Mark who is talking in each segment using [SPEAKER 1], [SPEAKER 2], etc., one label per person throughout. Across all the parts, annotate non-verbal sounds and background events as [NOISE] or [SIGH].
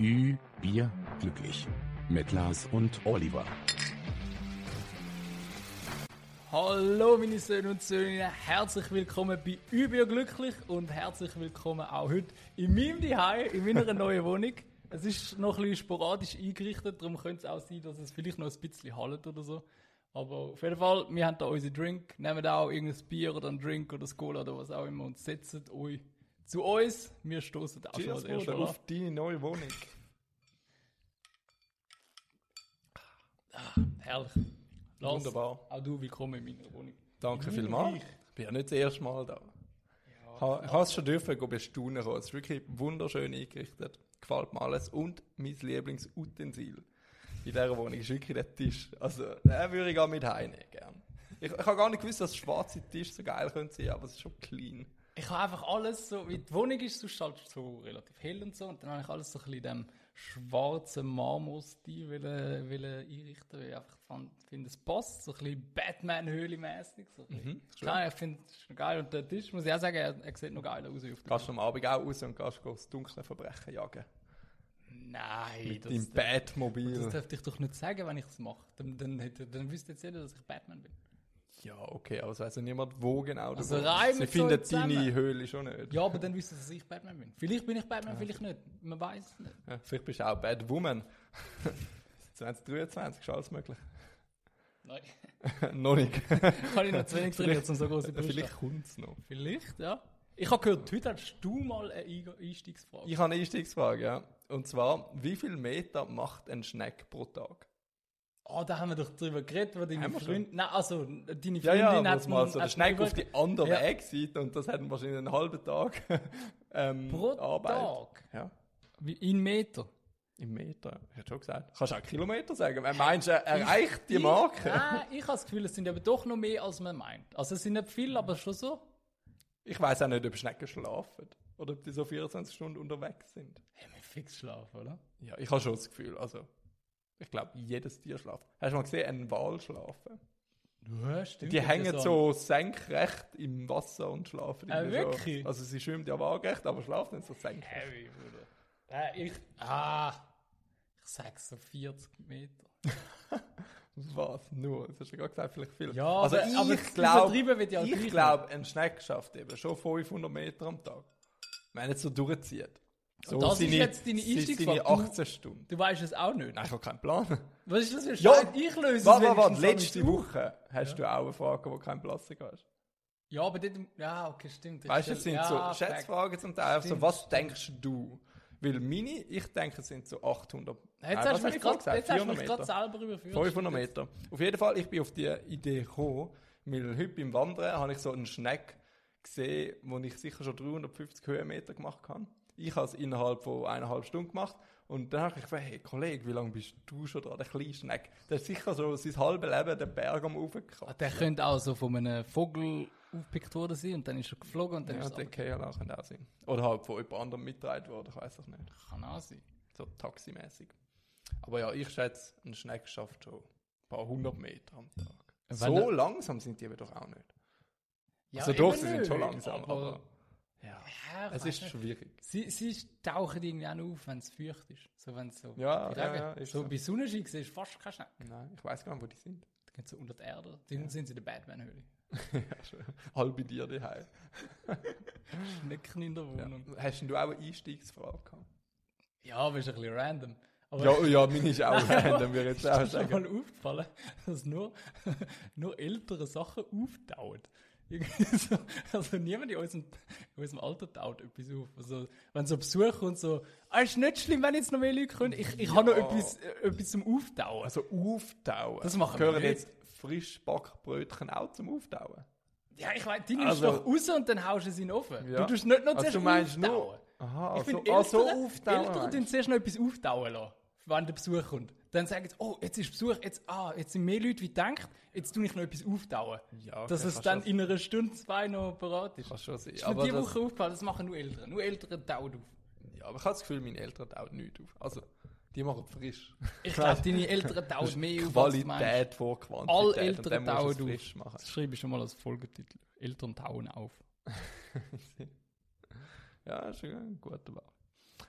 [SPEAKER 1] Ü, Bier, glücklich. Mit Lars und Oliver.
[SPEAKER 2] Hallo meine Söhne und Söhne, herzlich willkommen bei Übel glücklich und herzlich willkommen auch heute in meinem Zuhause, in
[SPEAKER 3] [LAUGHS]
[SPEAKER 2] meiner neuen Wohnung. Es ist noch ein bisschen sporadisch eingerichtet, darum könnte es auch sein, dass es vielleicht noch ein bisschen hallt oder so. Aber auf jeden Fall, wir haben da unseren Drink, nehmen auch irgendein Bier oder einen Drink oder ein Cola oder was auch immer und setzen euch zu uns. Wir stoßen auch
[SPEAKER 3] Cheers,
[SPEAKER 2] schon mal
[SPEAKER 3] Bruder, auf deine neue Wohnung.
[SPEAKER 2] Herrlich. Lars,
[SPEAKER 3] Wunderbar.
[SPEAKER 2] Auch du willkommen in meiner Wohnung.
[SPEAKER 3] Danke vielmals. Ich bin ja nicht das erste Mal da. Ha- Ich habe es schon dürfen go bestaunen. kommen. Es ist wirklich wunderschön eingerichtet. Gefällt mir alles. Und mein Lieblingsutensil in dieser Wohnung ist wirklich der Tisch. Also, den würde ich auch mit heimnehmen, gern. Ich, ich habe gar nicht gewusst, dass schwarze Tisch so geil können sein, aber es ist schon clean.
[SPEAKER 2] Ich habe einfach alles so, wie die Wohnung ist sonst halt so relativ hell und so, und dann habe ich alles so ein bisschen in diesem schwarzen Marmorstil wollen, wollen einrichten, weil ich einfach fand- finde, es passt, so ein bisschen Batman-Höhle-mässig. So ein bisschen. Klar, ich finde, es ist noch geil, und der Tisch, muss ich auch sagen, er, er sieht noch geil aus auf dem
[SPEAKER 3] Gehst du am Abend auch raus und gehst go das dunkle Verbrechen jagen.
[SPEAKER 2] Nein, das, darf-
[SPEAKER 3] Dein
[SPEAKER 2] das
[SPEAKER 3] Batmobil.
[SPEAKER 2] dürfte ich doch nicht sagen, wenn ich es mache. Dann, dann, hätte- dann wüsste jetzt jeder, dass ich Batman bin.
[SPEAKER 3] Ja, okay, aber es weiß ja niemand, wo genau du
[SPEAKER 2] Also
[SPEAKER 3] wohnst.
[SPEAKER 2] rein
[SPEAKER 3] Sie
[SPEAKER 2] mit so
[SPEAKER 3] finden
[SPEAKER 2] zusammen.
[SPEAKER 3] deine Höhle schon nicht.
[SPEAKER 2] Ja, aber dann wüsste dass ich Batman bin. Vielleicht bin ich Batman, vielleicht nicht. Man weiß es nicht.
[SPEAKER 3] Ja, vielleicht bist du auch Bad Woman. [LAUGHS] 2023 ist alles möglich. [LAUGHS]
[SPEAKER 2] Nein.
[SPEAKER 3] noch nicht.
[SPEAKER 2] [LAUGHS] Kann ich noch zu wenig trainiert, um so große Brüste
[SPEAKER 3] [LAUGHS] vielleicht kommt es noch.
[SPEAKER 2] Vielleicht, ja. Ich habe gehört, heute hast du mal eine Eig- Einstiegsfrage.
[SPEAKER 3] Ich habe eine Einstiegsfrage, ja. Und zwar, wie viel Meter macht ein Snack pro Tag?
[SPEAKER 2] Ah, da haben wir doch drüber geredet, wo deine
[SPEAKER 3] Haben wir
[SPEAKER 2] Freundin. Nein, also deine Freundin
[SPEAKER 3] Ja, ja, wo
[SPEAKER 2] hat
[SPEAKER 3] es mal so
[SPEAKER 2] hat
[SPEAKER 3] der Snack
[SPEAKER 2] mir
[SPEAKER 3] auf die andere
[SPEAKER 2] Ja.
[SPEAKER 3] Wegseite und das hat man wahrscheinlich einen halben Tag [LAUGHS] ähm,
[SPEAKER 2] Pro
[SPEAKER 3] Arbeit.
[SPEAKER 2] Tag?
[SPEAKER 3] Ja,
[SPEAKER 2] Wie in Meter.
[SPEAKER 3] im Meter. Ich hätte schon gesagt. Kannst auch Kilometer sagen. Wenn meinst,
[SPEAKER 2] [LAUGHS]
[SPEAKER 3] er erreicht die Marke.
[SPEAKER 2] Ich, nein, ich habe das Gefühl, es sind aber doch noch mehr, als man meint. Also es sind nicht viel, aber schon so.
[SPEAKER 3] Ich weiß auch nicht, ob Schnecken schlafen oder ob die so 24 Stunden unterwegs sind.
[SPEAKER 2] Hey, wir fix schlafen, oder?
[SPEAKER 3] Ja, ich habe schon das Gefühl. Also, ich glaube, jedes Tier schlaft. Hast du mal gesehen, einen Wal schlafen?
[SPEAKER 2] Ja, stimmt.
[SPEAKER 3] Die
[SPEAKER 2] Das ist
[SPEAKER 3] hängen
[SPEAKER 2] ein-
[SPEAKER 3] so senkrecht im Wasser und schlafen.
[SPEAKER 2] Äh,
[SPEAKER 3] drin
[SPEAKER 2] wirklich?
[SPEAKER 3] So. Also sie schwimmt ja waagerecht, aber schlafen nicht so senkrecht.
[SPEAKER 2] Heavy, Bruder. Äh, ich. Ah. Ich sag so 40 Meter.
[SPEAKER 3] Was? Nur? Das hast du ja gerade gesagt, vielleicht viel.
[SPEAKER 2] Ja,
[SPEAKER 3] also
[SPEAKER 2] aber- aber
[SPEAKER 3] ich
[SPEAKER 2] das
[SPEAKER 3] glaube,
[SPEAKER 2] Übertreiben wird ja auch
[SPEAKER 3] ich
[SPEAKER 2] gleich
[SPEAKER 3] glaube, ein Schneck schafft eben schon 500 Meter am Tag. Wenn er so durchzieht. So
[SPEAKER 2] das ist jetzt deine
[SPEAKER 3] sie-
[SPEAKER 2] Einstiegsfrage.
[SPEAKER 3] seine
[SPEAKER 2] Du-
[SPEAKER 3] 18 Stunden.
[SPEAKER 2] Du weißt es auch nicht.
[SPEAKER 3] Nein, ich habe keinen Plan.
[SPEAKER 2] Was ist das für
[SPEAKER 3] Ja,
[SPEAKER 2] Scheiße? ich löse es
[SPEAKER 3] Warte,
[SPEAKER 2] wenigstens
[SPEAKER 3] warte, warte.
[SPEAKER 2] so
[SPEAKER 3] Letzte
[SPEAKER 2] nicht auf.
[SPEAKER 3] Woche hast du auch eine Frage, wo kein Plastik hast.
[SPEAKER 2] Ja, aber dort, ja, okay, stimmt.
[SPEAKER 3] Weißt du, es sind
[SPEAKER 2] ja,
[SPEAKER 3] so
[SPEAKER 2] Fact.
[SPEAKER 3] Schätzfragen zum Teil. So,
[SPEAKER 2] Stimmt,
[SPEAKER 3] was denkst du? Weil meine, ich denke, es sind so 800
[SPEAKER 2] Jetzt
[SPEAKER 3] Nein, was
[SPEAKER 2] hast du
[SPEAKER 3] hab
[SPEAKER 2] mich
[SPEAKER 3] ich vorhin
[SPEAKER 2] grad- jetzt hast du mich gerade
[SPEAKER 3] Meter.
[SPEAKER 2] selber überführt.
[SPEAKER 3] 500 Meter. Auf jeden Fall, ich bin auf die Idee gekommen, weil heute beim Wandern habe ich so einen Schneck gesehen, wo ich sicher schon 350 Höhenmeter gemacht habe. Ich habe es innerhalb von eineinhalb Stunden gemacht. Und dann habe ich gefragt, hey Kollege, wie lange bist du schon dran, der kleine Schneck? Der ist sicher so sein halbes Leben den Berg am
[SPEAKER 2] Ah,
[SPEAKER 3] Aufgekommen.
[SPEAKER 2] Der könnte auch so von einem Vogel aufgepickt worden sein und dann ist er geflogen und dann
[SPEAKER 3] Ja,
[SPEAKER 2] Ah, ist
[SPEAKER 3] der
[SPEAKER 2] er.
[SPEAKER 3] KLA könnte auch sein. Oder halt von jemand anderem mitgetragen worden, ich weiß es nicht.
[SPEAKER 2] Kann auch sein.
[SPEAKER 3] so taximäßig. Aber ja, ich schätze, ein Schneck schafft schon ein paar hundert Meter am Tag.
[SPEAKER 2] Wenn
[SPEAKER 3] so
[SPEAKER 2] er-
[SPEAKER 3] langsam sind die aber doch auch nicht.
[SPEAKER 2] Ja,
[SPEAKER 3] also doch,
[SPEAKER 2] eben
[SPEAKER 3] sie sind schon
[SPEAKER 2] nicht,
[SPEAKER 3] langsam, aber, ja,
[SPEAKER 2] Ja, ich
[SPEAKER 3] es
[SPEAKER 2] weiss
[SPEAKER 3] ist
[SPEAKER 2] nicht.
[SPEAKER 3] schwierig.
[SPEAKER 2] Sie, sie tauchen irgendwie auch noch auf, wenn es feucht ist. So, wenn es so.
[SPEAKER 3] Ja,
[SPEAKER 2] Wie
[SPEAKER 3] ja,
[SPEAKER 2] sagen,
[SPEAKER 3] ja, ist
[SPEAKER 2] so,
[SPEAKER 3] so.
[SPEAKER 2] Bei Sonnenschein siehst du fast keinen Schnee.
[SPEAKER 3] Nein, ich weiß gar nicht, wo die sind.
[SPEAKER 2] Die gehen so unter die Erde. Dann sind sie in der Batman-Höhle.
[SPEAKER 3] [LAUGHS] ja, schon. Halbe dir daheim.
[SPEAKER 2] Schnecken in der
[SPEAKER 3] Ja.
[SPEAKER 2] Wohnung.
[SPEAKER 3] Hast denn du auch eine Einstiegsfrage gehabt?
[SPEAKER 2] Ja, aber ist ein bisschen random. Aber
[SPEAKER 3] Ja, ja, meine ist [LAUGHS] auch random,
[SPEAKER 2] [LAUGHS]
[SPEAKER 3] wir
[SPEAKER 2] Ist
[SPEAKER 3] jetzt auch
[SPEAKER 2] dir schon
[SPEAKER 3] sagen.
[SPEAKER 2] mal aufgefallen, dass nur, [LAUGHS] nur ältere Sachen auftauen? Irgendwie so, also niemand in unserem, in unserem Alter taut etwas auf. Also, wenn so Besuch und so, ah, ist nicht schlimm, wenn jetzt noch mehr Leute kommen, ich, ich habe noch
[SPEAKER 3] Ja.
[SPEAKER 2] etwas, äh, etwas zum Auftauen.
[SPEAKER 3] Also auftauen.
[SPEAKER 2] Das machen wir
[SPEAKER 3] Gehören
[SPEAKER 2] nicht.
[SPEAKER 3] jetzt Frischbackbrötchen auch zum Auftauen?
[SPEAKER 2] Ja, ich weiß, die nimmst
[SPEAKER 3] Also-
[SPEAKER 2] du doch raus und dann haust du sie noch offen.
[SPEAKER 3] Ja.
[SPEAKER 2] Du tust nicht noch
[SPEAKER 3] Also
[SPEAKER 2] zuerst
[SPEAKER 3] du meinst
[SPEAKER 2] auftauen.
[SPEAKER 3] nur... Aha,
[SPEAKER 2] Ich finde,
[SPEAKER 3] so, ah, so
[SPEAKER 2] Eltern,
[SPEAKER 3] auftauen
[SPEAKER 2] Eltern
[SPEAKER 3] meinst du?
[SPEAKER 2] tun zuerst noch etwas auftauen lassen, wenn der Besuch kommt. Dann sagen sie, oh, jetzt ist Besuch, jetzt, ah, jetzt sind mehr Leute wie gedacht, jetzt tue ich noch etwas auftauen.
[SPEAKER 3] Ja, okay,
[SPEAKER 2] dass es
[SPEAKER 3] kannst
[SPEAKER 2] dann
[SPEAKER 3] schon-
[SPEAKER 2] in einer Stunde, zwei noch parat ist.
[SPEAKER 3] Kann schon sein.
[SPEAKER 2] Ist mir
[SPEAKER 3] Aber,
[SPEAKER 2] diese
[SPEAKER 3] das,
[SPEAKER 2] Woche aufgefallen, das machen nur Eltern. Nur Eltern tauen auf.
[SPEAKER 3] ja, aber ich habe das Gefühl, meine Eltern taugen nichts auf. Also, die machen frisch.
[SPEAKER 2] Ich glaube, deine
[SPEAKER 3] [LAUGHS]
[SPEAKER 2] Eltern tauen mehr auf. als du meinst.
[SPEAKER 3] Qualität vor Quantität.
[SPEAKER 2] Alle
[SPEAKER 3] und dann
[SPEAKER 2] Eltern
[SPEAKER 3] musst du es
[SPEAKER 2] tauen auf.
[SPEAKER 3] frisch machen.
[SPEAKER 2] Das schreibe ich schon mal als Folgetitel. Eltern tauen auf.
[SPEAKER 3] Ja, ist ein guter Wahl.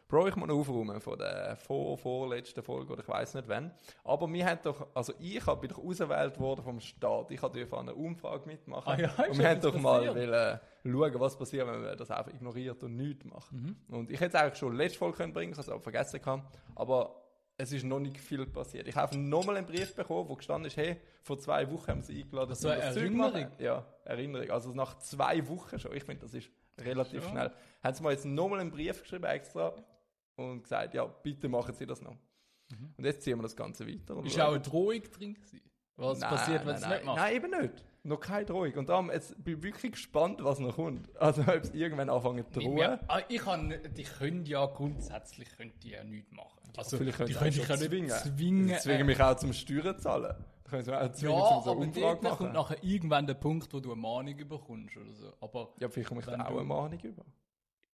[SPEAKER 3] Bro, ich muss noch aufräumen von der vor, vorletzten Folge oder ich weiß nicht wann. Aber wir haben doch, also ich hab, bin doch ausgewählt worden vom Staat. Ich durfte an einer Umfrage mitmachen.
[SPEAKER 2] Ah ja, ist
[SPEAKER 3] und wir haben
[SPEAKER 2] etwas
[SPEAKER 3] doch mal
[SPEAKER 2] passiert?
[SPEAKER 3] wollen äh, schauen, was passiert, wenn man das einfach ignoriert und nichts macht.
[SPEAKER 2] Mhm.
[SPEAKER 3] Und ich hätte es eigentlich schon letzte Folge können bringen können, ich habe es aber vergessen gehabt. Aber es ist noch nicht viel passiert. Ich habe nochmal einen Brief bekommen, wo gestanden ist, hey, vor zwei Wochen haben sie eingeladen.
[SPEAKER 2] Also
[SPEAKER 3] dass
[SPEAKER 2] eine
[SPEAKER 3] wir das Zeug
[SPEAKER 2] Erinnerung?
[SPEAKER 3] machen. Ja, Erinnerung. Also nach zwei Wochen schon. Ich finde, das ist relativ
[SPEAKER 2] Ja.
[SPEAKER 3] schnell. Haben sie mir jetzt nochmal einen Brief geschrieben extra und gesagt, ja, bitte machen Sie das noch. Und jetzt ziehen wir das Ganze weiter. und
[SPEAKER 2] Mhm. Ist
[SPEAKER 3] schauen.
[SPEAKER 2] auch eine Drohung drin gewesen. Was
[SPEAKER 3] Nein,
[SPEAKER 2] passiert, wenn
[SPEAKER 3] nein,
[SPEAKER 2] du es nicht
[SPEAKER 3] nein.
[SPEAKER 2] machst?
[SPEAKER 3] Nein, eben nicht. Noch keine Drohung. Und darum jetzt bin ich wirklich gespannt, was noch kommt. Also, ob es irgendwann anfangen zu drohen.
[SPEAKER 2] Ja, ah, ich kann, die können ja grundsätzlich können die ja nichts machen. Also, die
[SPEAKER 3] Vielleicht können
[SPEAKER 2] können
[SPEAKER 3] sie
[SPEAKER 2] dich
[SPEAKER 3] auch
[SPEAKER 2] ja
[SPEAKER 3] schon
[SPEAKER 2] nicht zwingen. äh,
[SPEAKER 3] Sie zwingen mich auch zum Steuern zu zahlen. Da können sie mich auch
[SPEAKER 2] ja,
[SPEAKER 3] zwingen, zum
[SPEAKER 2] aber
[SPEAKER 3] so eine Umfrage
[SPEAKER 2] dort
[SPEAKER 3] machen.
[SPEAKER 2] kommt nachher irgendwann der Punkt, wo du eine Mahnung bekommst oder so. Aber
[SPEAKER 3] Ja, vielleicht komme ich
[SPEAKER 2] Wenn
[SPEAKER 3] dann auch
[SPEAKER 2] du-
[SPEAKER 3] eine Mahnung über.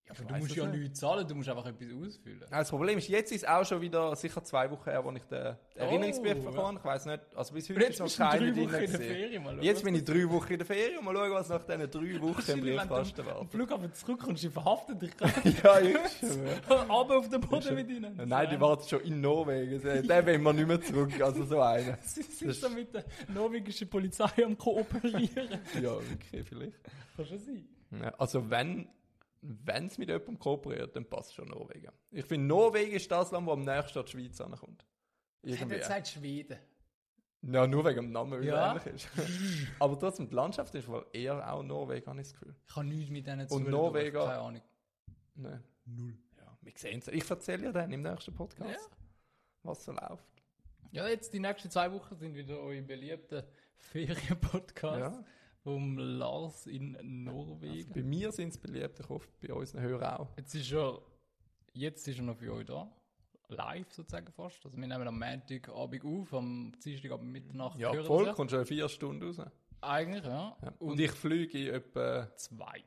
[SPEAKER 2] ja, aber
[SPEAKER 3] weiss
[SPEAKER 2] du musst
[SPEAKER 3] es
[SPEAKER 2] ja
[SPEAKER 3] nicht.
[SPEAKER 2] nichts zahlen, du musst einfach etwas ausfüllen.
[SPEAKER 3] Nein, Das Problem ist, jetzt ist es auch schon wieder sicher zwei Wochen her, wo ich den Erinnerungsbrief
[SPEAKER 2] Oh,
[SPEAKER 3] bekommen habe. Ich weiß nicht, also bis
[SPEAKER 2] Und
[SPEAKER 3] heute
[SPEAKER 2] jetzt
[SPEAKER 3] ist noch
[SPEAKER 2] bist du drei
[SPEAKER 3] keine
[SPEAKER 2] Wochen
[SPEAKER 3] drin.
[SPEAKER 2] in der
[SPEAKER 3] gewesen.
[SPEAKER 2] Ferien. Mal schauen,
[SPEAKER 3] Jetzt
[SPEAKER 2] was
[SPEAKER 3] bin ich drei Wochen in der Ferien. Mal schauen, was nach diesen drei Wochen im
[SPEAKER 2] Wahrscheinlich,
[SPEAKER 3] Briefkasten
[SPEAKER 2] Wenn du am
[SPEAKER 3] war.
[SPEAKER 2] Flughafen zurückkommst, die verhaften dich gerade
[SPEAKER 3] [LAUGHS] Ja, ich
[SPEAKER 2] [LAUGHS]
[SPEAKER 3] schwöre. [LAUGHS]
[SPEAKER 2] runter auf den Boden mit ihnen.
[SPEAKER 3] Nein, die warten schon in Norwegen. Sie- Den wollen wir nicht mehr zurück. Also so einen.
[SPEAKER 2] [LAUGHS] Sie sind so mit der norwegischen Polizei am
[SPEAKER 3] [LAUGHS]
[SPEAKER 2] Kooperieren.
[SPEAKER 3] Ja, wirklich, vielleicht.
[SPEAKER 2] Kann schon sein.
[SPEAKER 3] Ja, also wenn wenn es mit jemandem kooperiert, dann passt schon Norwegen. Ich finde, Norwegen ist das Land, wo am nächsten an die Schweiz ankommt. Irgendwie.
[SPEAKER 2] Schweden.
[SPEAKER 3] Ja, nur wegen dem Namen, weil
[SPEAKER 2] Ja.
[SPEAKER 3] er ähnlich ist. [LAUGHS] Aber trotzdem, die Landschaft ist wohl eher auch Norwegen, habe ich das Gefühl.
[SPEAKER 2] Ich habe nichts mit denen zu
[SPEAKER 3] Und
[SPEAKER 2] tun, aber
[SPEAKER 3] Norweger.
[SPEAKER 2] Keine Ahnung.
[SPEAKER 3] Nein. Null. Ja, wir sehen es. Ich erzähle ja dann im nächsten Podcast,
[SPEAKER 2] Ja.
[SPEAKER 3] was so läuft.
[SPEAKER 2] Ja, jetzt die nächsten zwei Wochen sind wieder eure beliebten Ferienpodcasts
[SPEAKER 3] Ja.
[SPEAKER 2] vom Lars in Norwegen.
[SPEAKER 3] Bei mir sind es beliebt, ich hoffe, bei unseren Hörern auch.
[SPEAKER 2] Jetzt ist er, jetzt ist er noch für euch da. Live sozusagen fast. Also wir nehmen am Montagabend auf, am Dienstag ab Mitternacht
[SPEAKER 3] Ja,
[SPEAKER 2] hören
[SPEAKER 3] voll,
[SPEAKER 2] wir sie.
[SPEAKER 3] kommt schon in vier Stunden raus. Ja.
[SPEAKER 2] Eigentlich, ja.
[SPEAKER 3] Und, ich fliege in etwa [LAUGHS]
[SPEAKER 2] Zwei.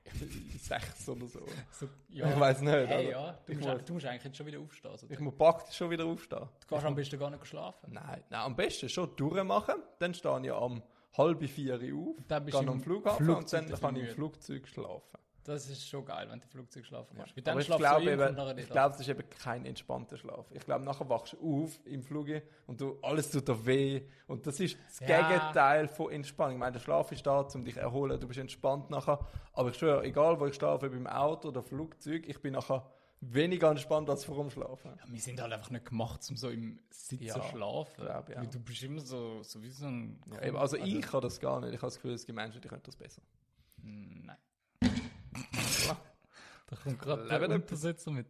[SPEAKER 3] sechs oder so.
[SPEAKER 2] So, ja.
[SPEAKER 3] Ich weiß nicht.
[SPEAKER 2] Hey,
[SPEAKER 3] oder?
[SPEAKER 2] ja, du,
[SPEAKER 3] ich,
[SPEAKER 2] musst,
[SPEAKER 3] muss,
[SPEAKER 2] du musst eigentlich jetzt schon wieder aufstehen. Also,
[SPEAKER 3] ich
[SPEAKER 2] du
[SPEAKER 3] muss praktisch schon wieder aufstehen.
[SPEAKER 2] kannst am besten gar nicht schlafen.
[SPEAKER 3] Nein, nein, am besten schon durchmachen. Dann stehe ich am halb vier Uhr auf,
[SPEAKER 2] Dann bist du
[SPEAKER 3] gehe am
[SPEAKER 2] im
[SPEAKER 3] Flughafen und
[SPEAKER 2] Flugzeug
[SPEAKER 3] dann kann ich
[SPEAKER 2] dafür
[SPEAKER 3] im Flugzeug schlafen.
[SPEAKER 2] Das ist schon geil, wenn du im Flugzeug schlafen kannst. Weil
[SPEAKER 3] Aber
[SPEAKER 2] dann
[SPEAKER 3] ich
[SPEAKER 2] schlafst du
[SPEAKER 3] glaube,
[SPEAKER 2] eh und kommst nachher
[SPEAKER 3] eben, ich
[SPEAKER 2] nicht
[SPEAKER 3] glaube, es ist eben kein entspannter Schlaf. Ich glaube, nachher wachst du auf im Flug und du, alles tut dir weh. Und das ist das
[SPEAKER 2] Ja.
[SPEAKER 3] Gegenteil von Entspannung. Ich meine, der Schlaf ist da, um dich zu erholen, du bist entspannt nachher. Aber ich schwöre, egal wo ich schlafe, ob im Auto oder Flugzeug, ich bin nachher weniger entspannt als vor dem Schlafen.
[SPEAKER 2] Wir sind halt einfach nicht gemacht, um so im Sitzen
[SPEAKER 3] Ja,
[SPEAKER 2] zu schlafen.
[SPEAKER 3] glaub ich auch.
[SPEAKER 2] Weil Du bist immer so, so wie so ein.
[SPEAKER 3] Ja, eben, also ich kann das gar nicht. Ich habe das Gefühl, es gibt Menschen, die können das besser.
[SPEAKER 2] Nein.
[SPEAKER 3] Voilà.
[SPEAKER 2] Da kommt gerade
[SPEAKER 3] Leben
[SPEAKER 2] der
[SPEAKER 3] etwas.
[SPEAKER 2] Untersetzer mit.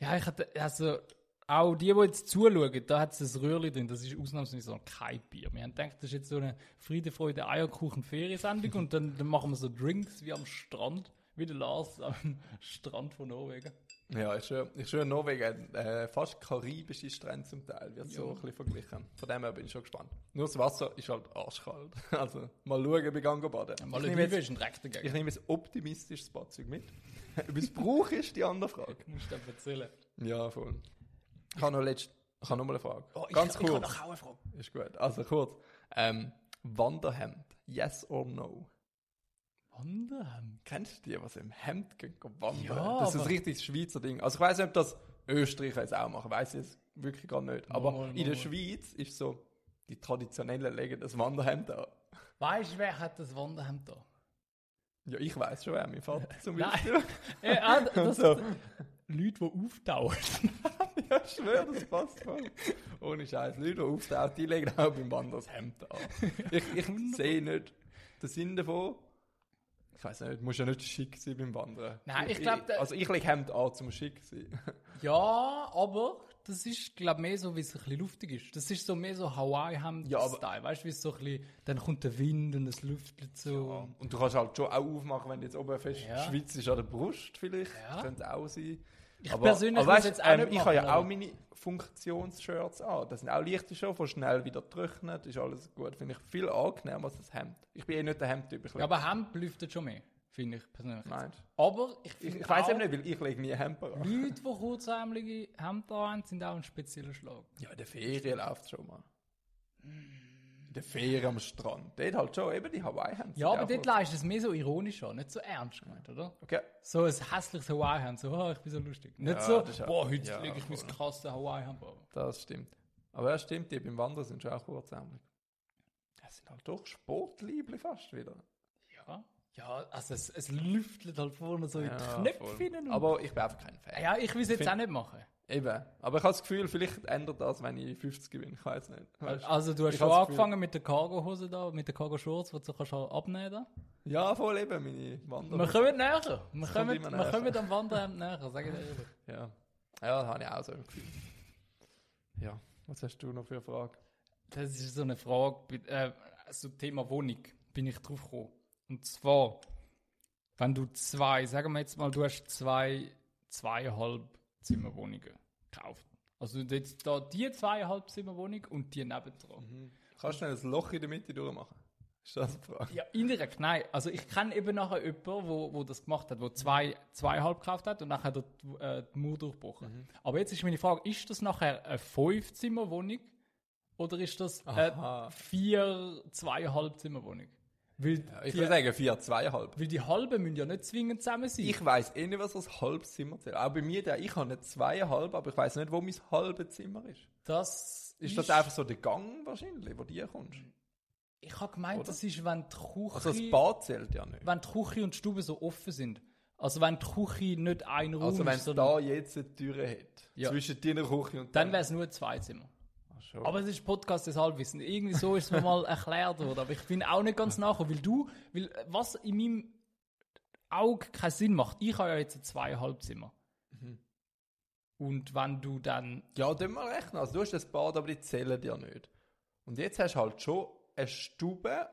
[SPEAKER 2] Ja, ich hatte. Also, auch die, die jetzt zuschauen, da hat es ein Röhrli drin. Das ist ausnahmsweise so kein Bier. Wir haben gedacht, das ist jetzt so eine Friede, Freude, Eierkuchen, Feriensendung und dann, dann machen wir so Drinks wie am Strand. Wie der Lars am Strand von Norwegen.
[SPEAKER 3] Ja, ich schwöre, ich schwöre Norwegen hat äh, fast karibische Strände zum Teil, wird so
[SPEAKER 2] Ja.
[SPEAKER 3] ein bisschen verglichen. Von dem her bin ich schon gespannt. Nur das Wasser ist halt arschkalt. [LAUGHS] Also, mal schauen, ob ich gehe baden. ich, nehme
[SPEAKER 2] Malediven
[SPEAKER 3] jetzt,
[SPEAKER 2] ist ein rechter Gegner. [LAUGHS]
[SPEAKER 3] ich nehme jetzt optimistisches Badzeug mit. [LAUGHS] ob ich es brauche, ist die andere Frage.
[SPEAKER 2] Musst du dir erzählen.
[SPEAKER 3] Ja, voll. Ich habe noch, letzt, Oh, ich habe noch mal eine Frage.
[SPEAKER 2] Oh, ich,
[SPEAKER 3] Ganz
[SPEAKER 2] Ich
[SPEAKER 3] kurz.
[SPEAKER 2] habe noch auch eine Frage.
[SPEAKER 3] ist gut. Also kurz. Ähm, Wanderhemd. Yes or no?
[SPEAKER 2] Wanderhemd.
[SPEAKER 3] Kennst du die, was im Hemd gehen gehen wandern?
[SPEAKER 2] Ja,
[SPEAKER 3] das ist ein
[SPEAKER 2] aber-
[SPEAKER 3] richtiges Schweizer Ding. Also ich weiß nicht, ob das Österreicher jetzt auch machen, weiß ich jetzt wirklich gar nicht. Aber
[SPEAKER 2] Mal, mal,
[SPEAKER 3] in der
[SPEAKER 2] mal.
[SPEAKER 3] Schweiz ist so, die Traditionellen legen das Wanderhemd an.
[SPEAKER 2] Weißt du, wer hat das Wanderhemd da?
[SPEAKER 3] Ja, ich weiß schon, wer
[SPEAKER 2] [LAUGHS]
[SPEAKER 3] mein Vater zum
[SPEAKER 2] Nein.
[SPEAKER 3] Beispiel. [LAUGHS]
[SPEAKER 2] Äh, ah, das
[SPEAKER 3] So.
[SPEAKER 2] Leute, die auftauchen.
[SPEAKER 3] ja, ich schwöre, das passt voll. Ohne Scheiß. Leute, die auftauchen, die legen auch beim Wandern das
[SPEAKER 2] [LAUGHS]
[SPEAKER 3] Hemd an. Ich, ich sehe nicht den Sinn davon. Ich weiß nicht, muss ja nicht schick sein beim Wandern.
[SPEAKER 2] Nein, ich glaub, der-
[SPEAKER 3] Also ich lege Hemd an, zum schick sein.
[SPEAKER 2] Ja, aber das ist, glaube ich, mehr so, wie es ein bisschen luftig ist. Das ist so mehr so
[SPEAKER 3] Ja, aber-
[SPEAKER 2] Hawaii-Hemd-Style. weißt du, wie es so ein bisschen, dann kommt der Wind und es lüftelt so.
[SPEAKER 3] Und du kannst halt schon auch aufmachen, wenn du jetzt oben fest
[SPEAKER 2] Ja.
[SPEAKER 3] Schweiz ist an der Brust vielleicht.
[SPEAKER 2] Ja.
[SPEAKER 3] Könnte auch sein. Ich
[SPEAKER 2] persönlich
[SPEAKER 3] aber
[SPEAKER 2] muss
[SPEAKER 3] weißt, ähm,
[SPEAKER 2] jetzt auch nicht
[SPEAKER 3] Ich habe ja
[SPEAKER 2] machen,
[SPEAKER 3] auch
[SPEAKER 2] aber-
[SPEAKER 3] meine Funktionsshirts an. Das sind auch leichte schon, von schnell wieder trocknet, ist alles gut. Finde ich viel angenehmer als das Hemd. Ich bin eh nicht der Hemdtyp. Ich,
[SPEAKER 2] Ja, aber Hemd lüftet schon mehr, finde ich persönlich.
[SPEAKER 3] Meinst du?
[SPEAKER 2] Aber ich
[SPEAKER 3] ich,
[SPEAKER 2] finde
[SPEAKER 3] ich weiß
[SPEAKER 2] auch, Mhm.
[SPEAKER 3] eben nicht, weil ich lege nie Hemper an.
[SPEAKER 2] Leute, die kurzärmelige Hemden haben, sind auch ein spezieller Schlag.
[SPEAKER 3] Ja, in der Ferien läuft es schon mal. In der Ferien am Strand. Dort halt schon, eben die Hawaii-Hemden.
[SPEAKER 2] Mhm. Ja, aber
[SPEAKER 3] sind
[SPEAKER 2] dort leist es mehr so ironisch an, nicht so ernst gemeint, oder?
[SPEAKER 3] Okay.
[SPEAKER 2] So ein hässliches Hawaii-Hemd, so, oh, ich bin so lustig. Nicht
[SPEAKER 3] Ja,
[SPEAKER 2] so,
[SPEAKER 3] das ist ja-
[SPEAKER 2] boah, heute
[SPEAKER 3] ja,
[SPEAKER 2] lege ich mein
[SPEAKER 3] voll.
[SPEAKER 2] krasses Hawaii-Hemd an.
[SPEAKER 3] Das stimmt. Aber ja, stimmt, die beim Wandern sind schon auch kurzärmlich. Das sind halt doch Sportliebli fast wieder.
[SPEAKER 2] Ja. Ja, also es, es lüftelt halt vorne so in
[SPEAKER 3] Ja,
[SPEAKER 2] die Knöpfe
[SPEAKER 3] voll.
[SPEAKER 2] hinein.
[SPEAKER 3] Aber ich bin einfach kein Fan.
[SPEAKER 2] ja, ich will es jetzt
[SPEAKER 3] Find-
[SPEAKER 2] auch nicht machen.
[SPEAKER 3] Eben. Aber ich habe das Gefühl, vielleicht ändert das, wenn ich 50 gewinne. Ich weiß nicht. Weißt du?
[SPEAKER 2] Also du hast
[SPEAKER 3] Ich
[SPEAKER 2] schon
[SPEAKER 3] hab's
[SPEAKER 2] angefangen mit der Cargo-Hose da, mit der Cargo-Shorts, die du so kannst abnehmen
[SPEAKER 3] Ja, voll eben, meine
[SPEAKER 2] kannst. Wir
[SPEAKER 3] Wanderung.
[SPEAKER 2] kommen näher. Wir
[SPEAKER 3] kommt
[SPEAKER 2] kommen,
[SPEAKER 3] immer
[SPEAKER 2] wir
[SPEAKER 3] näher.
[SPEAKER 2] kommen am Wanderhemd näher, sag ich dir ehrlich.
[SPEAKER 3] Ja. Ja, das habe ich auch so ein Gefühl. Ja, was hast du noch für eine Frage?
[SPEAKER 2] Das ist so eine Frage bei- äh, zum Thema Wohnung. Bin ich drauf gekommen. Und zwar, wenn du zwei, sagen wir jetzt mal, du hast zwei, zweieinhalb Zimmerwohnungen gekauft. Also jetzt da die zweieinhalb Zimmerwohnung und die nebendran.
[SPEAKER 3] Kannst du schnell ein Loch in der Mitte durchmachen? Ist das eine Frage?
[SPEAKER 2] Ja, indirekt, nein. Also ich kenne eben nachher jemanden, wo, wo das gemacht hat, wo zwei, zweieinhalb gekauft hat und nachher der, äh, die Mauer durchbrochen.
[SPEAKER 3] Mhm.
[SPEAKER 2] Aber jetzt ist meine Frage, ist das nachher eine Fünf-Zimmer-Wohnung oder ist das
[SPEAKER 3] Aha.
[SPEAKER 2] eine vier, zweieinhalb Zimmer-Wohnung? Weil,
[SPEAKER 3] Ich
[SPEAKER 2] die,
[SPEAKER 3] würde sagen, vier, zweieinhalb.
[SPEAKER 2] weil die halben müssen ja nicht zwingend zusammen sein.
[SPEAKER 3] Ich weiß eh nicht, was das halbe Zimmer zählt. Auch bei mir, der, ich habe nicht zweieinhalb, aber ich weiß nicht, wo mein halbes Zimmer ist.
[SPEAKER 2] das
[SPEAKER 3] Ist das einfach so der Gang wahrscheinlich, wo du kommst?
[SPEAKER 2] Ich habe gemeint,
[SPEAKER 3] oder?
[SPEAKER 2] das ist, wenn die Küche...
[SPEAKER 3] Also das Bad zählt ja nicht.
[SPEAKER 2] wenn die Küche und die Stube so offen sind. Also wenn die Küche nicht ein Raum
[SPEAKER 3] Also wenn
[SPEAKER 2] ist,
[SPEAKER 3] es
[SPEAKER 2] sondern,
[SPEAKER 3] da jetzt eine Türe hat,
[SPEAKER 2] Ja.
[SPEAKER 3] zwischen deiner Küche und
[SPEAKER 2] dann wäre es nur zwei Zimmer.
[SPEAKER 3] es...
[SPEAKER 2] Aber es ist Podcast des Halbwissen. Irgendwie so ist es mir
[SPEAKER 3] [LAUGHS]
[SPEAKER 2] mal erklärt worden. Aber ich bin auch nicht ganz nachher, weil du, weil äh, was in meinem Auge keinen Sinn macht. Ich habe ja jetzt ein zweieinhalb Zimmer.
[SPEAKER 3] Mhm.
[SPEAKER 2] Und wenn du dann,
[SPEAKER 3] Ja, dann mal rechnen. Also du hast das Bad, aber die zählen ja nicht. Und jetzt hast du halt schon eine Stube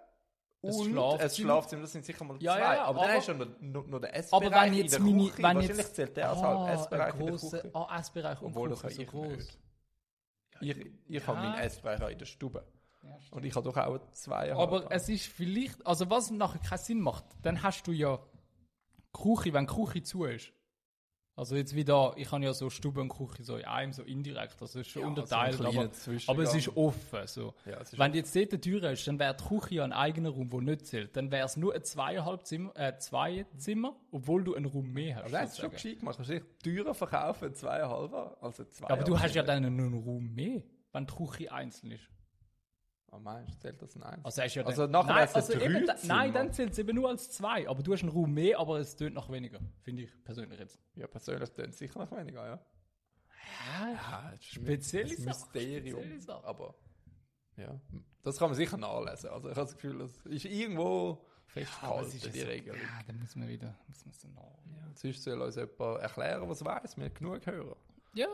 [SPEAKER 3] und ein Schlafzimmer.
[SPEAKER 2] Schlafzimmer.
[SPEAKER 3] Das sind sicher mal zwei.
[SPEAKER 2] Ja, ja, ja,
[SPEAKER 3] aber dann
[SPEAKER 2] aber-
[SPEAKER 3] hast du noch, noch, noch den
[SPEAKER 2] aber
[SPEAKER 3] Essbereich
[SPEAKER 2] wenn jetzt
[SPEAKER 3] in der
[SPEAKER 2] meine,
[SPEAKER 3] Küche.
[SPEAKER 2] wenn
[SPEAKER 3] Wahrscheinlich
[SPEAKER 2] jetzt,
[SPEAKER 3] zählt der als
[SPEAKER 2] Ah,
[SPEAKER 3] halb Essbereich
[SPEAKER 2] ein
[SPEAKER 3] in der
[SPEAKER 2] grosser-
[SPEAKER 3] Küche.
[SPEAKER 2] ah, Essbereich und
[SPEAKER 3] Obwohl,
[SPEAKER 2] Küche
[SPEAKER 3] das
[SPEAKER 2] so
[SPEAKER 3] kann ich
[SPEAKER 2] groß.
[SPEAKER 3] nicht. Ich, ich habe meinen Essbereich auch in der Stube. und ich habe doch auch zwei.
[SPEAKER 2] Aber es ist vielleicht, also was nachher keinen Sinn macht, dann hast du ja Küche, wenn die Küche zu ist. Also jetzt wieder, ich habe ja so Stube und Küche so in einem, so indirekt, also es ist schon
[SPEAKER 3] Ja,
[SPEAKER 2] unterteilt,
[SPEAKER 3] so ein kleiner
[SPEAKER 2] aber,
[SPEAKER 3] Zwischengang.
[SPEAKER 2] aber es ist offen. So.
[SPEAKER 3] Ja, es ist
[SPEAKER 2] wenn jetzt dort eine Tür ist, dann wäre die Küche ja ein eigener Raum, der nicht zählt. Dann wäre es nur ein zweieinhalb Zimmer, äh, zwei Zimmer, obwohl du einen Raum mehr hast.
[SPEAKER 3] aber das ist schon
[SPEAKER 2] sozusagen.
[SPEAKER 3] gescheit gemacht. Kannst du dich teurer verkaufen, zweieinhalb, also zwei.
[SPEAKER 2] ja, aber du hast ja dann einen Raum mehr, wenn die Küche einzeln ist.
[SPEAKER 3] Oh, meinst du, zählt das in eins?
[SPEAKER 2] Also, hast ja
[SPEAKER 3] Also
[SPEAKER 2] dann,
[SPEAKER 3] nachher
[SPEAKER 2] nein,
[SPEAKER 3] wär's dann
[SPEAKER 2] also eben, da,
[SPEAKER 3] drei
[SPEAKER 2] nein,
[SPEAKER 3] Zimmer.
[SPEAKER 2] dann zählt es eben nur als zwei. Aber du hast einen Raum mehr, aber es tönt noch weniger, finde ich persönlich jetzt.
[SPEAKER 3] Ja, persönlich tönt es sicher noch weniger, ja. Ah, das ist mir-
[SPEAKER 2] Spezielle
[SPEAKER 3] ein
[SPEAKER 2] Sache,
[SPEAKER 3] Mysterium.
[SPEAKER 2] spezielle Sache.
[SPEAKER 3] Aber ja, das kann man sicher nachlesen. Also ich habe das Gefühl, das ist irgendwo festgehalten, die Regelung.
[SPEAKER 2] Ja, dann müssen wir wieder, muss man es dann noch.
[SPEAKER 3] Sonst soll uns jemand erklären, was weiß. Wir haben genug Hörer.
[SPEAKER 2] Ja.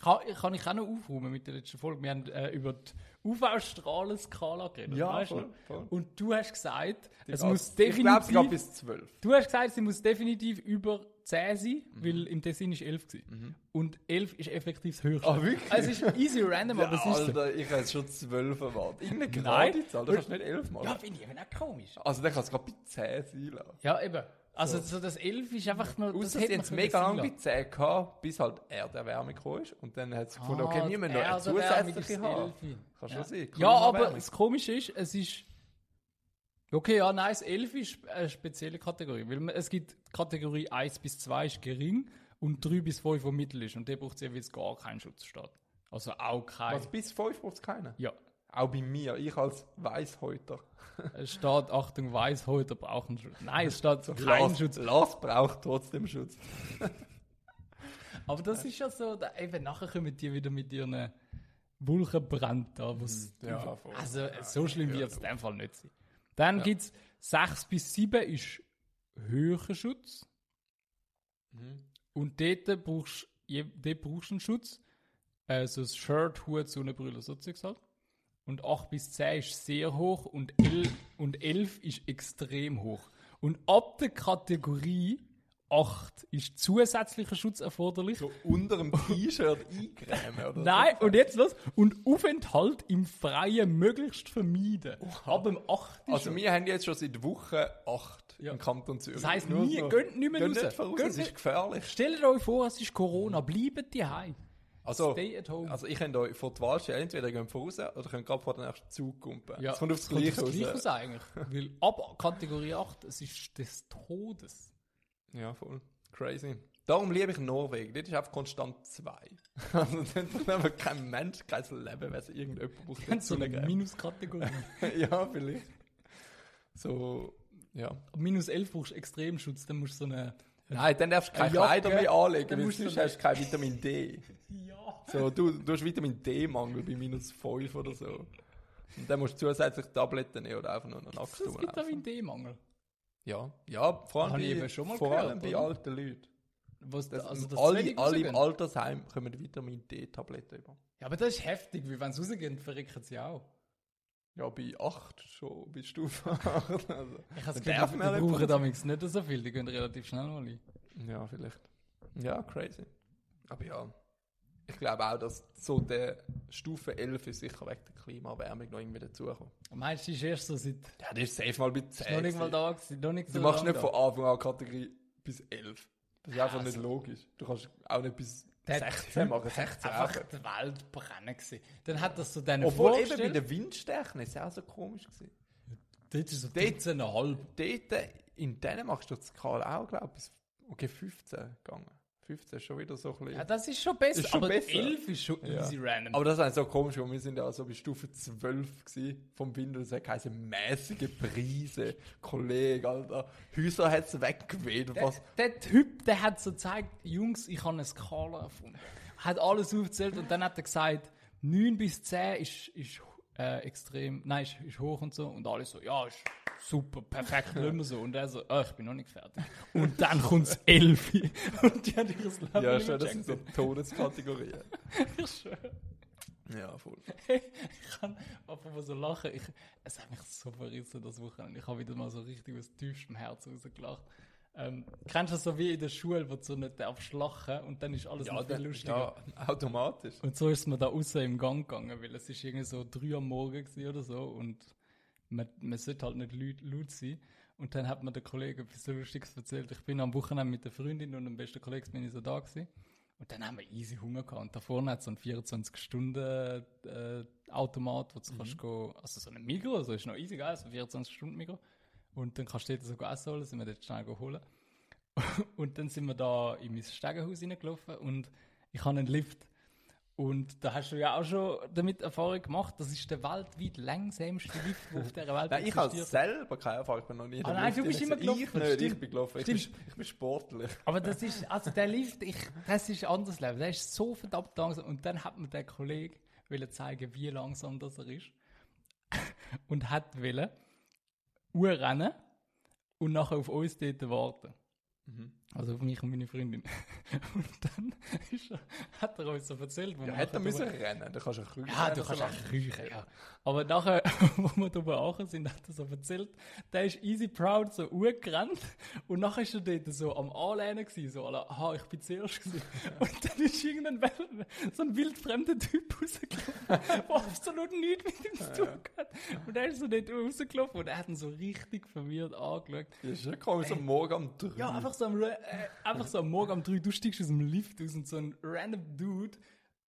[SPEAKER 2] Kann, kann ich auch noch aufräumen mit der letzten Folge? Wir haben äh, über die UV-Strahlen-Skala geredet.
[SPEAKER 3] Ja,
[SPEAKER 2] weißt du
[SPEAKER 3] voll,
[SPEAKER 2] noch?
[SPEAKER 3] voll.
[SPEAKER 2] Und du hast gesagt,
[SPEAKER 3] Die
[SPEAKER 2] es
[SPEAKER 3] geht-
[SPEAKER 2] muss
[SPEAKER 3] Ich glaube, es geht
[SPEAKER 2] definitiv.
[SPEAKER 3] bis 12.
[SPEAKER 2] Du hast gesagt, sie muss definitiv über 10 sein,
[SPEAKER 3] Mhm.
[SPEAKER 2] weil im Tessin ist 11 gewesen. Und 11 ist effektiv das höchste.
[SPEAKER 3] Ah, wirklich?
[SPEAKER 2] Also es ist easy random, aber es ist so.
[SPEAKER 3] Alter, ich habe schon 12 erwartet. Irgendeine
[SPEAKER 2] Nein.
[SPEAKER 3] gerade Zahl, du kannst nicht 11 mal.
[SPEAKER 2] Ja, finde ich eben auch komisch.
[SPEAKER 3] Also dann kann es gerade bei 10 sein. lassen.
[SPEAKER 2] Ja, eben. Also so. das 11 ist einfach nur...
[SPEAKER 3] Außer
[SPEAKER 2] hätte
[SPEAKER 3] sie jetzt
[SPEAKER 2] man
[SPEAKER 3] mega
[SPEAKER 2] können
[SPEAKER 3] lange bei
[SPEAKER 2] sein
[SPEAKER 3] 10 gehabt, bis halt Erderwärme gekommen ist. Und dann hat es gefunden, okay,
[SPEAKER 2] Ah,
[SPEAKER 3] wir müssen
[SPEAKER 2] die
[SPEAKER 3] noch eine
[SPEAKER 2] Erderwärmung
[SPEAKER 3] zusätzliche
[SPEAKER 2] ist
[SPEAKER 3] haben.
[SPEAKER 2] 11.
[SPEAKER 3] Kann schon
[SPEAKER 2] Ja,
[SPEAKER 3] sein.
[SPEAKER 2] ja aber das Komische ist, es ist... Okay, ja, nein, das 11 ist eine spezielle Kategorie, weil man- es gibt Kategorie 1 bis 2 ist gering und 3 bis 5, wo Mittel ist. Und der braucht jeweils gar keinen Schutzstaat. Also auch kein...
[SPEAKER 3] Also bis 5 braucht es keinen.
[SPEAKER 2] Ja,
[SPEAKER 3] Auch bei mir, ich als Weishäuter.
[SPEAKER 2] es steht, Achtung, Weißhäuter brauchen Schutz. Nein, es steht
[SPEAKER 3] [LAUGHS]
[SPEAKER 2] kein
[SPEAKER 3] Lars,
[SPEAKER 2] Schutz.
[SPEAKER 3] Lars braucht trotzdem Schutz.
[SPEAKER 2] Aber das ist ja so, da, eben nachher kommen die wieder mit ihren Wulchenbrand da. Wo's
[SPEAKER 3] Hm, ja,
[SPEAKER 2] drauf-
[SPEAKER 3] voll.
[SPEAKER 2] also so schlimm wird es in dem Fall nicht sein. Dann gibt es 6 bis 7 ist höherer Schutz. Und dort brauchst je- dort brauchst du einen Schutz. Also das Shirt, Hut, Sonnenbrille, so Zeugs halt. Und 8 bis 10 ist sehr hoch und 11, und 11 ist extrem hoch. Und ab der Kategorie 8 ist zusätzlicher Schutz erforderlich.
[SPEAKER 3] So unter dem T-Shirt eingrämen
[SPEAKER 2] [LAUGHS]
[SPEAKER 3] oder
[SPEAKER 2] Nein, und jetzt los. Und Aufenthalt im Freien möglichst vermeiden. Ab dem 8.
[SPEAKER 3] so. Also
[SPEAKER 2] schon.
[SPEAKER 3] wir haben jetzt schon seit Woche 8 im Kanton Zürich.
[SPEAKER 2] Das heisst,
[SPEAKER 3] Nur
[SPEAKER 2] nie-
[SPEAKER 3] so-
[SPEAKER 2] geht nicht mehr
[SPEAKER 3] geht
[SPEAKER 2] raus.
[SPEAKER 3] Nicht voraus,
[SPEAKER 2] Geht
[SPEAKER 3] es ist
[SPEAKER 2] nicht-
[SPEAKER 3] gefährlich.
[SPEAKER 2] Stellt euch vor, es ist Corona. Bleibt die Hause.
[SPEAKER 3] Also,
[SPEAKER 2] Stay at home.
[SPEAKER 3] also ich könnte euch vor die Wahl stellen, entweder ihr geht voraus oder könnt gerade vor den nächsten Zug kumpen.
[SPEAKER 2] Ja,
[SPEAKER 3] Es kommt aufs
[SPEAKER 2] es kommt
[SPEAKER 3] Gleiche
[SPEAKER 2] aufs Gleiche
[SPEAKER 3] raus.
[SPEAKER 2] raus eigentlich. Weil ab Kategorie 8, es ist des Todes.
[SPEAKER 3] Ja, voll. Crazy. Darum liebe ich Norwegen. Dort ist einfach
[SPEAKER 2] [LAUGHS]
[SPEAKER 3] konstant zwei. Also dort hat einfach kein Mensch, kein Leben, wenn es irgendjemand braucht.
[SPEAKER 2] Ganz so eine
[SPEAKER 3] dazugeben. [LAUGHS]
[SPEAKER 2] Minuskategorie.
[SPEAKER 3] ja, vielleicht. So, ja.
[SPEAKER 2] Ab minus 11 brauchst du Extremschutz, dann musst du so eine.
[SPEAKER 3] Nein, dann darfst du keine
[SPEAKER 2] Eine Jacke,
[SPEAKER 3] Kleider mehr anlegen,
[SPEAKER 2] dann
[SPEAKER 3] weil
[SPEAKER 2] musst du
[SPEAKER 3] sonst
[SPEAKER 2] so-
[SPEAKER 3] hast du kein Vitamin D.
[SPEAKER 2] [LAUGHS] Ja!
[SPEAKER 3] So, du, du hast Vitamin D-Mangel bei minus 5 oder so. Und dann musst du zusätzlich Tabletten nehmen oder einfach nur noch nackt
[SPEAKER 2] Es gibt
[SPEAKER 3] rumlaufen.
[SPEAKER 2] Vitamin D-Mangel.
[SPEAKER 3] Ja, ja, vor allem
[SPEAKER 2] Habe ich
[SPEAKER 3] bei,
[SPEAKER 2] eben schon mal
[SPEAKER 3] vor
[SPEAKER 2] gehört,
[SPEAKER 3] allem bei
[SPEAKER 2] oder?
[SPEAKER 3] alten Leuten.
[SPEAKER 2] Was,
[SPEAKER 3] Das,
[SPEAKER 2] also, das
[SPEAKER 3] alle, alle im
[SPEAKER 2] ja,
[SPEAKER 3] Altersheim kommen Vitamin D-Tabletten über.
[SPEAKER 2] aber das ist heftig, weil wenn es rausgehen, verrecken sie auch.
[SPEAKER 3] Ja, bei 8 schon, bei [LAUGHS] Stufe 8. Also.
[SPEAKER 2] Ich habe das
[SPEAKER 3] Dann
[SPEAKER 2] Gefühl,
[SPEAKER 3] darf
[SPEAKER 2] die
[SPEAKER 3] man nicht
[SPEAKER 2] brauchen
[SPEAKER 3] putzen.
[SPEAKER 2] damals nicht so viel, die gehen relativ schnell mal ein.
[SPEAKER 3] Ja, vielleicht. Ja, crazy. Aber ja, ich glaube auch, dass so der Stufe 11 ist sicher wegen der Klimaerwärmung noch irgendwie dazukommt.
[SPEAKER 2] Meinst du, die ist erst so seit.
[SPEAKER 3] Ja, das ist safe mal bei 10.
[SPEAKER 2] Noch nicht mal
[SPEAKER 3] gewesen.
[SPEAKER 2] da gewesen, noch nicht so
[SPEAKER 3] Du machst
[SPEAKER 2] lange
[SPEAKER 3] nicht
[SPEAKER 2] da.
[SPEAKER 3] von Anfang an Kategorie bis 11. Das ist einfach
[SPEAKER 2] Also-
[SPEAKER 3] nicht logisch. Du kannst auch nicht bis
[SPEAKER 2] Der
[SPEAKER 3] 16
[SPEAKER 2] Typ
[SPEAKER 3] machen,
[SPEAKER 2] hat
[SPEAKER 3] 16
[SPEAKER 2] einfach
[SPEAKER 3] einfach.
[SPEAKER 2] die Welt brennen gewesen. Dann hat das so deine
[SPEAKER 3] Obwohl eben bei den Windstärken ist es auch so komisch gewesen.
[SPEAKER 2] Dort ist so
[SPEAKER 3] Dort-
[SPEAKER 2] 13,5.
[SPEAKER 3] Dort in Dänemark ist die Skala auch, glaube ich, bis okay, 15 gegangen. 15 ist schon wieder so ein bisschen...
[SPEAKER 2] Ja, das ist schon besser,
[SPEAKER 3] Ist schon
[SPEAKER 2] aber
[SPEAKER 3] besser.
[SPEAKER 2] 11 ist schon easy random.
[SPEAKER 3] Aber das ist halt so komisch, weil wir sind ja so bei Stufe 12 gewesen, vom Windows weg, heisst mäßige Preise. Kollege, Alter. Häuser hat es weggeweht und
[SPEAKER 2] der,
[SPEAKER 3] was.
[SPEAKER 2] der Typ, der hat so gezeigt, Jungs, ich habe eine Skala erfunden. Hat alles aufgezählt und dann hat er gesagt, 9 bis 10 ist, ist äh, extrem, nein, ist, ist hoch und so. Und alle so, ja, ist super,
[SPEAKER 3] [LAUGHS]
[SPEAKER 2] perfekt, nicht mehr so. Und er so, ah, ich bin noch nicht fertig. Und dann kommt das 11. [LAUGHS] und die hat ihr Leben
[SPEAKER 3] Ja,
[SPEAKER 2] nicht mehr
[SPEAKER 3] schon, das sind so
[SPEAKER 2] gecheckt.
[SPEAKER 3] Todeskategorien.
[SPEAKER 2] [LAUGHS] Schön.
[SPEAKER 3] ja, voll.
[SPEAKER 2] Ich kann apropos so lachen. Ich, es hat mich so verrissen das Wochenende. Ich habe wieder mal so richtig aus tiefstem Herzen rausgelacht. Ähm, kennst du das so wie in der Schule, wo du so nicht darfst lachen und dann ist alles noch viel lustiger?
[SPEAKER 3] ja, automatisch.
[SPEAKER 2] Und so ist mir da raus im Gang gegangen, weil es ist irgendwie so drei am Morgen gewesen oder so und man, man sollte halt nicht laut, laut sein. Und dann hat mir der Kollege etwas so Lustiges erzählt. Ich bin am Wochenende mit der Freundin und dem besten Kollegen bin ich so da gewesen. Und dann haben wir easy Hunger gehabt. Und da vorne hat so einen 24-Stunden-Automat, wo du kannst go, also so ein Migros, also ist noch easy geil, so ein 24-Stunden-Migros. Und dann kannst du dort so go essen holen, sind wir dort schnell go holen. [LAUGHS] und dann sind wir da in mein Stegenhaus reingelaufen und ich habe einen Lift. Und da hast du ja auch schon damit Erfahrung gemacht, das ist der weltweit langsamste Lift, der auf dieser Welt
[SPEAKER 3] Nein, ich habe
[SPEAKER 2] existiert.
[SPEAKER 3] selber keine Erfahrung, ich bin noch nie in
[SPEAKER 2] Ah,
[SPEAKER 3] der
[SPEAKER 2] nein,
[SPEAKER 3] Luft
[SPEAKER 2] du bist
[SPEAKER 3] drin
[SPEAKER 2] immer
[SPEAKER 3] gewesen.
[SPEAKER 2] gelaufen,
[SPEAKER 3] Ich nicht, ich
[SPEAKER 2] stimmt.
[SPEAKER 3] bin gelaufen. Ich bin, ich bin sportlich.
[SPEAKER 2] Aber das ist, also der Lift, ich, das ist anderes Leben. Der ist so verdammt langsam. Und dann hat mir der Kollege wollen zeigen, wie langsam das er ist. [LAUGHS] Und hat wollen rennen und nachher auf uns dort warten.
[SPEAKER 3] Mhm.
[SPEAKER 2] Also auf mich und meine Freundin. [LAUGHS] Und dann ist er, hat er uns so erzählt, wo
[SPEAKER 3] Ja,
[SPEAKER 2] wir nachher
[SPEAKER 3] hätte er müssen
[SPEAKER 2] drüber-
[SPEAKER 3] rennen, dann kannst du ein
[SPEAKER 2] ja, du kannst auch kriechen, ja. Aber nachher, [LAUGHS] wo wir drüber angekommen sind, hat er so erzählt, der ist easy proud so hochgerannt und nachher ist er dort so am Anlehnen gewesen, so alle, aha, ich bin zuerst gewesen. Und dann ist irgendein Wel- so ein wildfremder Typ rausgelaufen, der absolut nichts mit ihm zu tun hat. Und er ist so dort rausgelaufen und er hat ihn so richtig verwirrt angeschaut.
[SPEAKER 3] Das ist ja komisch, am Morgen um 3.
[SPEAKER 2] Ja, einfach so, am, Ra- äh, einfach so am Morgen um 3 du steigst aus dem Lift aus und so ein random Dude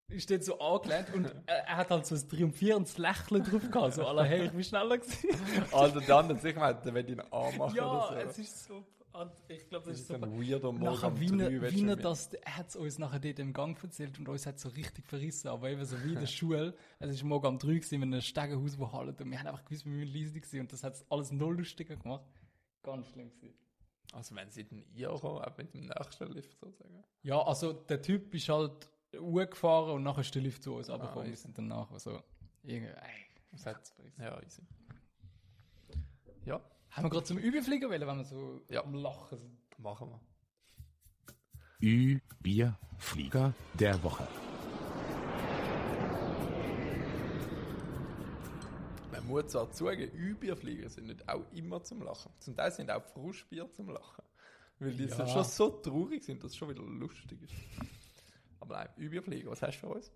[SPEAKER 2] ist dort so angelehnt und äh, er hat halt so ein triumphierendes Lächeln drauf gehabt, so aller hey, ich bin schneller gewesen.
[SPEAKER 3] Alter, dann, dann sicher, wenn wenn die ihn anmachen
[SPEAKER 2] ja,
[SPEAKER 3] oder so.
[SPEAKER 2] es ist so, und ich glaube, das,
[SPEAKER 3] Das
[SPEAKER 2] ist
[SPEAKER 3] ist
[SPEAKER 2] so
[SPEAKER 3] ein weirder Morgen
[SPEAKER 2] Nachher,
[SPEAKER 3] um
[SPEAKER 2] wie
[SPEAKER 3] drei,
[SPEAKER 2] er,
[SPEAKER 3] willst
[SPEAKER 2] wie
[SPEAKER 3] du
[SPEAKER 2] er
[SPEAKER 3] mit-
[SPEAKER 2] das, er hat es uns nachher dort im Gang erzählt und uns hat so richtig verrissen, aber eben so
[SPEAKER 3] [LAUGHS]
[SPEAKER 2] wie in der Schule, es ist morgen um 3 gewesen, in einem Stegenhaus, wo halt, und wir haben einfach gewusst, wir müssen leise sein und das hat alles noch lustiger gemacht. Ganz schlimm gewesen.
[SPEAKER 3] Also wenn sie dann reinkommen, auch mit dem nächsten Lift sozusagen.
[SPEAKER 2] Ja, also der Typ ist halt gefahren und nachher ist der Lift zu uns
[SPEAKER 3] Ah,
[SPEAKER 2] runtergekommen. Wir
[SPEAKER 3] easy.
[SPEAKER 2] sind danach so. Irgendwie, ey.
[SPEAKER 3] Das hat, ja, easy. Ja,
[SPEAKER 2] Haben wir gerade zum Überfliegen wollen, wenn wir so
[SPEAKER 3] Ja.
[SPEAKER 2] am Lachen sind?
[SPEAKER 3] machen wir.
[SPEAKER 1] Ü, Bier, Flieger der Woche.
[SPEAKER 3] Man muss zwar zugeben, Überflieger sind nicht auch immer zum Lachen. Zum Teil sind auch Frustbier zum Lachen. Weil die
[SPEAKER 2] Ja.
[SPEAKER 3] so schon so traurig sind, dass es schon wieder lustig ist. Aber nein, Überflieger, was hast du für uns?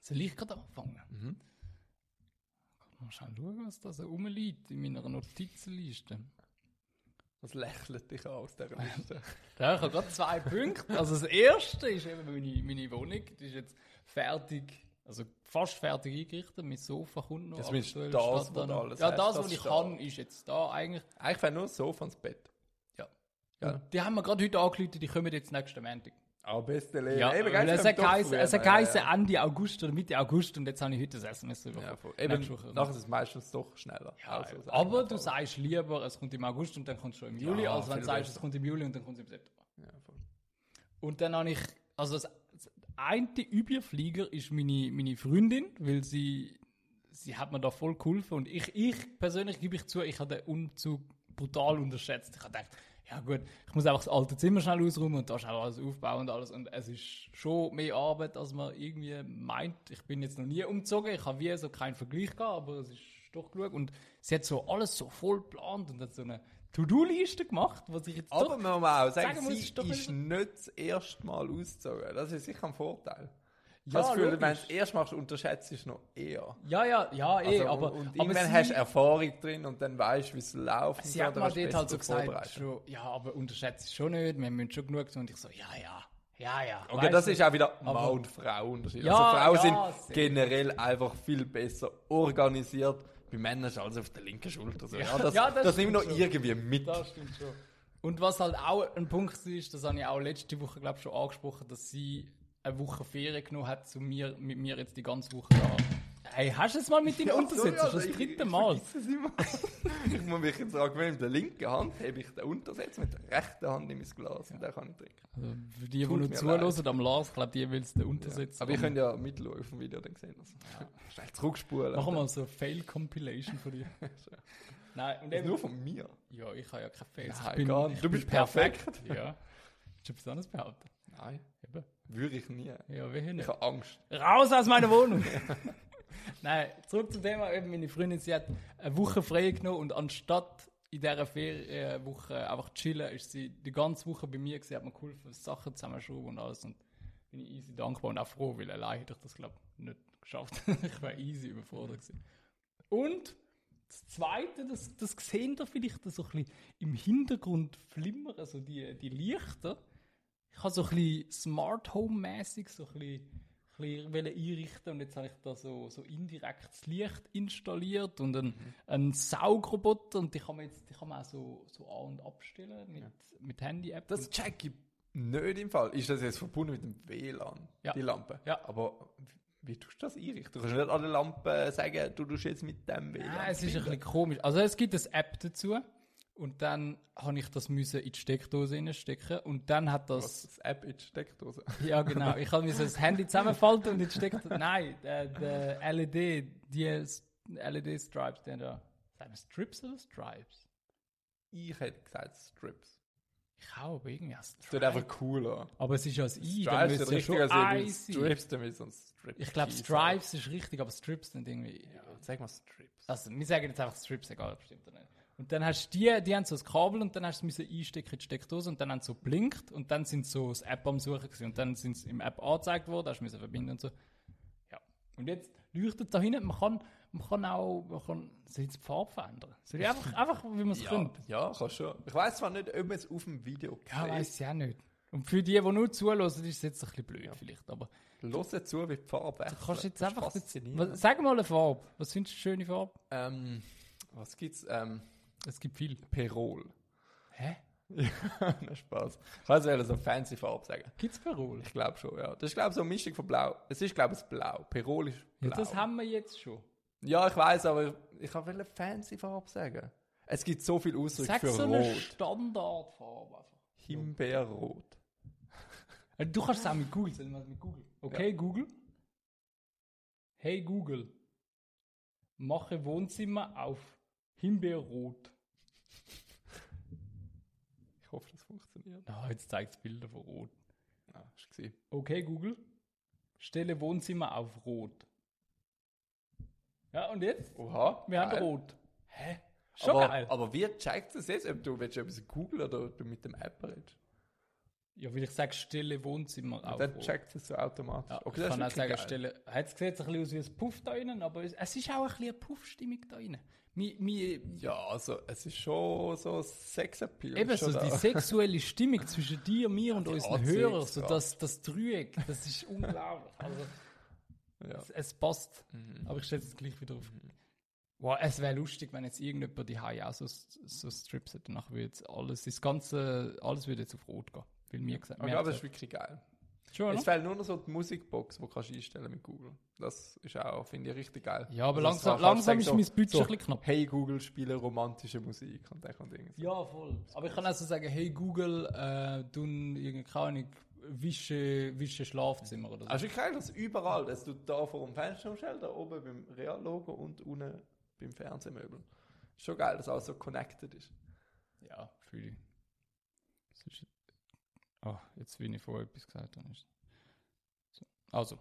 [SPEAKER 2] Soll ich gerade anfangen? Mal schauen, schauen, was da so rumliegt in meiner Notizenliste.
[SPEAKER 3] Was lächelt dich an aus dieser
[SPEAKER 2] [LAUGHS]
[SPEAKER 3] Liste?
[SPEAKER 2] Ja, ich habe gerade [LAUGHS] zwei Punkte. Also das erste ist eben meine, meine Wohnung. Die ist jetzt fertig, also fast fertig eingerichtet. Mein Sofa kommt noch.
[SPEAKER 3] Das
[SPEAKER 2] aber
[SPEAKER 3] ist
[SPEAKER 2] aktuell
[SPEAKER 3] das,
[SPEAKER 2] steht
[SPEAKER 3] was
[SPEAKER 2] da
[SPEAKER 3] du
[SPEAKER 2] noch-
[SPEAKER 3] alles
[SPEAKER 2] Ja,
[SPEAKER 3] hast,
[SPEAKER 2] das,
[SPEAKER 3] das
[SPEAKER 2] was ich
[SPEAKER 3] steht.
[SPEAKER 2] kann, ist jetzt da eigentlich.
[SPEAKER 3] Eigentlich wäre nur das Sofa ins Bett.
[SPEAKER 2] Ja.
[SPEAKER 3] Ja.
[SPEAKER 2] Und Die haben wir gerade heute angerufen, die kommen jetzt nächsten Montag.
[SPEAKER 3] Ah, beste Lehre.
[SPEAKER 2] Ja,
[SPEAKER 3] Eben,
[SPEAKER 2] weil
[SPEAKER 3] gell,
[SPEAKER 2] es
[SPEAKER 3] sie haben
[SPEAKER 2] hat
[SPEAKER 3] doch
[SPEAKER 2] geheißen
[SPEAKER 3] früher-
[SPEAKER 2] es hat
[SPEAKER 3] Ja, ja.
[SPEAKER 2] geheißen Ende August oder Mitte August und jetzt habe ich heute das SMS bekommen.
[SPEAKER 3] Ja, voll.
[SPEAKER 2] Nächste
[SPEAKER 3] Eben,
[SPEAKER 2] Woche.
[SPEAKER 3] nachher ist es meistens doch schneller.
[SPEAKER 2] Ja,
[SPEAKER 3] Also, sagen
[SPEAKER 2] aber
[SPEAKER 3] wir
[SPEAKER 2] du
[SPEAKER 3] mal.
[SPEAKER 2] sagst lieber, es kommt im August und dann kommt es schon im Juli,
[SPEAKER 3] Ja,
[SPEAKER 2] als wenn du
[SPEAKER 3] viel
[SPEAKER 2] sagst,
[SPEAKER 3] besser.
[SPEAKER 2] es kommt im Juli und dann kommt es im September.
[SPEAKER 3] Ja, voll.
[SPEAKER 2] Und dann habe ich, also das, das eine Überflieger ist meine, meine Freundin, weil sie, sie hat mir da voll geholfen und ich, ich persönlich gebe ich zu, ich habe den Umzug brutal unterschätzt. Ich habe gedacht, ja gut, ich muss einfach das alte Zimmer schnell ausräumen und da schnell alles aufbauen und alles und es ist schon mehr Arbeit, als man irgendwie meint. Ich bin jetzt noch nie umgezogen, ich habe wie so keinen Vergleich gehabt, aber es ist doch geschaut und sie hat so alles so voll geplant und hat so eine To-Do-Liste gemacht, was ich jetzt
[SPEAKER 3] Aber
[SPEAKER 2] doch...
[SPEAKER 3] man muss auch sagen,
[SPEAKER 2] sagen muss,
[SPEAKER 3] sie
[SPEAKER 2] ist
[SPEAKER 3] ist,
[SPEAKER 2] doch wieder-
[SPEAKER 3] nicht das erste Mal ausgezogen. Das ist sicher ein Vorteil. Ich
[SPEAKER 2] Ja,
[SPEAKER 3] habe das Gefühl, wenn
[SPEAKER 2] logisch.
[SPEAKER 3] du es erst machst, unterschätzt du es noch eher.
[SPEAKER 2] Ja, ja, ja, eh,
[SPEAKER 3] Also,
[SPEAKER 2] aber,
[SPEAKER 3] und, und
[SPEAKER 2] aber
[SPEAKER 3] irgendwann hast du Erfahrung drin und dann weißt du, wie es läuft. und
[SPEAKER 2] sie
[SPEAKER 3] so,
[SPEAKER 2] hat
[SPEAKER 3] dann
[SPEAKER 2] mir
[SPEAKER 3] kannst du
[SPEAKER 2] dort halt so
[SPEAKER 3] besser
[SPEAKER 2] gesagt,
[SPEAKER 3] vorbereiten.
[SPEAKER 2] schon, ja, aber unterschätzt es schon nicht, wir müssen schon genug tun. Und ich so, ja, ja, ja, ja.
[SPEAKER 3] Okay,
[SPEAKER 2] weißt
[SPEAKER 3] das
[SPEAKER 2] du?
[SPEAKER 3] ist auch wieder Mann und Frau Unterschied.
[SPEAKER 2] Ja,
[SPEAKER 3] also Frauen
[SPEAKER 2] ja,
[SPEAKER 3] sind
[SPEAKER 2] sehr.
[SPEAKER 3] generell einfach viel besser organisiert. Bei Männern ist alles auf der linken Schulter. So. Ja, das,
[SPEAKER 2] Ja, das
[SPEAKER 3] das, nimmt noch
[SPEAKER 2] stimmt schon.
[SPEAKER 3] irgendwie mit.
[SPEAKER 2] Das stimmt schon. Und was halt auch ein Punkt ist, das habe ich auch letzte Woche, glaube ich, schon angesprochen, dass sie eine Woche Ferien genommen hat, zu mir, mit mir jetzt die ganze Woche da. Hey, hast du es mal
[SPEAKER 3] [LAUGHS]
[SPEAKER 2] mit deinen Untersetzer? Das dritte Mal.
[SPEAKER 3] also Ich, [LAUGHS] ich muss mich jetzt angewöhnen, mit der linken Hand habe ich den Untersetzer, mit der rechten Hand nehme ich das Glas und dann kann ich trinken.
[SPEAKER 2] Also, für die, die
[SPEAKER 3] Tut
[SPEAKER 2] noch
[SPEAKER 3] mir
[SPEAKER 2] zuhören am Lars, ich glaube, die will es den Untersetzer.
[SPEAKER 3] Aber ihr könnt ja mitschauen auf dem Video, dann sehen das. [LAUGHS] Schnell zurückspulen.
[SPEAKER 2] Machen wir mal so eine Fail-Compilation
[SPEAKER 3] [LAUGHS]
[SPEAKER 2] von dir. Nein, und
[SPEAKER 3] Das ist
[SPEAKER 2] eben,
[SPEAKER 3] nur von mir.
[SPEAKER 2] Ja, ich habe ja keine Fans.
[SPEAKER 3] Nein, gar nicht. Du bist perfekt.
[SPEAKER 2] Ja. [LAUGHS] Ich habe es anders behaupten.
[SPEAKER 3] Nein,
[SPEAKER 2] Eben.
[SPEAKER 3] würde ich nie.
[SPEAKER 2] Ja, wir
[SPEAKER 3] Ich
[SPEAKER 2] nicht.
[SPEAKER 3] habe Angst.
[SPEAKER 2] Raus aus meiner Wohnung! [LAUGHS] Nein, zurück zum Thema. Eben meine Freundin, sie hat eine Woche frei genommen und anstatt in dieser Ferienwoche einfach zu chillen, ist sie die ganze Woche bei mir. Sie hat mir geholfen, Sachen zusammenschrauben und alles. Und bin ich easy dankbar und auch froh, weil allein hätte ich das, glaube ich, nicht geschafft. [LAUGHS] ich war easy überfordert. Gewesen. Und das Zweite, das, das seht ihr vielleicht so ein bisschen im Hintergrund flimmern, also die, die Lichter. Ich habe so ein bisschen Smart Home-mäßig so ein bisschen, ein bisschen wollen einrichten und jetzt habe ich da so, so indirekt das Licht installiert und einen, einen Saugroboter und die kann man jetzt die kann man auch so, so an- und abstellen mit, mit Handy-App.
[SPEAKER 3] Das check ich nicht im Fall. Ist das jetzt verbunden mit dem WLAN,
[SPEAKER 2] Ja.
[SPEAKER 3] die Lampe?
[SPEAKER 2] Ja.
[SPEAKER 3] Aber wie tust du das einrichten? Du kannst nicht alle Lampen sagen, du tust jetzt mit dem WLAN.
[SPEAKER 2] Nein, es ist ein
[SPEAKER 3] verbinden.
[SPEAKER 2] bisschen komisch. Also es gibt eine App dazu und dann habe ich das müssen in die Steckdose reinstecken und dann hat das...
[SPEAKER 3] Was, das App in die Steckdose.
[SPEAKER 2] Ja, genau. Ich habe mir so das Handy zusammenfalten und jetzt steckt.
[SPEAKER 3] [LAUGHS]
[SPEAKER 2] Nein, der, der LED, die LED-Stripes, die haben da. Sagen wir Strips oder Stripes?
[SPEAKER 3] Ich hätte gesagt Strips.
[SPEAKER 2] Ich hau aber irgendwie an Stripes.
[SPEAKER 3] Das tut einfach cool an.
[SPEAKER 2] Aber es ist ja das I, dann
[SPEAKER 3] Stripes
[SPEAKER 2] müsste
[SPEAKER 3] sind
[SPEAKER 2] es ja schon
[SPEAKER 3] richtiger Sinn.
[SPEAKER 2] I
[SPEAKER 3] weil
[SPEAKER 2] sein.
[SPEAKER 3] Strips, damit so ein Strip.
[SPEAKER 2] Ich glaube, Stripes ist richtig, aber Strips sind irgendwie.
[SPEAKER 3] Sag mal Strips.
[SPEAKER 2] Also, wir sagen jetzt einfach Strips, egal ob es stimmt oder nicht. Und dann hast du die, die haben so das Kabel und dann hast du es müssen einstecken in die Steckdose und dann haben sie so blinkt und dann sind so das App am Suchen gewesen. und dann sind sie im App angezeigt worden, hast du müssen verbinden und so. Ja. Und jetzt leuchtet da hinten, man kann, man kann auch, man kann, soll ich jetzt die Farbe verändern? Soll ich einfach, einfach wie man es
[SPEAKER 3] Ja,
[SPEAKER 2] könnte?
[SPEAKER 3] ja, kannst schon. Ich weiß zwar nicht, ob man es auf dem Video
[SPEAKER 2] Ja,
[SPEAKER 3] sieht.
[SPEAKER 2] weiss ich auch nicht. Und für die, die nur zuhören, ist es jetzt ein bisschen blöd vielleicht, aber
[SPEAKER 3] Hör zu, wie die Farbe wechselt.
[SPEAKER 2] kannst du jetzt
[SPEAKER 3] Das ist
[SPEAKER 2] einfach,
[SPEAKER 3] faszinierend.
[SPEAKER 2] was, sag mal eine Farbe, was findest du eine schöne Farbe?
[SPEAKER 3] Ähm, was gibt's? Ähm,
[SPEAKER 2] Es gibt viel.
[SPEAKER 3] Perol. [LAUGHS]
[SPEAKER 2] Hä?
[SPEAKER 3] Na Spaß. Ich weiß nicht, so fancy Farbe sagen.
[SPEAKER 2] Gibt's Perol?
[SPEAKER 3] Ich glaube schon, ja. Das ist, glaube ich, so eine Mischung von Blau. Es ist, glaube ich, das Blau. Perol ist Blau.
[SPEAKER 2] Ja, das haben wir jetzt schon.
[SPEAKER 3] Ja, ich weiß, aber ich, ich wollte fancy Farbe sagen. Es gibt so viel Ausdrücke
[SPEAKER 2] Sag
[SPEAKER 3] für
[SPEAKER 2] so eine
[SPEAKER 3] Rot.
[SPEAKER 2] Standardfarbe einfach.
[SPEAKER 3] Himbeerrot.
[SPEAKER 2] Also, Du kannst es auch mit Google, soll ich mal mit Google. Okay, Google. Hey Google, mache Wohnzimmer auf Himbeerrot.
[SPEAKER 3] Ich hoffe, das funktioniert.
[SPEAKER 2] Ah, jetzt zeigt es Bilder von Rot.
[SPEAKER 3] Ja, ist gesehen.
[SPEAKER 2] Okay, Google, stelle Wohnzimmer auf Rot. Ja, und jetzt?
[SPEAKER 3] Oha.
[SPEAKER 2] Wir haben
[SPEAKER 3] geil.
[SPEAKER 2] Rot. Hä? Schon
[SPEAKER 3] Aber,
[SPEAKER 2] geil.
[SPEAKER 3] aber wie checkt es jetzt, ob du willst, etwas googeln oder ob du mit dem App redest?
[SPEAKER 2] ja, weil ich sage, stelle Wohnzimmer auf
[SPEAKER 3] Dann
[SPEAKER 2] Rot.
[SPEAKER 3] checkt es so automatisch.
[SPEAKER 2] Ja,
[SPEAKER 3] Okay,
[SPEAKER 2] ich
[SPEAKER 3] das ist
[SPEAKER 2] kann auch
[SPEAKER 3] wirklich
[SPEAKER 2] sagen,
[SPEAKER 3] geil.
[SPEAKER 2] stelle, jetzt sieht es ein bisschen aus wie ein Puff da innen, aber es, es ist auch ein bisschen eine Puff-Stimmung da innen. Mi, mi,
[SPEAKER 3] Ja, also es ist schon so Sexappeal.
[SPEAKER 2] eben
[SPEAKER 3] ist
[SPEAKER 2] so
[SPEAKER 3] schon
[SPEAKER 2] die
[SPEAKER 3] da. [LAUGHS]
[SPEAKER 2] sexuelle Stimmung zwischen dir, mir und
[SPEAKER 3] die
[SPEAKER 2] unseren
[SPEAKER 3] Anziehungskraft.
[SPEAKER 2] Hörern, so das, das Dreieck, das
[SPEAKER 3] [LAUGHS]
[SPEAKER 2] ist unglaublich. Also,
[SPEAKER 3] Ja. Mhm.
[SPEAKER 2] es, es passt. Aber ich stelle es gleich wieder auf. Wow, es wäre lustig, wenn jetzt irgendjemand die Haie auch so, so Strips hätte. Danach würde jetzt alles, das ganze, alles würde jetzt auf Rot gehen. Weil mir gesagt,
[SPEAKER 3] Aber ich
[SPEAKER 2] mir
[SPEAKER 3] glaube, das ist
[SPEAKER 2] gesagt-
[SPEAKER 3] wirklich geil.
[SPEAKER 2] schon,
[SPEAKER 3] Es
[SPEAKER 2] oder?
[SPEAKER 3] fehlt nur noch so die Musikbox, die kannst du einstellen mit Google. Das ist auch, finde ich, richtig geil.
[SPEAKER 2] Ja, aber
[SPEAKER 3] Also,
[SPEAKER 2] langsam-
[SPEAKER 3] das kannst du
[SPEAKER 2] langsam
[SPEAKER 3] sagen,
[SPEAKER 2] ist mein Budget ein bisschen knapp.
[SPEAKER 3] Hey Google, spiele romantische Musik und dann und Dinge.
[SPEAKER 2] Ja, voll. Aber ich kann also sagen, hey Google, äh, du irgendwie keine Ahnung, wische, wische Schlafzimmer oder so.
[SPEAKER 3] Hast du geil, dass überall, dass du da vor dem Fenster umstellst, da oben beim Real-Logo und unten beim Fernsehmöbel. Ist schon geil, dass alles so connected ist.
[SPEAKER 2] Ja, fühle ich. Das ist Ah, jetzt, wie ich vorher etwas gesagt habe. Ist so. Also.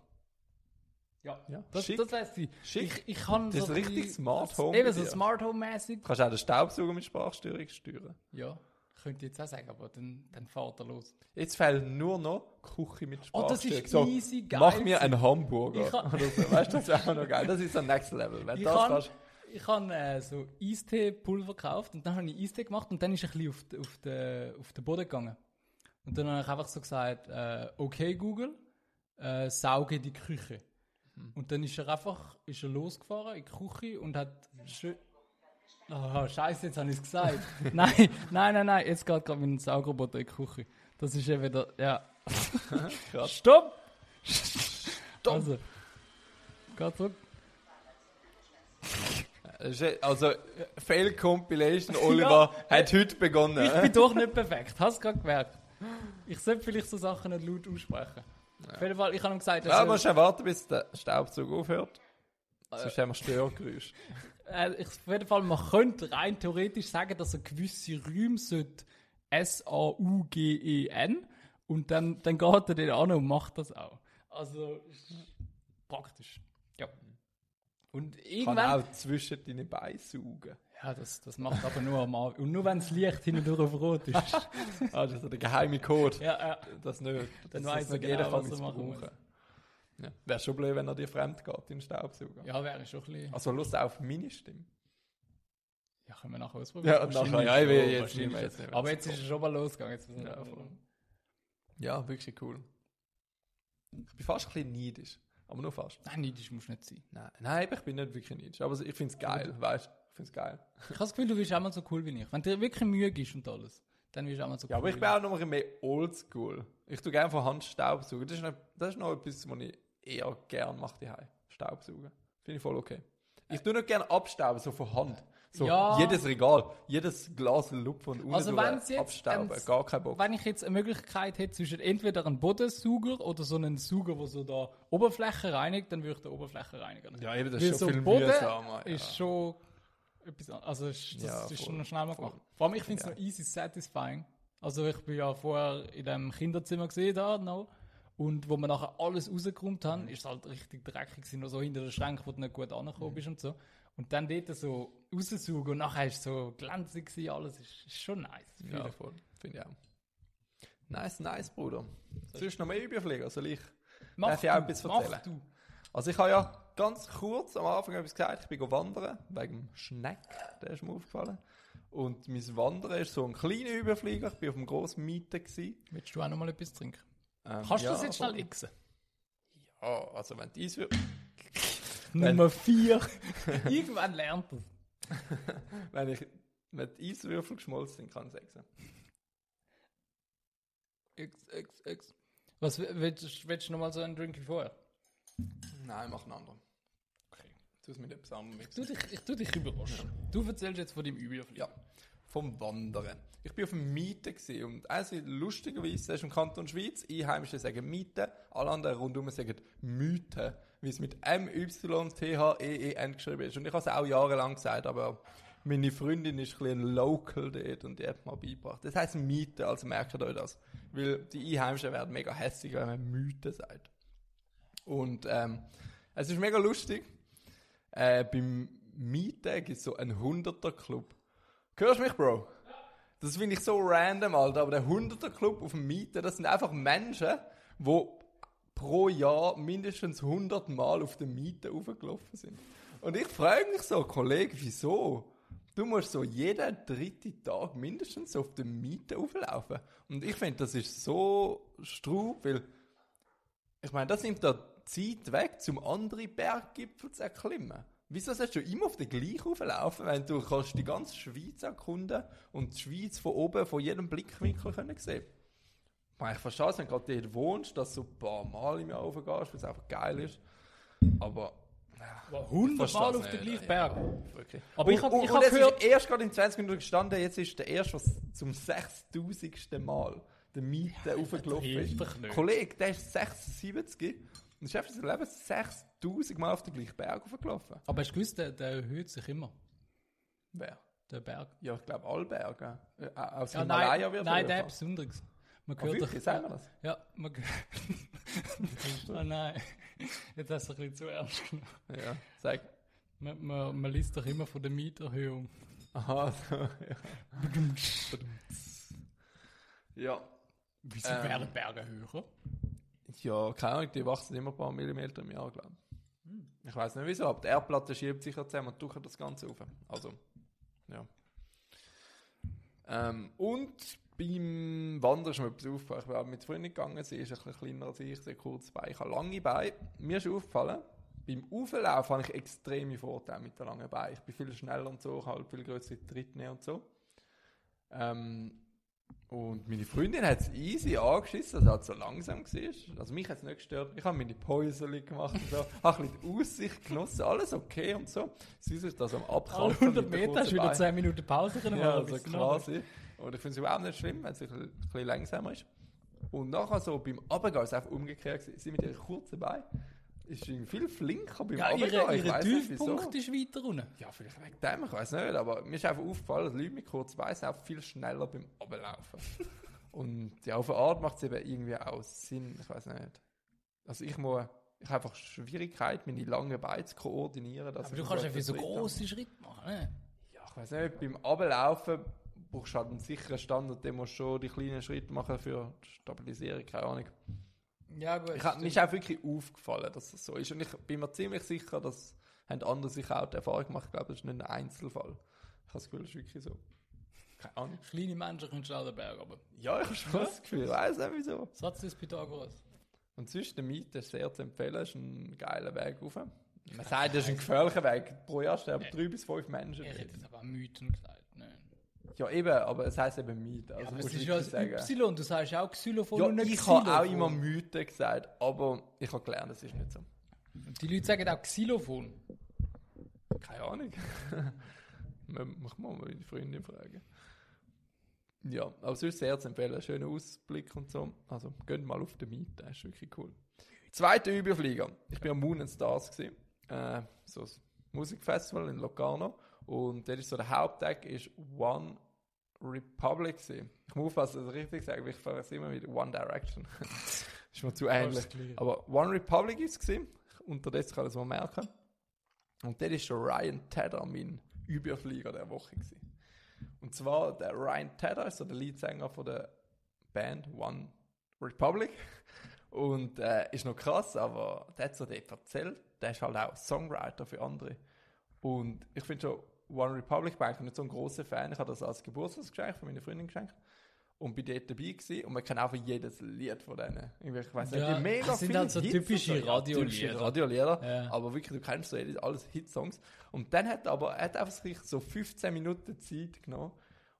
[SPEAKER 2] Ja,
[SPEAKER 3] Ja.
[SPEAKER 2] das,
[SPEAKER 3] Schick.
[SPEAKER 2] das heisst sie.
[SPEAKER 3] Schick.
[SPEAKER 2] Ich, ich kann
[SPEAKER 3] Das ist
[SPEAKER 2] so ein
[SPEAKER 3] richtig
[SPEAKER 2] bisschen-
[SPEAKER 3] Smart
[SPEAKER 2] das-
[SPEAKER 3] Home
[SPEAKER 2] Eben
[SPEAKER 3] bei
[SPEAKER 2] so
[SPEAKER 3] dir.
[SPEAKER 2] Smart Home-mäßig.
[SPEAKER 3] Du kannst auch den Staubsauger mit Sprachsteuerung steuern.
[SPEAKER 2] Ja, könnte ich jetzt auch sagen, aber dann, dann fährt er los.
[SPEAKER 3] Jetzt fehlt nur noch Küche mit
[SPEAKER 2] Oh, das
[SPEAKER 3] Sprachsteuerung.
[SPEAKER 2] ist easy geil
[SPEAKER 3] Mach mir
[SPEAKER 2] gewesen.
[SPEAKER 3] einen Hamburger.
[SPEAKER 2] Ich ha-
[SPEAKER 3] oder so. Weißt du, das wäre auch noch geil. Das ist ein Next Level. Wenn
[SPEAKER 2] Ich
[SPEAKER 3] das
[SPEAKER 2] kann-
[SPEAKER 3] kannst,
[SPEAKER 2] Ich habe äh, so Eistee-Pulver gekauft und dann habe ich Eistee gemacht und dann ist er ein bisschen auf, die- auf, den, auf den Boden gegangen. Und dann habe ich einfach so gesagt, äh, okay Google, äh, sauge die Küche. Und dann ist er einfach ist er losgefahren in die Küche und hat schön... Ah, scheiße, jetzt habe ich es gesagt. nein, nein, nein, nein, jetzt geht gerade mein Saugroboter in die Küche. Das ist eben der... Ja.
[SPEAKER 3] Krass.
[SPEAKER 2] Stopp! Stopp! [LAUGHS] Also, geht zurück.
[SPEAKER 3] Das ist- Also, Fail [LAUGHS] Compilation Oliver hat heute begonnen.
[SPEAKER 2] Ich bin doch nicht perfekt, hast du gerade gemerkt. Ich sollte vielleicht so Sachen nicht laut aussprechen. Auf jeden Fall, ich habe ihm gesagt,
[SPEAKER 3] ja,
[SPEAKER 2] dass
[SPEAKER 3] musst du warten, bis der Staubzug aufhört.
[SPEAKER 2] Äh,
[SPEAKER 3] Sonst haben
[SPEAKER 2] [LAUGHS]
[SPEAKER 3] wir Störgeräusche.
[SPEAKER 2] er, äh, ich, auf jeden Fall, man könnte rein theoretisch sagen, dass er gewisse Räume sollte S-A-U-G-E-N E und dann, dann geht er den an und macht das auch. Also, ist praktisch. Ja. Und
[SPEAKER 3] Kann
[SPEAKER 2] irgendwann...
[SPEAKER 3] auch zwischen deine Beine saugen.
[SPEAKER 2] Ja, das, das macht aber nur am Abend. Und nur wenn das Licht hindurch auf rot
[SPEAKER 3] [LAUGHS]
[SPEAKER 2] ist.
[SPEAKER 3] Ah, das ist der geheime Code.
[SPEAKER 2] ja, ja.
[SPEAKER 3] Das nicht.
[SPEAKER 2] Dann
[SPEAKER 3] Dass
[SPEAKER 2] weiss
[SPEAKER 3] das
[SPEAKER 2] er
[SPEAKER 3] nicht jeder
[SPEAKER 2] genau,
[SPEAKER 3] kann
[SPEAKER 2] was er machen
[SPEAKER 3] missbrauchen. Ja. Wäre schon blöd, wenn er dir fremd geht, deinen Staubsauger.
[SPEAKER 2] Ja, wäre schon ein bisschen...
[SPEAKER 3] Also, lust auf meine Stimme.
[SPEAKER 2] Ja, können wir nachher ausprobieren.
[SPEAKER 3] Ja, nachher, ja, ich will jetzt nicht mehr, jetzt nicht mehr.
[SPEAKER 2] Aber jetzt ist es schon mal losgegangen. Jetzt müssen wir
[SPEAKER 3] Ja,
[SPEAKER 2] aufhören.
[SPEAKER 3] Ja, wirklich cool. Ich bin fast ein bisschen neidisch. Aber nur fast.
[SPEAKER 2] Nein, neidisch musst du nicht sein.
[SPEAKER 3] Nein, nein eben, ich bin nicht wirklich neidisch. Aber ich finde es geil, weißt du? Ich finde es geil.
[SPEAKER 2] Ich habe das Gefühl, du bist auch mal so cool wie ich. Wenn dir wirklich Mühe ist und alles, dann bist du auch mal so
[SPEAKER 3] Ja,
[SPEAKER 2] cool
[SPEAKER 3] aber ich
[SPEAKER 2] wie
[SPEAKER 3] bin auch noch ein bisschen mehr oldschool. Ich tue gerne von Hand Staubsaugen. Das ist noch, das ist noch etwas, was ich eher gerne mache die Staubsaugen. Finde ich voll okay. Ich tue nicht gerne abstauben, so von Hand. So
[SPEAKER 2] Ja.
[SPEAKER 3] jedes Regal, jedes Glas Lupfen und unten
[SPEAKER 2] Also
[SPEAKER 3] durch
[SPEAKER 2] wenn's jetzt,
[SPEAKER 3] abstauben.
[SPEAKER 2] wenn's-
[SPEAKER 3] Gar kein Bock.
[SPEAKER 2] Wenn ich jetzt eine Möglichkeit hätte zwischen entweder einem Bodensauger oder so einem Sauger, der so da Oberfläche reinigt, dann würde ich die Oberfläche reinigen.
[SPEAKER 3] Ja, eben, das
[SPEAKER 2] Weil
[SPEAKER 3] ist schon
[SPEAKER 2] so
[SPEAKER 3] viel
[SPEAKER 2] Boden
[SPEAKER 3] mühsamer. Ja.
[SPEAKER 2] ist schon etwas anderes. Also ist, das
[SPEAKER 3] Ja,
[SPEAKER 2] ist
[SPEAKER 3] voll,
[SPEAKER 2] noch schnell mal
[SPEAKER 3] voll.
[SPEAKER 2] gemacht. Vor allem, ich finde es
[SPEAKER 3] Ja.
[SPEAKER 2] noch easy satisfying. Also ich bin ja vorher in dem Kinderzimmer gesehen da noch. Und wo wir nachher alles rausgeräumt haben,
[SPEAKER 3] Mhm.
[SPEAKER 2] ist es halt richtig dreckig gewesen, noch so hinter der Schränke, wo du nicht gut
[SPEAKER 3] Mhm.
[SPEAKER 2] angekommen bist und so. Und dann dort so raussaugen und nachher ist es so glänzig gewesen, alles ist, ist schon nice.
[SPEAKER 3] Ja, voll. Finde ich auch. Nice, nice, Bruder. Sonst noch mehr Überflieger, soll ich?
[SPEAKER 2] Mach
[SPEAKER 3] Darf ich auch etwas
[SPEAKER 2] mach
[SPEAKER 3] erzählen?
[SPEAKER 2] du.
[SPEAKER 3] Also ich habe ja ganz kurz am Anfang etwas gesagt, ich bin go wandern, wegen dem Schneck, der ist mir aufgefallen. Und mein Wandern ist so ein kleiner Überflieger, ich war auf dem grossen Mieten. gewesen.
[SPEAKER 2] Willst du auch noch mal etwas trinken?
[SPEAKER 3] Ähm,
[SPEAKER 2] Kannst
[SPEAKER 3] ja,
[SPEAKER 2] du das jetzt
[SPEAKER 3] voll.
[SPEAKER 2] schnell xen?
[SPEAKER 3] Ja, also wenn du eins wür-
[SPEAKER 2] Nummer 4. [LAUGHS] Irgendwann lernt er
[SPEAKER 3] [LAUGHS] wenn ich mit Eiswürfel geschmolzen sind, kann ich es essen.
[SPEAKER 2] X, X, X. Was wi- willst, willst du nochmal so einen Drink wie vorher?
[SPEAKER 3] Nein, mach einen anderen. Okay. Tu es mit etwas anderem
[SPEAKER 2] Du, dich, ich tu dich überraschen. Du erzählst jetzt von deinem Überflieger.
[SPEAKER 3] Ja, vom Wandern. Ich bin auf dem Mieten gewesen und also lustigerweise, das ist im Kanton Schweiz, Einheimische sagen Mieten, alle anderen rundum sagen Mythen, weil es mit M-Y-T-H-E-E-N E geschrieben ist. Und ich habe es auch jahrelang gesagt, aber meine Freundin ist ein bisschen ein Local dort und die hat mir beigebracht. Das heisst Mieten, also merkt euch das. Weil die Einheimischen werden mega hässlich, wenn man Mythen sagt. Und ähm, es ist mega lustig. Äh, beim Mieten gibt es so einen 100er-Club. Hörst du mich, Bro? Das finde ich so random, Alter. Aber der 100er Club auf dem Mieten, das sind einfach Menschen, die pro Jahr mindestens 100 Mal auf den Mieten aufgelaufen sind. Und ich frage mich so, Kollege, wieso? Du musst so jeden dritten Tag mindestens auf den Mieten auflaufen. Und ich finde, das ist so straub, weil ich meine, das nimmt da Zeit weg, zum anderen Berggipfel zu erklimmen. Wieso sollst du immer auf den gleichen auflaufen, wenn du kannst die ganze Schweiz erkunden und die Schweiz von oben, von jedem Blickwinkel können sehen Ich meine, ich verstehe es, wenn du gerade dort wohnst, dass du ein paar Mal im Jahr raufgehst, weil es einfach geil ist. Aber
[SPEAKER 2] Hundertmal
[SPEAKER 3] versteh's
[SPEAKER 2] auf den
[SPEAKER 3] nicht,
[SPEAKER 2] gleichen Berg.
[SPEAKER 3] wirklich.
[SPEAKER 2] Aber ich hab-
[SPEAKER 3] und,
[SPEAKER 2] ich
[SPEAKER 3] und
[SPEAKER 2] hab
[SPEAKER 3] jetzt
[SPEAKER 2] gehört-
[SPEAKER 3] ist erst gerade in 20 Minuten gestanden, jetzt ist der erste, was zum 6000. Mal der Miete aufgelaufen ist.
[SPEAKER 2] hilft doch nicht.
[SPEAKER 3] Kollege, der ist 76 und ist einfach sein Leben 6000 Mal auf den gleichen Berg aufgelaufen.
[SPEAKER 2] Aber hast du gewusst, der, der erhöht sich immer,
[SPEAKER 3] Wer?
[SPEAKER 2] der Berg.
[SPEAKER 3] Ja, ich glaube, alle Berge. Äh, aus
[SPEAKER 2] Ja,
[SPEAKER 3] Himalaya
[SPEAKER 2] nein,
[SPEAKER 3] wird
[SPEAKER 2] nein
[SPEAKER 3] höher.
[SPEAKER 2] der Besonderes. Man
[SPEAKER 3] Ah,
[SPEAKER 2] hört
[SPEAKER 3] wirklich? Sagen wir das?
[SPEAKER 2] Ja, man hört- [LAUGHS] Oh nein, jetzt hast du ein bisschen zu ernst genommen.
[SPEAKER 3] Ja, sag.
[SPEAKER 2] Man, man, man liest doch immer von der Mieterhöhung.
[SPEAKER 3] Aha, [LAUGHS] so, ja. Ähm. Ja.
[SPEAKER 2] Wieso
[SPEAKER 3] Ähm.
[SPEAKER 2] werden Berge höher?
[SPEAKER 3] Ja, keine Ahnung, die wachsen immer ein paar Millimeter im Jahr, glaube
[SPEAKER 2] Hm.
[SPEAKER 3] ich. Ich weiß nicht wieso, aber die Erdplatte schiebt sich ja zusammen und duckert das Ganze auf. Also, ja. Ähm, und beim Wandern ist mir etwas aufgefallen. Ich war mit Freunden gegangen, sie ist ein bisschen kleiner als ich, sehr kurz Bein, ich habe lange Beine. Mir ist aufgefallen, beim Auflaufen habe ich extreme Vorteile mit den langen Beinen. Ich bin viel schneller und so, ich habe halt viel größere Tritte nehmen und so. Ähm, und meine Freundin hat es easy angeschissen, dass es halt so langsam war. Also mich hat es nicht gestört. Ich habe meine Päuseli gemacht und so. habe ein bisschen die Aussicht genossen, alles okay und so. Sie ist sich das am
[SPEAKER 2] Alle
[SPEAKER 3] Abkampfen. mit
[SPEAKER 2] 100
[SPEAKER 3] den
[SPEAKER 2] Meter hast
[SPEAKER 3] kurzen
[SPEAKER 2] du wieder
[SPEAKER 3] Beinen.
[SPEAKER 2] 10 Minuten Pause können
[SPEAKER 3] Ja,
[SPEAKER 2] bis
[SPEAKER 3] also
[SPEAKER 2] zum
[SPEAKER 3] quasi. Und ich finde es überhaupt nicht schlimm, wenn es ein bisschen ein bisschen langsamer ist. Und nachher so beim Abgehen ist es einfach umgekehrt. gewesen. Sie mit ihren kurzen Beinen ist irgendwie viel flinker beim
[SPEAKER 2] Ja,
[SPEAKER 3] Abgehen.
[SPEAKER 2] ihre,
[SPEAKER 3] ich
[SPEAKER 2] ihre
[SPEAKER 3] weiss nicht wieso.
[SPEAKER 2] Tiefpunkt ist weiter unten.
[SPEAKER 3] Ja, vielleicht wegen dem, ich weiß nicht, aber mir ist einfach aufgefallen, dass Leute mit kurzen Beinen sind auch viel schneller beim
[SPEAKER 2] [LAUGHS]
[SPEAKER 3] Ablaufen. und ja, auf eine Art macht es eben irgendwie auch Sinn, ich weiß nicht. Also ich muss, ich habe einfach Schwierigkeit, meine langen Beine zu koordinieren.
[SPEAKER 2] Aber
[SPEAKER 3] dass ich
[SPEAKER 2] du
[SPEAKER 3] einen
[SPEAKER 2] kannst
[SPEAKER 3] guten
[SPEAKER 2] einfach so
[SPEAKER 3] Tritt habe.
[SPEAKER 2] grosse Schritte machen. Ne?
[SPEAKER 3] Ja, ich weiß nicht, beim Ablaufen brauchst du halt einen sicheren Stand und dann musst du schon die kleinen Schritte machen für die Stabilisierung, keine Ahnung.
[SPEAKER 2] Ja, gut.
[SPEAKER 3] Ich hab, mir ist auch wirklich aufgefallen, dass das so ist. Und ich bin mir ziemlich sicher, dass haben andere sicher auch die Erfahrung gemacht. Ich glaube, das ist nicht ein Einzelfall. Ich habe das Gefühl, das ist wirklich so. Keine Ahnung.
[SPEAKER 2] Kleine Menschen können schnell den Berg runter.
[SPEAKER 3] Ja, ich habe schon das Gefühl, ich weiß auch wieso.
[SPEAKER 2] Satz des Pythagoras.
[SPEAKER 3] Und sonst, der Miete ist sehr zu empfehlen, ist ein geiler Weg rauf. Man sagt, das ist ein gefährlicher Weg. Pro Jahr sterben drei bis fünf Menschen.
[SPEAKER 2] Ich hätte jetzt aber Mythen gesagt. Nein.
[SPEAKER 3] Ja, eben, aber es heisst eben Miete. Also,
[SPEAKER 2] Also,
[SPEAKER 3] musst
[SPEAKER 2] es
[SPEAKER 3] du
[SPEAKER 2] ist ja
[SPEAKER 3] wirklich sagen.
[SPEAKER 2] das Y, du sagst auch Xylophon
[SPEAKER 3] Ja,
[SPEAKER 2] und nicht
[SPEAKER 3] ich habe auch
[SPEAKER 2] Xylophon.
[SPEAKER 3] immer Mythen gesagt, aber ich habe gelernt, es ist nicht so.
[SPEAKER 2] Und Die Leute sagen auch Xylophon.
[SPEAKER 3] Keine Ahnung. Man- Muss man mal meine Freundin fragen. Ja, aber sonst sehr zu empfehlen. Schöner Ausblick und so. Also, geht mal auf den Miet, das ist wirklich cool. Zweiter Überflieger. Ich bin am Moon and Stars. Gewesen. Äh, so ein Musikfestival in Locarno. Und dort ist so der Haupttag ist One Republic. Gewesen. Ich muss aufpassen, dass ich richtig sage, weil ich fahre es immer mit One Direction. [LAUGHS] ist mir zu ähnlich.
[SPEAKER 2] Gleiche.
[SPEAKER 3] Aber One Republic ist es. gewesen. Unterdessen kann ich es mal merken. Und der ist der Ryan Tedder mein Überflieger der Woche. Gewesen. Und zwar der Ryan Tedder ist so der Leadsänger von der Band One Republic. Und äh, ist noch krass, aber der hat so dort erzählt, der ist halt auch Songwriter für andere. Und ich finde schon, One Republic bin ich nicht so ein großer Fan. Ich habe das als Geburtstagsgeschenk von meiner Freundin geschenkt. Und bin dort dabei gewesen. Und man kennt einfach jedes Lied von denen. Irgendwie, Ich weiß nicht,
[SPEAKER 2] Ja,
[SPEAKER 3] die mega
[SPEAKER 2] das sind
[SPEAKER 3] viele
[SPEAKER 2] halt so
[SPEAKER 3] Hits
[SPEAKER 2] typische
[SPEAKER 3] und so. Ja, typische
[SPEAKER 2] Radiolieder.
[SPEAKER 3] Radiolieder.
[SPEAKER 2] Ja.
[SPEAKER 3] Aber wirklich, du kennst so jedes- alles Hitsongs. Und dann hat er aber er hat einfach sich so 15 Minuten Zeit genommen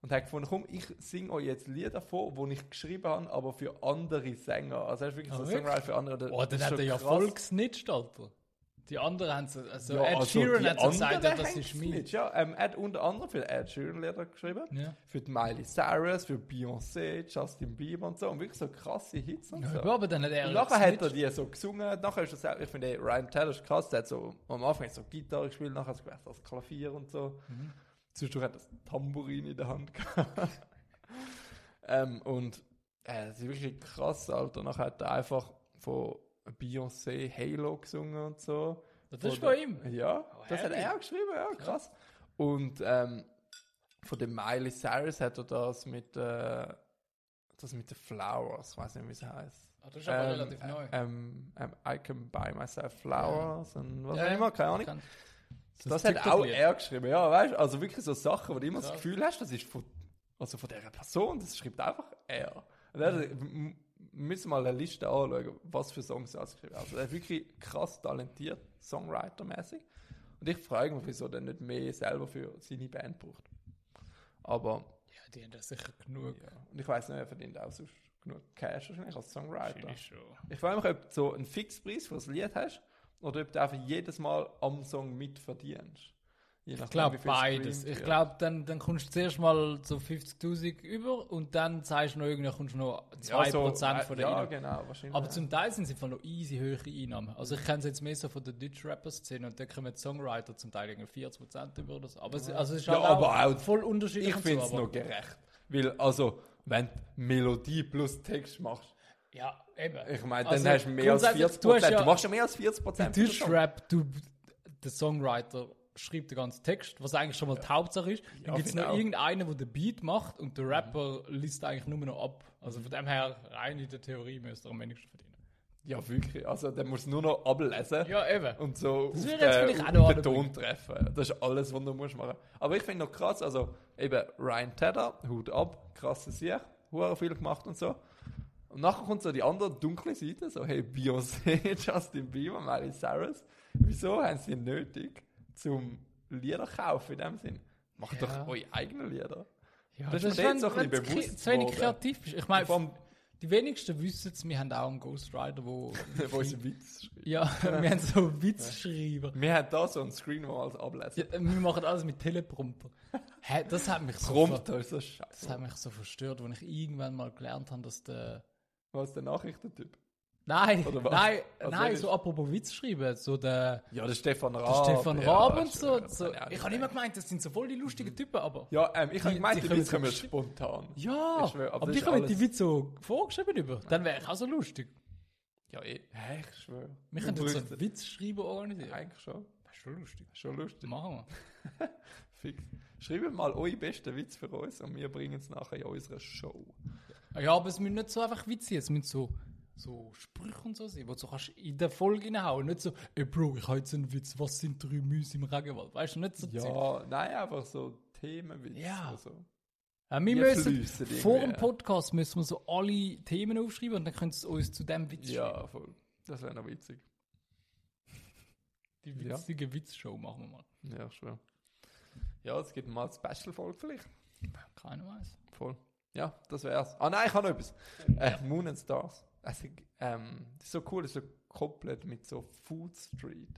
[SPEAKER 3] und hat gefunden, komm, ich singe euch jetzt Lieder vor, die ich geschrieben habe, aber für andere Sänger. Also er ist wirklich
[SPEAKER 2] Ah,
[SPEAKER 3] so
[SPEAKER 2] wirklich?
[SPEAKER 3] Songwriter für andere.
[SPEAKER 2] Oh,
[SPEAKER 3] Das
[SPEAKER 2] dann
[SPEAKER 3] ist
[SPEAKER 2] hat
[SPEAKER 3] schon
[SPEAKER 2] er ja
[SPEAKER 3] krass.
[SPEAKER 2] voll gesnitcht, Alter. Die anderen haben so, also
[SPEAKER 3] Ja,
[SPEAKER 2] Ed
[SPEAKER 3] also
[SPEAKER 2] Sheeran
[SPEAKER 3] die
[SPEAKER 2] hat so gesagt, ja,
[SPEAKER 3] anderen
[SPEAKER 2] das
[SPEAKER 3] haben
[SPEAKER 2] ist mein.
[SPEAKER 3] gesnitcht, Ja, ähm, er hat unter anderem für Ed Sheeran Lieder geschrieben,
[SPEAKER 2] Ja.
[SPEAKER 3] für die Miley Cyrus, für Beyoncé, Justin Bieber und so. Und wirklich so krasse Hits und so.
[SPEAKER 2] Ja, aber dann hat er
[SPEAKER 3] Und
[SPEAKER 2] ja
[SPEAKER 3] nachher hat er
[SPEAKER 2] gesnitcht.
[SPEAKER 3] die halt so gesungen, nachher ist das auch, ich finde, Ryan Taylor ist krass, der hat so, am Anfang hat so Gitarre gespielt, nachher hat er gewesen, das Klavier und so. Zwischendurch hat er das Tambourin in der Hand [LAUGHS] gehabt. ähm, und äh, das ist wirklich krass, Alter. Nachher hat er einfach von Beyoncé Halo gesungen und so.
[SPEAKER 2] Das ist von
[SPEAKER 3] Von der-
[SPEAKER 2] ihm.
[SPEAKER 3] Ja, das hat
[SPEAKER 2] heavy.
[SPEAKER 3] er auch geschrieben, ja, krass. Und ähm, von dem Miley Cyrus hat er das mit, äh, das mit den Flowers, ich weiß nicht, wie es heißt.
[SPEAKER 2] Ah, das ist aber relativ
[SPEAKER 3] ähm,
[SPEAKER 2] neu.
[SPEAKER 3] Ähm, ähm, I can buy myself flowers und was
[SPEAKER 2] Ja,
[SPEAKER 3] auch immer, keine Ahnung.
[SPEAKER 2] kann-
[SPEAKER 3] Das, hat auch
[SPEAKER 2] TikTok-Lied.
[SPEAKER 3] er geschrieben, ja, weißt du? Also wirklich so Sachen, wo du immer das
[SPEAKER 2] Krass.
[SPEAKER 3] Gefühl hast, das ist von, also von dieser Person, das schreibt einfach er. Und er m- müssen mal eine Liste anschauen, was für Songs er geschrieben hat. Also er ist wirklich krass talentiert, Songwriter-mäßig. Und ich frage mich, wieso er denn nicht mehr selber für seine Band braucht. Aber,
[SPEAKER 2] Ja, die haben das sicher
[SPEAKER 3] ja.
[SPEAKER 2] genug.
[SPEAKER 3] Und ich weiß nicht, er verdient auch sonst genug Cash wahrscheinlich als Songwriter.
[SPEAKER 2] Wahrscheinlich schon.
[SPEAKER 3] Ich frage mich, ob du so einen Fixpreis für das Lied hast oder ob du einfach jedes Mal am Song mitverdienst. Je nachdem,
[SPEAKER 2] Ich glaube
[SPEAKER 3] wie viel
[SPEAKER 2] beides.
[SPEAKER 3] gestreamt
[SPEAKER 2] Ich
[SPEAKER 3] wird.
[SPEAKER 2] glaube, dann, dann kommst du zuerst mal so 50.000 über und dann zeigst du noch irgendwie, kommst du noch 2%
[SPEAKER 3] Ja, so, äh,
[SPEAKER 2] von der
[SPEAKER 3] Ja,
[SPEAKER 2] Einnahmen.
[SPEAKER 3] genau, wahrscheinlich.
[SPEAKER 2] Aber zum Teil sind sie von noch easy höhere Einnahmen. Also ich kenne es jetzt mehr so von der deutschen Rapper-Szene und da kommen die Songwriter zum Teil irgendwie 40% über oder so. Aber es, also es ist
[SPEAKER 3] Ja,
[SPEAKER 2] halt
[SPEAKER 3] aber auch-
[SPEAKER 2] voll unterschiedlich.
[SPEAKER 3] ich
[SPEAKER 2] und so,
[SPEAKER 3] finde es
[SPEAKER 2] aber-
[SPEAKER 3] noch gerecht. Weil, also, wenn du Melodie plus Text machst,
[SPEAKER 2] Ja, eben.
[SPEAKER 3] ich meine, dann
[SPEAKER 2] Also
[SPEAKER 3] hast du mehr als
[SPEAKER 2] grundsätzlich,
[SPEAKER 3] 40
[SPEAKER 2] du hast
[SPEAKER 3] Prozent. Du,
[SPEAKER 2] ja-
[SPEAKER 3] machst ja mehr als 40 Prozent.
[SPEAKER 2] Deutschrap, du, der Songwriter schreibt den ganzen Text, was eigentlich schon mal die Hauptsache ist. Dann
[SPEAKER 3] Ja,
[SPEAKER 2] gibt es
[SPEAKER 3] finde
[SPEAKER 2] noch
[SPEAKER 3] auch. Mhm.
[SPEAKER 2] irgendeinen, der den Beat macht und der Rapper liest eigentlich nur noch ab. Also von dem her, rein in der Theorie müsste er am wenigsten verdienen.
[SPEAKER 3] Ja, wirklich. Also, dann musst du nur noch ablesen.
[SPEAKER 2] Ja, eben.
[SPEAKER 3] und so
[SPEAKER 2] Das
[SPEAKER 3] auf
[SPEAKER 2] wäre
[SPEAKER 3] den,
[SPEAKER 2] jetzt vielleicht auch
[SPEAKER 3] auf
[SPEAKER 2] noch
[SPEAKER 3] den
[SPEAKER 2] anbringen.
[SPEAKER 3] Ton treffen. Das ist alles, was du musst machen. Aber ich finde noch krass, also eben Ryan Tedder, Hut ab, krasse Sieg, hure viel gemacht und so. Und nachher kommt so die andere dunkle Seite, so hey Beyoncé, [LAUGHS] Justin Bieber, Miley Cyrus. Wieso haben sie nötig zum Liederkauf in dem Sinn? Macht
[SPEAKER 2] Ja.
[SPEAKER 3] doch eure eigenen Lieder.
[SPEAKER 2] ja,
[SPEAKER 3] das ist mir jetzt so ein bisschen
[SPEAKER 2] wenn
[SPEAKER 3] bewusst
[SPEAKER 2] zu wenig
[SPEAKER 3] geworden.
[SPEAKER 2] kreativ bist. Ich meine,
[SPEAKER 3] Vom-
[SPEAKER 2] die wenigsten wissen es, wir haben auch einen Ghostwriter, wo...
[SPEAKER 3] [LAUGHS] Wo ist ein Witz
[SPEAKER 2] [LAUGHS]
[SPEAKER 3] schreibt.
[SPEAKER 2] ja, [LAUGHS] wir haben so Witzschreiber.
[SPEAKER 3] Wir haben da so einen Screen, wo wir alles ablesen.
[SPEAKER 2] Ja, wir machen alles mit Teleprompter. Hä, das hat mich so... ver-
[SPEAKER 3] Prompter ist so scheiße.
[SPEAKER 2] Das hat mich so verstört, als ich irgendwann mal gelernt habe, dass der...
[SPEAKER 3] Was ist der Nachrichtentyp?
[SPEAKER 2] Nein,
[SPEAKER 3] Oder was?
[SPEAKER 2] nein,
[SPEAKER 3] Also
[SPEAKER 2] nein,
[SPEAKER 3] ist-
[SPEAKER 2] so apropos Witz schreiben, so der,
[SPEAKER 3] Ja, der Stefan
[SPEAKER 2] der
[SPEAKER 3] Raab.
[SPEAKER 2] Stefan
[SPEAKER 3] Ah, ja,
[SPEAKER 2] Raab
[SPEAKER 3] das
[SPEAKER 2] und
[SPEAKER 3] ist- Mhm.
[SPEAKER 2] so.
[SPEAKER 3] das
[SPEAKER 2] so.
[SPEAKER 3] hab auch
[SPEAKER 2] Ich habe
[SPEAKER 3] gedacht.
[SPEAKER 2] immer gemeint, das sind so voll die lustigen Typen, aber.
[SPEAKER 3] Ja, ähm, ich habe
[SPEAKER 2] Die-
[SPEAKER 3] gemeint,
[SPEAKER 2] die
[SPEAKER 3] die Witze
[SPEAKER 2] kommen
[SPEAKER 3] kommen
[SPEAKER 2] so-
[SPEAKER 3] spontan.
[SPEAKER 2] Ja,
[SPEAKER 3] Ich schwör, aber
[SPEAKER 2] aber,
[SPEAKER 3] das
[SPEAKER 2] ich
[SPEAKER 3] ist
[SPEAKER 2] habe
[SPEAKER 3] alles-
[SPEAKER 2] die Witze so vorgeschrieben über. Dann wäre ich auch so lustig.
[SPEAKER 3] Ja, eh. Hä, ich schwöre.
[SPEAKER 2] Wir können jetzt so
[SPEAKER 3] bräuchten-
[SPEAKER 2] einen Witzschreiber organisieren.
[SPEAKER 3] Eigentlich schon.
[SPEAKER 2] Das ist schon lustig.
[SPEAKER 3] Schon lustig.
[SPEAKER 2] Machen
[SPEAKER 3] Fix. Schreibt mal euren besten Witz für uns und wir bringen es nachher in unserer Show.
[SPEAKER 2] wir. Ah, Ja, aber es müssen nicht so einfach Witze sein, es müssen so, so Sprüche und so sein, wo du so kannst in der Folge hinhauen. Nicht so, ey Bro, ich habe jetzt einen Witz, was sind drei Mäuse im Regenwald? Weißt du, nicht so Zeug.
[SPEAKER 3] Ja, nein, einfach so Themenwitz.
[SPEAKER 2] Ja.
[SPEAKER 3] oder so.
[SPEAKER 2] Ja, Äh, wir
[SPEAKER 3] Wir
[SPEAKER 2] müssen,
[SPEAKER 3] fliessen irgendwie.
[SPEAKER 2] vor dem Podcast müssen wir so alle Themen aufschreiben und dann können sie uns zu dem Witz schreiben.
[SPEAKER 3] Ja, voll. Das wäre noch witzig.
[SPEAKER 2] Die
[SPEAKER 3] ja.
[SPEAKER 2] witzige Witzshow machen wir mal.
[SPEAKER 3] Ja, ich schwöre. Ja, es gibt mal eine Special-Folge vielleicht.
[SPEAKER 2] Keiner weiß.
[SPEAKER 3] Voll. Ja, das wär's. Ah nein, ich habe noch etwas. Äh, Moon and Stars. Also, ähm, das ist so cool, das ist so komplett mit so Food Street.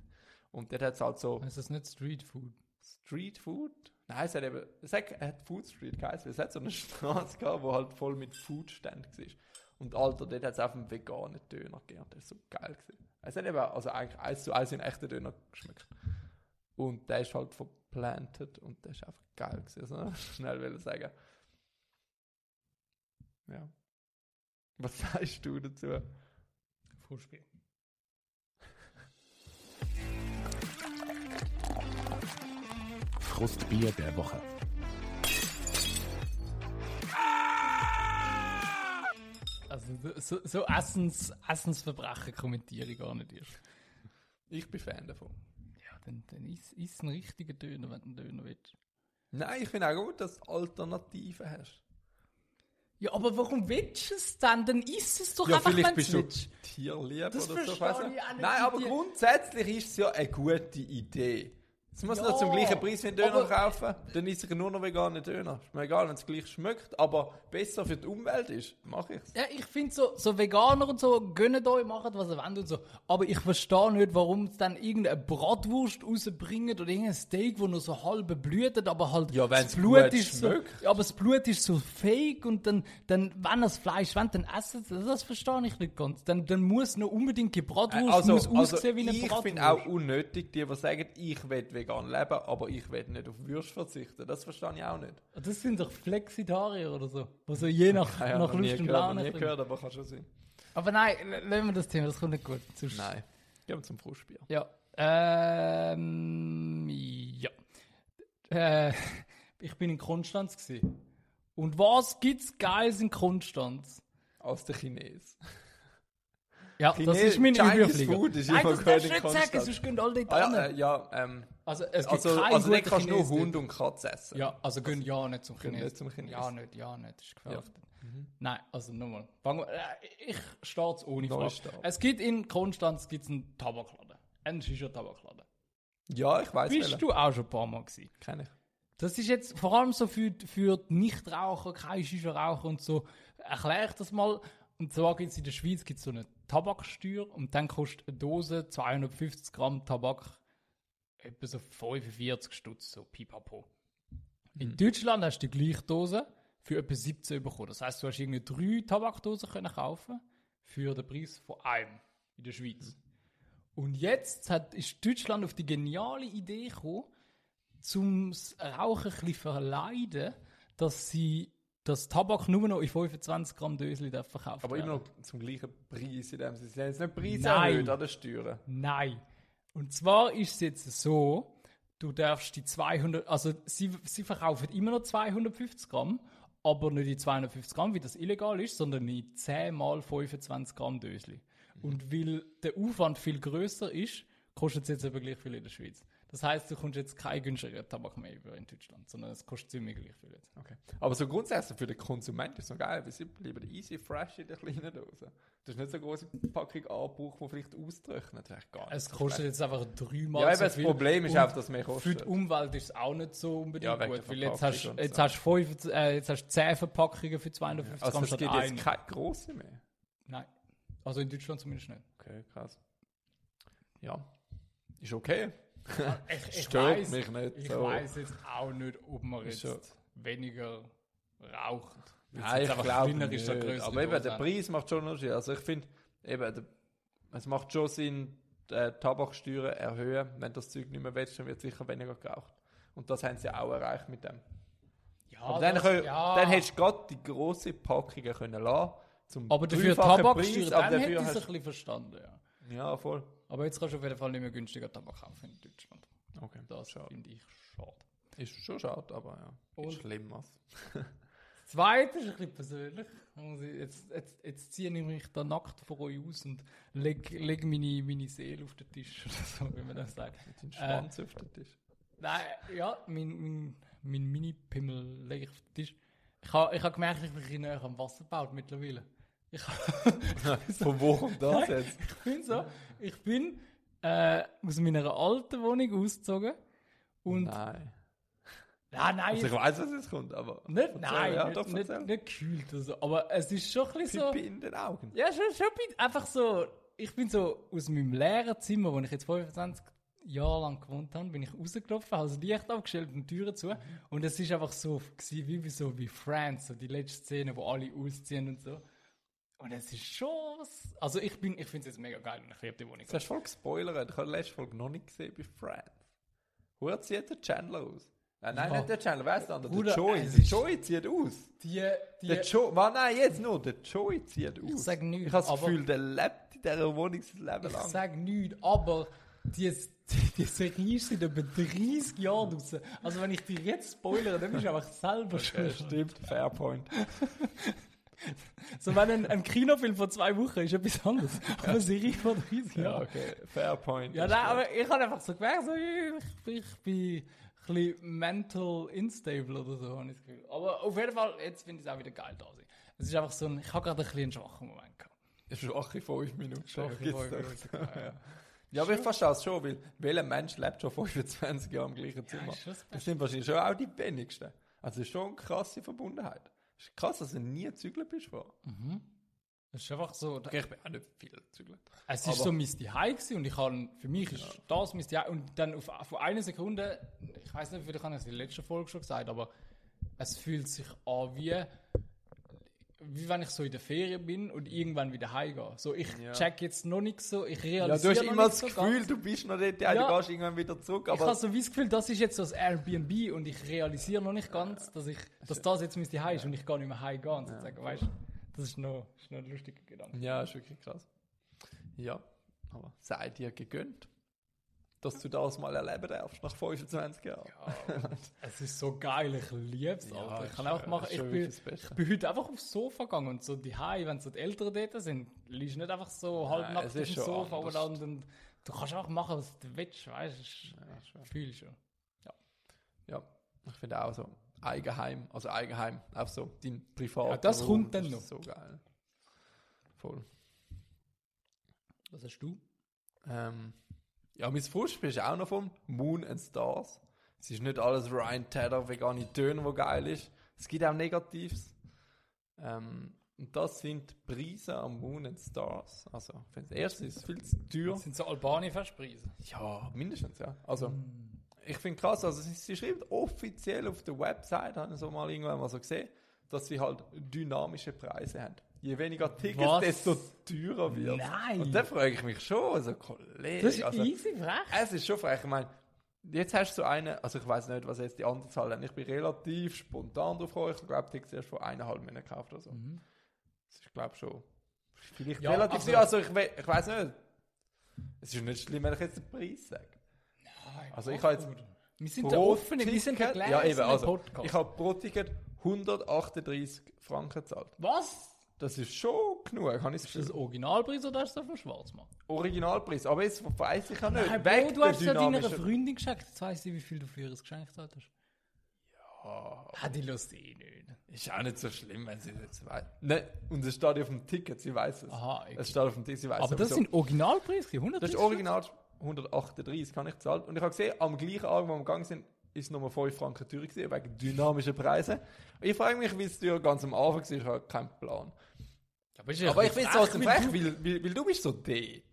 [SPEAKER 3] Und dort hat es halt so
[SPEAKER 2] Ist das nicht Street Food?
[SPEAKER 3] Street Food. Nein, es hat eben, es hat, es hat Food Street geheißen, weil es hat so eine [LAUGHS] Straße gehabt, die halt voll mit Foodständen war. Und Alter, dort hat es auch einen veganen Döner gegeben. Der ist so geil gewesen. Es hat eben, also eigentlich eins zu eins in echten Döner geschmeckt. Und der ist halt verplantet und der ist einfach geil gewesen. So, [LAUGHS] schnell will ich sagen. Ja. Was [LAUGHS] sagst du dazu?
[SPEAKER 2] Vorspiel.
[SPEAKER 1] Frustbier der Woche.
[SPEAKER 2] Also so, so Essens, Essensverbrechen kommentiere ich gar nicht erst.
[SPEAKER 3] Ich bin Fan davon.
[SPEAKER 2] Ja, dann, dann ist is ein richtiger Döner, wenn du einen Döner willst.
[SPEAKER 3] Nein, ich finde auch gut, dass du Alternativen hast.
[SPEAKER 2] Ja, aber warum willst du es dann? Dann isst es doch
[SPEAKER 3] Ja,
[SPEAKER 2] einfach,
[SPEAKER 3] vielleicht
[SPEAKER 2] wenn's
[SPEAKER 3] bist du
[SPEAKER 2] willst.
[SPEAKER 3] tierlieb
[SPEAKER 2] Das
[SPEAKER 3] oder so. ich
[SPEAKER 2] verstehe
[SPEAKER 3] weiss nicht.
[SPEAKER 2] ich auch nicht,
[SPEAKER 3] Nein,
[SPEAKER 2] die
[SPEAKER 3] aber
[SPEAKER 2] Tier-
[SPEAKER 3] grundsätzlich ist es ja eine gute Idee. Es muss
[SPEAKER 2] Ja,
[SPEAKER 3] nicht zum gleichen Preis wie ein Döner
[SPEAKER 2] aber-
[SPEAKER 3] kaufen, dann ist ich nur noch veganen Döner. Ist mir egal, wenn es gleich schmeckt, aber besser für die Umwelt ist, mache ich es.
[SPEAKER 2] Ja, ich finde so, so Veganer und so gönnen euch, machen was ihr wollt und so. Aber ich verstehe nicht, warum es dann irgendeine Bratwurst rausbringen oder irgendein Steak, wo nur so halb blutet, aber halt
[SPEAKER 3] Ja, wenn's gut
[SPEAKER 2] so,
[SPEAKER 3] schmeckt.
[SPEAKER 2] ja, aber das Blut ist so fake und dann, dann wenn ihr das Fleisch wollt, dann essen sie das. Das verstehe ich nicht ganz. Dann, dann muss noch unbedingt die Bratwurst
[SPEAKER 3] Also,
[SPEAKER 2] muss
[SPEAKER 3] also
[SPEAKER 2] aussehen wie eine
[SPEAKER 3] ich
[SPEAKER 2] Bratwurst.
[SPEAKER 3] finde auch unnötig, die, die sagen, ich will vegan leben, aber ich will nicht auf Würst verzichten. Das verstehe ich auch nicht.
[SPEAKER 2] das sind doch Flexitarier oder so, wo so je [LAUGHS] nach,
[SPEAKER 3] [LAUGHS] Ja,
[SPEAKER 2] nach
[SPEAKER 3] noch nie
[SPEAKER 2] Lust und
[SPEAKER 3] gehört, noch
[SPEAKER 2] Laune
[SPEAKER 3] nie
[SPEAKER 2] bringen.
[SPEAKER 3] gehört, aber kann schon sein.
[SPEAKER 2] Aber nein, l- lassen wir das Thema, das kommt nicht gut. Sonst-
[SPEAKER 3] Nein. Gehen wir zum Frustbier.
[SPEAKER 2] Ja. Ähm, ja. Äh, [LAUGHS] ich bin in Konstanz gewesen. Und was gibt's Geiles in Konstanz?
[SPEAKER 3] Aus der Chines.
[SPEAKER 2] Ja, das ist mein
[SPEAKER 3] Chinese
[SPEAKER 2] Überflieger.
[SPEAKER 3] Food ist
[SPEAKER 2] Nein,
[SPEAKER 3] immer
[SPEAKER 2] das darfst du
[SPEAKER 3] gehört in
[SPEAKER 2] nicht sagen,
[SPEAKER 3] Konstanz.
[SPEAKER 2] sonst gehen alle dort
[SPEAKER 3] Ah, ja,
[SPEAKER 2] hin.
[SPEAKER 3] äh, ja, ähm,
[SPEAKER 2] Also es gibt
[SPEAKER 3] also,
[SPEAKER 2] keinen
[SPEAKER 3] also nicht
[SPEAKER 2] guten
[SPEAKER 3] kannst du nur
[SPEAKER 2] Chinesen
[SPEAKER 3] Hund
[SPEAKER 2] dort.
[SPEAKER 3] und Katze essen.
[SPEAKER 2] Ja, also gehen ja nicht zum
[SPEAKER 3] Gehen
[SPEAKER 2] Chinesen.
[SPEAKER 3] nicht zum Chinesen. Mhm.
[SPEAKER 2] Ja nicht, ja nicht, ist gefährdet. Nein, also nochmal. Fangen wir- äh, Ich starte ohne Frage.
[SPEAKER 3] Neustart.
[SPEAKER 2] Es gibt in Konstanz gibt's einen Tabakladen. Einen Shisha-Tabakladen.
[SPEAKER 3] Ja, ich weiß
[SPEAKER 2] Bist du auch schon ein paar Mal gewesen?
[SPEAKER 3] Kenn ich.
[SPEAKER 2] Das ist jetzt vor allem so für, für die Nichtraucher, keine Shisha-Raucher und so. Erkläre ich das mal. Und zwar gibt es in der Schweiz gibt's so eine Tabaksteuer und dann kostet eine Dose 250 Gramm Tabak etwa so 45 Stutz, so pipapo. In Deutschland hast du die gleiche Dose für etwa 17 bekommen. Das heißt, du hast irgendwie drei Tabakdosen können kaufen für den Preis von einem in der Schweiz. Und jetzt hat, ist Deutschland auf die geniale Idee gekommen, zum Rauchen ein bisschen verleiden, dass sie das Tabak nur noch in 25 Gramm Dösli darf verkaufen.
[SPEAKER 3] Aber immer noch zum gleichen Preis in dem Sinne. Sie haben jetzt nicht Preise
[SPEAKER 2] Nein.
[SPEAKER 3] erhöht an den Steuern.
[SPEAKER 2] Nein. Und zwar ist es jetzt so, du darfst die 200, also sie, sie verkaufen immer noch 250 Gramm, aber nicht die 250 Gramm, wie das illegal ist, sondern in 10 mal 25 Gramm Dösli.
[SPEAKER 3] Mhm.
[SPEAKER 2] Und weil der Aufwand viel größer ist, kostet es jetzt aber gleich viel in der Schweiz. Das heißt, du kommst jetzt keinen günstigeren Tabak mehr über in Deutschland, sondern es kostet ziemlich gleich viel jetzt.
[SPEAKER 3] Okay. Aber so grundsätzlich für den Konsumenten ist es noch geil, weil sie bleiben easy fresh in der kleinen Dose. Das ist nicht so eine große Packung Anbauch, die vielleicht austrocknet. Ah, Das ist eigentlich gar nicht
[SPEAKER 2] Es
[SPEAKER 3] so
[SPEAKER 2] kostet
[SPEAKER 3] schlecht.
[SPEAKER 2] jetzt einfach dreimal
[SPEAKER 3] Ja, eben,
[SPEAKER 2] so
[SPEAKER 3] das
[SPEAKER 2] viel.
[SPEAKER 3] Problem ist
[SPEAKER 2] Und
[SPEAKER 3] auch, dass es mehr
[SPEAKER 2] Für die
[SPEAKER 3] kostet.
[SPEAKER 2] Umwelt ist es auch nicht so unbedingt
[SPEAKER 3] Ja, wegen
[SPEAKER 2] gut,
[SPEAKER 3] der
[SPEAKER 2] weil jetzt hast,
[SPEAKER 3] Verpackung und
[SPEAKER 2] jetzt,
[SPEAKER 3] so.
[SPEAKER 2] hast 5, äh, jetzt hast du 10 Verpackungen für 250
[SPEAKER 3] Also
[SPEAKER 2] Gramm
[SPEAKER 3] es
[SPEAKER 2] statt
[SPEAKER 3] gibt jetzt
[SPEAKER 2] eine.
[SPEAKER 3] keine große mehr.
[SPEAKER 2] Nein, also in Deutschland zumindest nicht.
[SPEAKER 3] Okay, krass. Ja. Ist okay.
[SPEAKER 2] Ich, ich
[SPEAKER 3] Stört
[SPEAKER 2] weiss-
[SPEAKER 3] mich nicht
[SPEAKER 2] Ich
[SPEAKER 3] so.
[SPEAKER 2] weiß jetzt auch nicht, ob man jetzt
[SPEAKER 3] Ist so.
[SPEAKER 2] weniger raucht. Weil es
[SPEAKER 3] Nein,
[SPEAKER 2] jetzt
[SPEAKER 3] ich
[SPEAKER 2] einfach
[SPEAKER 3] glaube
[SPEAKER 2] kleiner ist,
[SPEAKER 3] nicht.
[SPEAKER 2] der größere
[SPEAKER 3] Aber eben,
[SPEAKER 2] Dose
[SPEAKER 3] der
[SPEAKER 2] hat.
[SPEAKER 3] Preis macht schon einen Unterschied. Also ich finde, eben, der, es macht schon Sinn, die äh, Tabaksteuern erhöhen. Wenn das Zeug nicht mehr willst, dann wird sicher weniger geraucht. Und das haben sie auch erreicht mit dem.
[SPEAKER 2] Ja,
[SPEAKER 3] Aber dann,
[SPEAKER 2] Ah, das-
[SPEAKER 3] können,
[SPEAKER 2] ja.
[SPEAKER 3] dann hättest du gerade die grosse Packungen können lassen zum
[SPEAKER 2] aber dafür
[SPEAKER 3] dreifachen
[SPEAKER 2] Tabak
[SPEAKER 3] Preis,
[SPEAKER 2] dann
[SPEAKER 3] aber
[SPEAKER 2] hätte ich
[SPEAKER 3] dafür
[SPEAKER 2] es ein
[SPEAKER 3] hast
[SPEAKER 2] bisschen verstanden, ja.
[SPEAKER 3] Ja, voll.
[SPEAKER 2] Aber jetzt kannst du auf jeden Fall nicht mehr günstiger Tabak kaufen in Deutschland.
[SPEAKER 3] Okay.
[SPEAKER 2] Das
[SPEAKER 3] Schade.
[SPEAKER 2] finde ich schade.
[SPEAKER 3] Ist schon schade, aber ja.
[SPEAKER 2] Und-
[SPEAKER 3] Ist schlimm. was.
[SPEAKER 2] Zweites ist ein bisschen persönlich. Da muss ich- Jetzt, jetzt, jetzt ziehe ich mich da nackt vor euch aus und lege leg meine, meine Seele auf den Tisch oder so, wie man das sagt.
[SPEAKER 3] Mit dem Schwanz auf den Tisch.
[SPEAKER 2] Nein, ja, mein, mein, mein Mini-Pimmel lege ich auf den Tisch. Ich habe ich ha gemerkt, ich bin ein bisschen näher am Wasser gebaut mittlerweile. Ich,
[SPEAKER 3] [LAUGHS] [LAUGHS] Von wo kommt das
[SPEAKER 2] Nein. [LAUGHS]
[SPEAKER 3] jetzt?
[SPEAKER 2] ich bin so, ich bin äh, aus meiner alten Wohnung ausgezogen und... Nein,
[SPEAKER 3] Nein.
[SPEAKER 2] nein,
[SPEAKER 3] Also ich
[SPEAKER 2] jetzt-
[SPEAKER 3] weiß, was jetzt kommt, aber...
[SPEAKER 2] nicht,
[SPEAKER 3] Erzähl,
[SPEAKER 2] nein,
[SPEAKER 3] ja,
[SPEAKER 2] nicht,
[SPEAKER 3] doch,
[SPEAKER 2] nicht,
[SPEAKER 3] erzähl.
[SPEAKER 2] nicht gekühlt oder so, aber es ist schon ein bisschen so...
[SPEAKER 3] Pipi in den Augen.
[SPEAKER 2] Ja, schon, schon bin einfach so. Ich bin so aus meinem leeren Zimmer, wo ich jetzt 25 Jahre lang gewohnt habe, bin ich rausgelaufen, habe das Licht abgestellt und die Türen zu. Und es ist einfach so gewesen, wie bei so wie Friends, so die letzte Szene, wo alle ausziehen und so. Und es ist schon was. Also ich bin, ich finde es jetzt mega geil und ich liebe die Wohnung.
[SPEAKER 3] Jetzt hast du voll gespoilert. Ich habe die letzte Folge noch nicht gesehen bei Friends. Wer zieht den Chandler aus? Nein, nein,
[SPEAKER 2] Ja.
[SPEAKER 3] nicht der Chandler, weißt du, der
[SPEAKER 2] Bruder, äh,
[SPEAKER 3] Joey.
[SPEAKER 2] es
[SPEAKER 3] Der
[SPEAKER 2] ist-
[SPEAKER 3] Joey zieht aus.
[SPEAKER 2] Die, die,
[SPEAKER 3] Der Joey, Mann, nein, jetzt nur, der Joey zieht aus.
[SPEAKER 2] sag nichts,
[SPEAKER 3] Ich habe das
[SPEAKER 2] aber-
[SPEAKER 3] Gefühl, der lebt in dieser Wohnung sein Leben
[SPEAKER 2] ich
[SPEAKER 3] lang.
[SPEAKER 2] sage nichts, aber die, [LAUGHS] die, die Serie ist seit über 30 Jahren draussen. Also wenn ich dir jetzt spoilere, dann bist du einfach selber
[SPEAKER 3] Ja,
[SPEAKER 2] schuld.
[SPEAKER 3] stimmt, Fairpoint.
[SPEAKER 2] So, wenn ein, ein Kinofilm von zwei Wochen ist etwas
[SPEAKER 3] [LAUGHS]
[SPEAKER 2] anderes. Aber eine Serie von 30
[SPEAKER 3] Ja,
[SPEAKER 2] Jahren.
[SPEAKER 3] okay, Fairpoint.
[SPEAKER 2] Ja,
[SPEAKER 3] ist
[SPEAKER 2] nein,
[SPEAKER 3] gut.
[SPEAKER 2] aber ich habe einfach so gemerkt, so, ich, bin- ich bin ein bisschen mental unstable oder so, habe ich das Gefühl. Aber auf jeden Fall, jetzt finde ich es auch wieder geil da. zu sein. Es ist einfach so ein, ich habe gerade ein bisschen einen schwachen Moment gehabt.
[SPEAKER 3] Schwache 5 Minuten.
[SPEAKER 2] Schwache
[SPEAKER 3] gibt's
[SPEAKER 2] fünf
[SPEAKER 3] doch.
[SPEAKER 2] Minuten, ja, ja.
[SPEAKER 3] Ja, aber ich verstehe es schon, weil welcher Mensch lebt schon 25 Jahre im gleichen Zimmer?
[SPEAKER 2] ist schon das
[SPEAKER 3] das sind wahrscheinlich schon auch die wenigsten. Also es ist schon eine krasse Verbundenheit. Es ist krass, dass du nie gezügelt bist. Vor.
[SPEAKER 2] Es ist einfach so, da-
[SPEAKER 3] Okay, ich bin auch nicht viel gezügelt.
[SPEAKER 2] es ist
[SPEAKER 3] aber-
[SPEAKER 2] so mein Zuhause gewesen und ich habe, für mich ist das mein Zuhause. Und dann auf, auf eine Sekunde, ich weiß nicht, vielleicht habe ich es in der letzten Folge schon gesagt, aber es fühlt sich an wie... wie wenn ich so in der Ferien bin und irgendwann wieder heimgehe. So, ich
[SPEAKER 3] Ja.
[SPEAKER 2] check jetzt noch nicht so, ich
[SPEAKER 3] Ja, du
[SPEAKER 2] realisiere
[SPEAKER 3] hast
[SPEAKER 2] noch
[SPEAKER 3] immer
[SPEAKER 2] nicht
[SPEAKER 3] das
[SPEAKER 2] so
[SPEAKER 3] Gefühl,
[SPEAKER 2] ganz.
[SPEAKER 3] du bist noch dort,
[SPEAKER 2] Ja.
[SPEAKER 3] du gehst irgendwann wieder zurück.
[SPEAKER 2] ich habe
[SPEAKER 3] Aber
[SPEAKER 2] so wie das Gefühl, das ist jetzt so das Airbnb und ich realisiere noch nicht ganz, dass ich, dass das jetzt mein Zuhause ist und ich gar nicht mehr heimgehen und sozusagen, weißt du, das ist noch, ist noch ein lustiger Gedanke.
[SPEAKER 3] ja, ist wirklich krass. Ja, aber sei dir gegönnt. dass du das mal erleben darfst nach 25 Jahren.
[SPEAKER 2] Es ist so geil, ich liebe es. Alter. ich
[SPEAKER 3] ist
[SPEAKER 2] kann auch
[SPEAKER 3] schon-
[SPEAKER 2] machen,
[SPEAKER 3] ist
[SPEAKER 2] ich
[SPEAKER 3] schon
[SPEAKER 2] bin,
[SPEAKER 3] wirklich das Beste.
[SPEAKER 2] ich bin heute einfach aufs Sofa gegangen und so die Hai, wenn so die Eltern dort sind, liegst du nicht einfach so halbnackt auf
[SPEAKER 3] es
[SPEAKER 2] dem
[SPEAKER 3] ist schon
[SPEAKER 2] Sofa und,
[SPEAKER 3] anders.
[SPEAKER 2] und du kannst einfach machen, was du willst, weißt du?
[SPEAKER 3] schon.
[SPEAKER 2] Ich fühle schon.
[SPEAKER 3] Ja, ich finde auch so Eigenheim, also Eigenheim, auch so dein Privat.
[SPEAKER 2] Ja, das kommt dann noch.
[SPEAKER 3] So geil. Voll.
[SPEAKER 2] Was hast du?
[SPEAKER 3] Ähm, ja, mein Fußspiel ist auch noch vom Moon and Stars. Es ist nicht alles Ryan Tedder, vegane Töne, wo geil ist. Es gibt auch Negatives. Ähm, und das sind die Preise am Moon and Stars. Also, für das erste ist es viel zu teuer.
[SPEAKER 2] Das sind so Albani-Verspreisen.
[SPEAKER 3] Ja, mindestens, ja. Also,
[SPEAKER 2] Hm.
[SPEAKER 3] ich finde krass, also sie, sie schreibt offiziell auf der Website, habe ich so mal irgendwann mal so gesehen, dass sie halt dynamische Preise haben. Je weniger Tickets,
[SPEAKER 2] Was?
[SPEAKER 3] desto teurer wird.
[SPEAKER 2] Nein.
[SPEAKER 3] Und da frage ich mich schon, also Kollege.
[SPEAKER 2] Das ist
[SPEAKER 3] also,
[SPEAKER 2] easy frech.
[SPEAKER 3] es ist schon frech. Ich meine, jetzt hast du so einen, also ich weiß nicht, was jetzt die anderen Zahlen haben. Ich bin relativ spontan drauf gekommen. Ich glaube, Tickets erst vor eineinhalb Monaten gekauft oder so. Das ist, glaube ich, schon vielleicht
[SPEAKER 2] Mhm. Ja,
[SPEAKER 3] relativ
[SPEAKER 2] also-
[SPEAKER 3] also, also ich, we ich weiß nicht. Es ist nicht schlimm, wenn ich jetzt den Preis sage. Also ich habe jetzt
[SPEAKER 2] Wir sind der offene, wir sind der
[SPEAKER 3] ja, eben, also,
[SPEAKER 2] Podcast.
[SPEAKER 3] ich habe pro Ticket 138 Franken gezahlt.
[SPEAKER 2] was?
[SPEAKER 3] Das ist schon genug, habe ich das
[SPEAKER 2] Ist das
[SPEAKER 3] Gefühl.
[SPEAKER 2] Originalpreis oder hast du das von Schwarzmarkt?
[SPEAKER 3] Originalpreis, aber jetzt weiß ich ja nicht.
[SPEAKER 2] Nein,
[SPEAKER 3] Äh, Weg
[SPEAKER 2] Bro, du
[SPEAKER 3] der
[SPEAKER 2] hast ja deiner
[SPEAKER 3] dynamischen-
[SPEAKER 2] Freundin geschenkt. Jetzt weiss ich, wie viel du für ihr geschenkt hast. Ja. Ah, die lässt eh nicht.
[SPEAKER 3] Ist auch nicht so schlimm, wenn sie jetzt weiß. Nein, Ne, und es steht auf dem Ticket, sie weiß es.
[SPEAKER 2] Aha, okay.
[SPEAKER 3] Es steht auf dem Ticket, sie weiß
[SPEAKER 2] Aber das
[SPEAKER 3] sowieso.
[SPEAKER 2] sind Originalpreise, 100
[SPEAKER 3] Also Das ist original 138, habe ich gezahlt. Und ich habe gesehen, am gleichen Abend, wo wir gegangen sind, ist es nochmal 5 Franken teurer gewesen, wegen dynamischen Preisen. Und ich frage mich, wie es teuer ganz am Anfang war, ich habe keinen Plan.
[SPEAKER 2] Aber, ist
[SPEAKER 3] Aber ich finde es trotzdem
[SPEAKER 2] weil
[SPEAKER 3] frech,
[SPEAKER 2] du-
[SPEAKER 3] weil, weil, weil du bist so dort.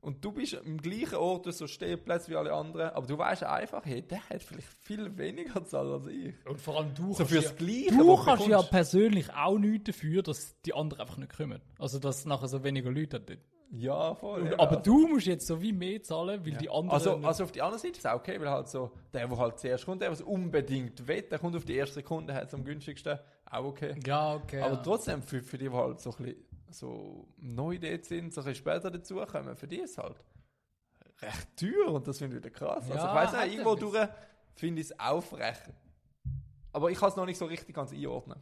[SPEAKER 3] Und du bist am gleichen Ort, du hast so Stehplätze wie alle anderen. Aber du weißt einfach, hey, der hat vielleicht viel weniger gezahlt als ich.
[SPEAKER 2] Und vor allem du
[SPEAKER 3] So
[SPEAKER 2] kannst
[SPEAKER 3] fürs
[SPEAKER 2] ja,
[SPEAKER 3] Gleiche.
[SPEAKER 2] Du
[SPEAKER 3] was
[SPEAKER 2] kannst ja
[SPEAKER 3] bekommst.
[SPEAKER 2] persönlich auch nichts dafür, dass die anderen einfach nicht kommen. Also, dass nachher so weniger Leute dort.
[SPEAKER 3] Ja, voll. eben.
[SPEAKER 2] Aber du musst jetzt so wie mehr zahlen, weil die anderen.
[SPEAKER 3] Also,
[SPEAKER 2] nicht-
[SPEAKER 3] also auf die andere Seite ist es auch okay, weil halt so der, der halt zuerst kommt, der was unbedingt will, der kommt auf die erste Sekunde, hat es am günstigsten, auch okay.
[SPEAKER 2] ja, okay.
[SPEAKER 3] Aber
[SPEAKER 2] ja.
[SPEAKER 3] trotzdem, für, für die, die halt so ein bisschen so neu dort sind, so ein bisschen später dazukommen, für die ist es halt recht teuer und das finde ich wieder krass. also
[SPEAKER 2] Ja,
[SPEAKER 3] ich weiß
[SPEAKER 2] hat
[SPEAKER 3] nicht, irgendwo
[SPEAKER 2] etwas.
[SPEAKER 3] durch finde ich es auch frech. Aber ich kann es noch nicht so richtig ganz einordnen.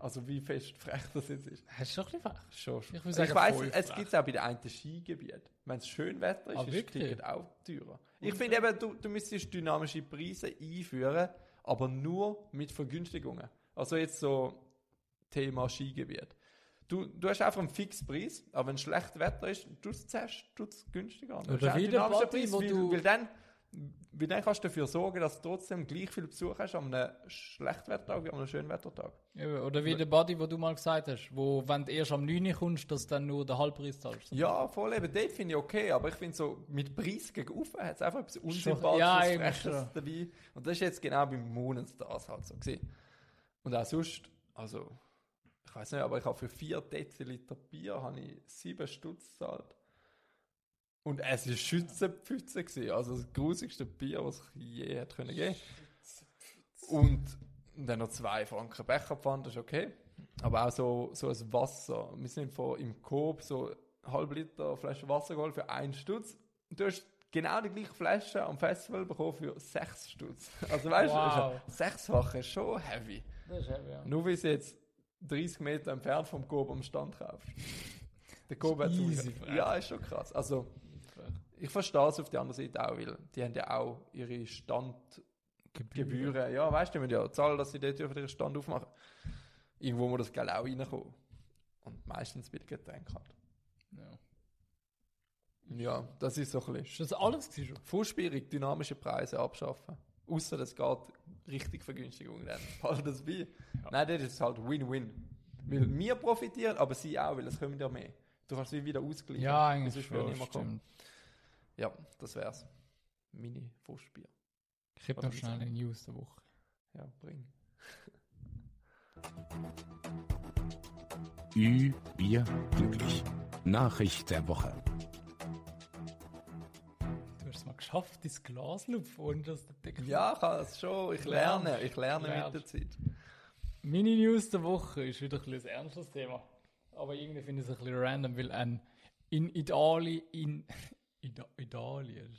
[SPEAKER 3] Also wie fest frech das jetzt ist.
[SPEAKER 2] Das ist schon ein bisschen frech.
[SPEAKER 3] Schon, schon.
[SPEAKER 2] Ich
[SPEAKER 3] Also Ich,
[SPEAKER 2] würde sagen,
[SPEAKER 3] weiss,
[SPEAKER 2] voll
[SPEAKER 3] es
[SPEAKER 2] frech.
[SPEAKER 3] gibt es auch bei den einen Skigebiet. Wenn es schön Wetter ist,
[SPEAKER 2] Ah,
[SPEAKER 3] ist das
[SPEAKER 2] wirklich?
[SPEAKER 3] Ticket auch teurer. Ich finde eben, du, du müsstest dynamische Preise einführen, aber nur mit Vergünstigungen. Also jetzt so Thema Skigebiet. Du, du hast einfach einen Fixpreis, aber wenn schlecht Wetter ist, du es zuerst, du es günstiger. an. Du
[SPEAKER 2] Oder
[SPEAKER 3] hast auch einen
[SPEAKER 2] wieder
[SPEAKER 3] dynamischen
[SPEAKER 2] Party, wo
[SPEAKER 3] weil,
[SPEAKER 2] du-
[SPEAKER 3] weil, dann, weil dann kannst du dafür sorgen, dass du trotzdem gleich viel Besuch hast an einem Schlechtwettertag wie an einem Schönwettertag.
[SPEAKER 2] Eben, Oder wie der Buddy, wo du mal gesagt hast, wo, wenn du erst am 9. Uhr kommst, dass du dann nur den Halbpreis zahlst.
[SPEAKER 3] Ja, voll eben, dort finde ich okay, aber ich finde so, mit Preis gegen Ufer hat es einfach etwas
[SPEAKER 2] ja,
[SPEAKER 3] Unsympathisches,
[SPEAKER 2] eben
[SPEAKER 3] Freches
[SPEAKER 2] schon.
[SPEAKER 3] dabei. Und das ist jetzt genau beim Moon and Stars halt so gewesen. Und auch sonst, also, ich weiß nicht, aber ich habe für 4 Deziliter Bier habe ich 7 Stutz gezahlt. Und es war Schützenpfütze, gewesen, also das grusigste Bier, was ich je hätte können geben Und dann noch 2 Franken Becherpfand, das ist okay. Aber auch so, so ein Wasser. Wir sind von, im Coop so halb Liter Flasche Wasser geholt für 1 Stutz. Und Du hast genau die gleiche Flasche am Festival bekommen für 6 Stutz. Also weißt du, das
[SPEAKER 2] Wow.
[SPEAKER 3] ist ja sechsfache ist schon heavy.
[SPEAKER 2] Das ist eben, ja.
[SPEAKER 3] Nur weil sie jetzt 30 Meter entfernt vom Coop am Stand kaufst. Der Coop hat
[SPEAKER 2] Easy
[SPEAKER 3] es-
[SPEAKER 2] frech.
[SPEAKER 3] Ja, ist schon krass. Also, ich verstehe es auf der anderen Seite auch, weil die haben ja auch ihre Standgebühren. Ja, weißt du, die müssen ja zahlen, dass sie dort dürfen ihren Stand aufmachen. Irgendwo muss das Geld auch reinkommen. Und meistens bei den Getränken halt.
[SPEAKER 2] Ja.
[SPEAKER 3] Ja, das ist so ein bisschen.
[SPEAKER 2] Ist das alles gewesen schon?
[SPEAKER 3] Vorspielung, dynamische Preise abschaffen. Außer es geht richtig Vergünstigung, dann [LAUGHS] fällt das bei. Nein, das ist halt Win-Win. Weil wir profitieren, aber sie auch, weil es kommen ja mehr. Du kannst sie wieder ausgleichen.
[SPEAKER 2] Ja,
[SPEAKER 3] weil
[SPEAKER 2] eigentlich
[SPEAKER 3] sonst würde
[SPEAKER 2] schon,
[SPEAKER 3] niemand kommen.
[SPEAKER 2] stimmt.
[SPEAKER 3] Ja, das wär's. Mini Vorspiel.
[SPEAKER 2] Ich habe
[SPEAKER 3] Oder
[SPEAKER 2] noch schnell eine News der Woche.
[SPEAKER 3] Ja, bring.
[SPEAKER 1] Ü, Bier, glücklich. Nachricht der Woche.
[SPEAKER 2] Du hast es mal geschafft, dein Glas lupfen, ohne dass der Deckel...
[SPEAKER 3] Ja, ich kann es schon. Ich lerne. Ich lerne
[SPEAKER 2] Lernst.
[SPEAKER 3] mit der Zeit.
[SPEAKER 2] Meine News der Woche ist wieder ein, bisschen ein ernstes Thema. Aber irgendwie finde [LAUGHS] ich es ein bisschen random, weil ein in Italien, in Ida, Italien,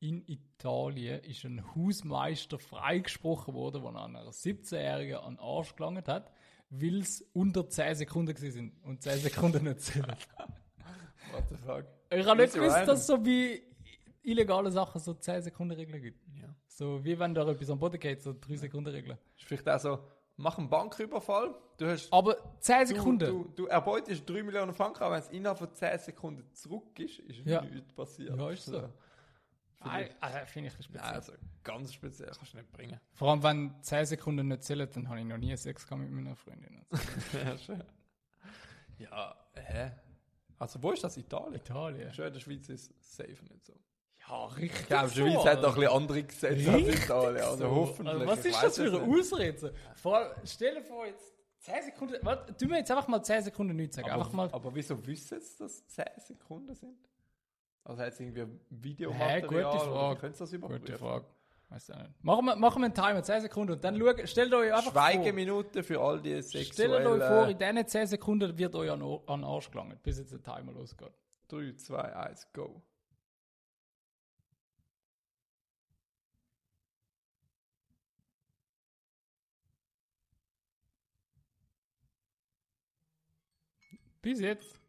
[SPEAKER 2] in Italien ist ein Hausmeister freigesprochen worden, der an einer 17-Jährigen an den Arsch gelangt hat, weil es unter 10 Sekunden gewesen sind und 10 Sekunden nicht zählen.
[SPEAKER 3] What the fuck?
[SPEAKER 2] Ich habe nicht
[SPEAKER 3] Easy
[SPEAKER 2] gewusst,
[SPEAKER 3] rider.
[SPEAKER 2] dass es so bei illegalen Sachen so 10 Sekunden Regeln gibt.
[SPEAKER 3] Ja.
[SPEAKER 2] So wie wenn da etwas am Boden geht, so 3 Sekunden Regeln.
[SPEAKER 3] Ist vielleicht auch so, mach einen Banküberfall, du hast...
[SPEAKER 2] Aber 10
[SPEAKER 3] Du,
[SPEAKER 2] Sekunden?
[SPEAKER 3] du, du erbeutest 3 Millionen Franken, aber wenn es innerhalb von 10 Sekunden zurück ist, ist
[SPEAKER 2] Ja.
[SPEAKER 3] nichts passiert.
[SPEAKER 2] Ja, ist so.
[SPEAKER 3] Finde
[SPEAKER 2] Nein, also, finde ich speziell.
[SPEAKER 3] Nein, also ganz speziell kannst du nicht bringen. [LAUGHS]
[SPEAKER 2] Vor allem, wenn 10 Sekunden nicht zählen, dann habe ich noch nie Sex gehabt mit meiner Freundin. Also,
[SPEAKER 3] ja, schön. Ja, hä? Also wo ist das? Italien?
[SPEAKER 2] Italien.
[SPEAKER 3] Schön, in der Schweiz ist es safe nicht so.
[SPEAKER 2] Ja, Ah, richtig.
[SPEAKER 3] Ich glaube, die Schweiz
[SPEAKER 2] so.
[SPEAKER 3] hat noch ein bisschen andere Gesetze als
[SPEAKER 2] Richtig
[SPEAKER 3] Italien. Also
[SPEAKER 2] so.
[SPEAKER 3] hoffentlich.
[SPEAKER 2] Also, was
[SPEAKER 3] Ich
[SPEAKER 2] ist
[SPEAKER 3] weiss
[SPEAKER 2] das für
[SPEAKER 3] es
[SPEAKER 2] eine
[SPEAKER 3] nicht.
[SPEAKER 2] Ausrede? Vor allem, stell dir vor, jetzt 10 Sekunden. Warte, tun wir jetzt einfach mal 10 Sekunden nichts sagen.
[SPEAKER 3] aber,
[SPEAKER 2] einfach mal.
[SPEAKER 3] aber wieso wissen sie, dass es 10 Sekunden sind? Also hat es irgendwie ein
[SPEAKER 2] Hä,
[SPEAKER 3] Videomaterial?
[SPEAKER 2] gute
[SPEAKER 3] oder wie
[SPEAKER 2] Frage.
[SPEAKER 3] Können sie das überprüfen?
[SPEAKER 2] Gute Frage. Weiss auch nicht. Machen wir, machen wir einen Timer, 10 Sekunden. Und dann schau, stellt euch einfach vor.
[SPEAKER 3] Schweigeminute für all die
[SPEAKER 2] Stellt euch vor, in
[SPEAKER 3] sexuellen... äh,
[SPEAKER 2] diesen 10 Sekunden wird euch an, Ohr- an den Arsch gelangt, bis jetzt der Timer losgeht.
[SPEAKER 3] 3, 2, 1, go.
[SPEAKER 2] Bis jetzt.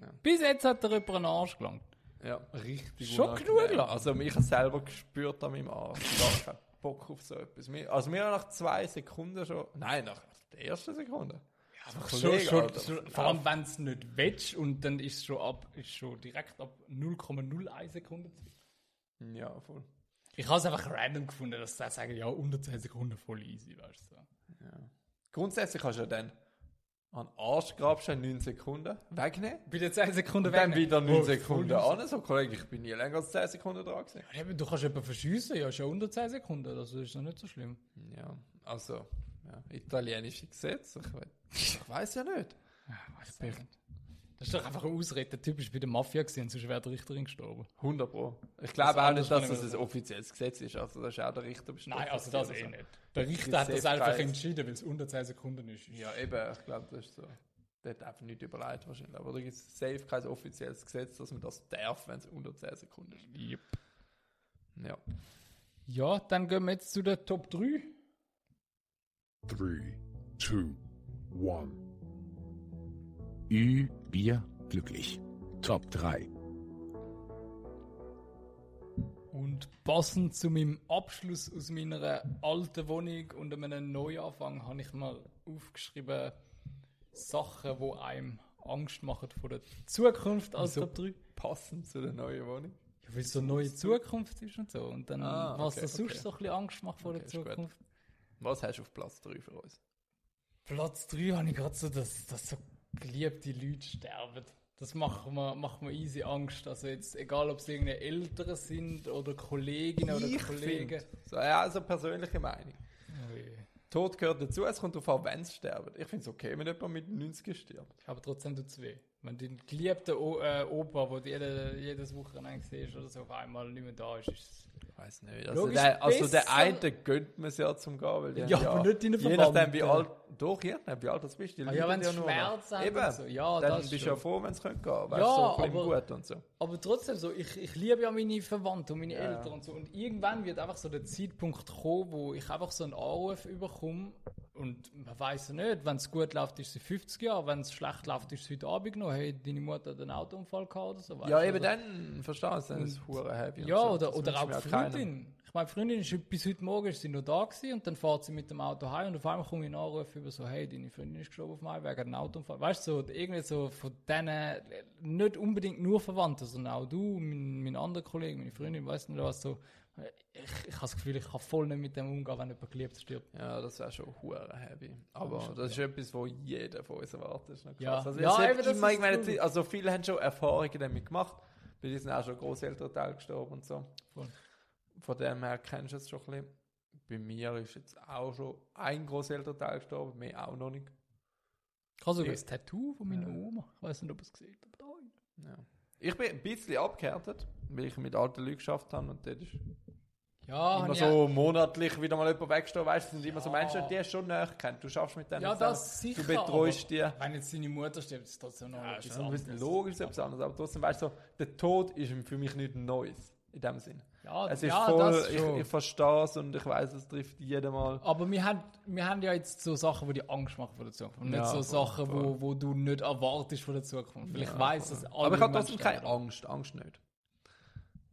[SPEAKER 3] Ja.
[SPEAKER 2] Bis jetzt hat der jemand an den Arsch gelangt.
[SPEAKER 3] Ja, richtig
[SPEAKER 2] Schon
[SPEAKER 3] unangenehm.
[SPEAKER 2] genug lang.
[SPEAKER 3] Also ich habe selber gespürt an meinem Arsch. Ich habe keinen Bock auf so etwas. Wir- Also mir nach zwei Sekunden schon... Nein, nach der ersten Sekunde.
[SPEAKER 2] Einfach
[SPEAKER 3] Kollege, Alter.
[SPEAKER 2] vor allem, wenn es nicht willst und dann ist es schon, ab, ist schon direkt ab 0,01 Sekunden. zu viel.
[SPEAKER 3] Ja, voll.
[SPEAKER 2] Ich habe es einfach random gefunden, dass sie sagen, ja, unter 10 Sekunden voll easy, weißt du.
[SPEAKER 3] Grundsätzlich kannst du ja dann an den Arsch grabst, du 9 Sekunden wegnehmen.
[SPEAKER 2] Bei den 10 Sekunden
[SPEAKER 3] Und dann
[SPEAKER 2] wegnehmen.
[SPEAKER 3] wieder 9
[SPEAKER 2] Oh,
[SPEAKER 3] Sekunden
[SPEAKER 2] voll easy.
[SPEAKER 3] an. So, Kollege, ich bin nie länger als 10 Sekunden dran gewesen.
[SPEAKER 2] Ja, eben, Du kannst jemanden verschiessen, ja, schon unter 10 Sekunden, das ist noch nicht so schlimm.
[SPEAKER 3] Ja, also, ja, italienische Gesetze. Ich, we- ich weiß ja nicht.
[SPEAKER 2] Das ist doch einfach eine Ausrede. Der Typ ist bei der Mafia gesehen, sonst wäre die Richterin gestorben.
[SPEAKER 3] 100 Pro. Ich glaube auch
[SPEAKER 2] anderes
[SPEAKER 3] nicht, dass
[SPEAKER 2] kann ich
[SPEAKER 3] das
[SPEAKER 2] mir
[SPEAKER 3] ein offizielles Gesetz ist. Also, das ist auch der Richter bestimmt.
[SPEAKER 2] Nein, also das
[SPEAKER 3] Oder
[SPEAKER 2] eh
[SPEAKER 3] so.
[SPEAKER 2] nicht. Der
[SPEAKER 3] Die
[SPEAKER 2] Richter hat das einfach
[SPEAKER 3] Safeguards.
[SPEAKER 2] entschieden, weil es unter 10 Sekunden ist.
[SPEAKER 3] Ja, eben, ich glaube, das ist so. Der hat einfach nicht überlegt wahrscheinlich. Aber da gibt es safe kein offizielles Gesetz, dass man das darf, wenn es unter 10 Sekunden ist.
[SPEAKER 2] Yep.
[SPEAKER 3] Ja.
[SPEAKER 2] Ja, dann gehen wir jetzt zu der Top 3.
[SPEAKER 1] 3, 2, 1. Ü, Bier, glücklich. Top 3.
[SPEAKER 2] Und passend zu meinem Abschluss aus meiner alten Wohnung und einem Neuanfang habe ich mal aufgeschrieben Sachen, die einem Angst machen vor der Zukunft als
[SPEAKER 3] Wieso?
[SPEAKER 2] Top 3.
[SPEAKER 3] Passend zu der neuen Wohnung.
[SPEAKER 2] Ja, weil es so eine neue Zukunft ist und so. Und dann,
[SPEAKER 3] Ah,
[SPEAKER 2] was
[SPEAKER 3] okay,
[SPEAKER 2] das sonst
[SPEAKER 3] okay.
[SPEAKER 2] so ein bisschen Angst macht vor
[SPEAKER 3] Okay,
[SPEAKER 2] der
[SPEAKER 3] ist gut.
[SPEAKER 2] Zukunft.
[SPEAKER 3] Was hast du auf Platz 3 für uns?
[SPEAKER 2] Platz 3 habe ich gerade so, dass, dass so geliebte Leute sterben. Das macht mir, macht mir easy Angst. Also jetzt, egal ob es irgendeine Eltern sind oder Kolleginnen oder Kollegen.
[SPEAKER 3] find- So, ja, also persönliche Meinung.
[SPEAKER 2] Ui.
[SPEAKER 3] Tod gehört dazu, es kommt darauf an, wenn sie sterben. Ich finde es okay, wenn jemand mit 90 stirbt.
[SPEAKER 2] Aber trotzdem tut es weh. Wenn dein geliebter o äh, Opa, den du jede, jedes Wochenende siehst oder so, auf einmal nicht mehr da ist, ist es
[SPEAKER 3] Ich weiß nicht. Also,
[SPEAKER 2] Logisch,
[SPEAKER 3] der, also der
[SPEAKER 2] besser-
[SPEAKER 3] eine gönnt man es ja zum Gehen, weil die
[SPEAKER 2] Ja,
[SPEAKER 3] haben
[SPEAKER 2] aber nicht deinen
[SPEAKER 3] Je nachdem, wie alt,
[SPEAKER 2] Verwandten.
[SPEAKER 3] doch, je nachdem, wie alt das bist. Die
[SPEAKER 2] Ah ja,
[SPEAKER 3] leiden
[SPEAKER 2] wenn's
[SPEAKER 3] nur.
[SPEAKER 2] Schmerzen haben
[SPEAKER 3] Eben,
[SPEAKER 2] und so. Ja,
[SPEAKER 3] dann
[SPEAKER 2] das
[SPEAKER 3] bist du
[SPEAKER 2] schon.
[SPEAKER 3] ja froh, wenn es gehen kann. Weißt,
[SPEAKER 2] Ja,
[SPEAKER 3] so im
[SPEAKER 2] aber-
[SPEAKER 3] Gut und so.
[SPEAKER 2] Aber trotzdem so, ich, ich liebe ja meine Verwandten und meine Eltern und so. Und irgendwann wird einfach so der Zeitpunkt kommen, wo ich einfach so einen Anruf überkomme. Und man weiß ja nicht, wenn es gut läuft, ist es in 50 Jahre, wenn es schlecht läuft, ist es heute Abend noch, hey, deine Mutter hat einen Autounfall gehabt oder so. weisst
[SPEAKER 3] Ja,
[SPEAKER 2] du,
[SPEAKER 3] eben
[SPEAKER 2] also-
[SPEAKER 3] dann verstehe ich es, dann ist es hure heavy. und
[SPEAKER 2] Ja,
[SPEAKER 3] so.
[SPEAKER 2] oder,
[SPEAKER 3] Das
[SPEAKER 2] oder auch
[SPEAKER 3] wünscht
[SPEAKER 2] die
[SPEAKER 3] mir keiner.
[SPEAKER 2] Freundin. Ich meine, die Freundin ist heute- bis heute Morgen ist sie noch da gewesen und dann fährt sie mit dem Auto heim und auf einmal komme ich einen Anruf über so, hey, deine Freundin ist gestorben auf dem Heimweg, hat einen Autounfall. Weißt du, so, irgendwie so von denen, äh, nicht unbedingt nur Verwandte, sondern auch du, mein, mein anderer Kollege, meine Freundin, weißt du was, so, äh, ich, ich habe das Gefühl, ich kann voll nicht mit dem umgehen, wenn jemand geliebt stirbt.
[SPEAKER 3] Ja, das wäre schon hure heavy. Aber das ist etwas, wo jeder von uns erwartet. Das Ist noch krass.
[SPEAKER 2] Ja.
[SPEAKER 3] also,
[SPEAKER 2] Ja,
[SPEAKER 3] es hat
[SPEAKER 2] eben, das
[SPEAKER 3] immer,
[SPEAKER 2] ist
[SPEAKER 3] ich meine,
[SPEAKER 2] cool.
[SPEAKER 3] die- also viele haben schon Erfahrungen damit gemacht. Bei dir sind auch schon Großeltern Teil gestorben und so.
[SPEAKER 2] Voll.
[SPEAKER 3] Von dem her kennst du es schon ein bisschen. Bei mir ist jetzt auch schon ein Großelternteil gestorben, mehr auch noch nicht.
[SPEAKER 2] Ich habe sogar
[SPEAKER 3] Ich-
[SPEAKER 2] ein Tattoo von meiner Oma, ich weiß nicht, ob ihr es gesehen habt.
[SPEAKER 3] Ja. Ich bin ein bisschen abgehärtet, weil ich mit alten Leuten geschafft habe und dort ist
[SPEAKER 2] Ah, Ja, hab
[SPEAKER 3] immer
[SPEAKER 2] ich
[SPEAKER 3] so monatlich wieder mal jemand weggestorben. Weißt du, es sind immer so
[SPEAKER 2] Ja.
[SPEAKER 3] Menschen, die hast du schon näher kennt. Du schaffst mit denen
[SPEAKER 2] Ja, das
[SPEAKER 3] zusammen.
[SPEAKER 2] sicher.
[SPEAKER 3] Du betreust
[SPEAKER 2] aber
[SPEAKER 3] die.
[SPEAKER 2] Wenn jetzt deine Mutter stirbt, ist das trotzdem noch
[SPEAKER 3] Ja,
[SPEAKER 2] etwas
[SPEAKER 3] Ah, ist ein bisschen
[SPEAKER 2] anderes.
[SPEAKER 3] logisch, etwas anderes. Aber trotzdem, weißt du, so, der Tod ist für mich nichts Neues. In dem Sinn.
[SPEAKER 2] Ja,
[SPEAKER 3] Es ist
[SPEAKER 2] Ah, ja,
[SPEAKER 3] voll,
[SPEAKER 2] das
[SPEAKER 3] ich,
[SPEAKER 2] schon.
[SPEAKER 3] ich verstehe es und ich weiß, es trifft jeden mal.
[SPEAKER 2] Aber wir haben, wir haben ja jetzt so Sachen, die dir Angst machen vor der Zukunft. Und
[SPEAKER 3] Ja,
[SPEAKER 2] nicht so
[SPEAKER 3] voll,
[SPEAKER 2] Sachen,
[SPEAKER 3] voll.
[SPEAKER 2] Wo, wo du nicht erwartest von der Zukunft. Weil ich weiss, dass alle
[SPEAKER 3] Aber ich habe
[SPEAKER 2] Menschen
[SPEAKER 3] trotzdem keine
[SPEAKER 2] sterben.
[SPEAKER 3] Angst. Angst nicht.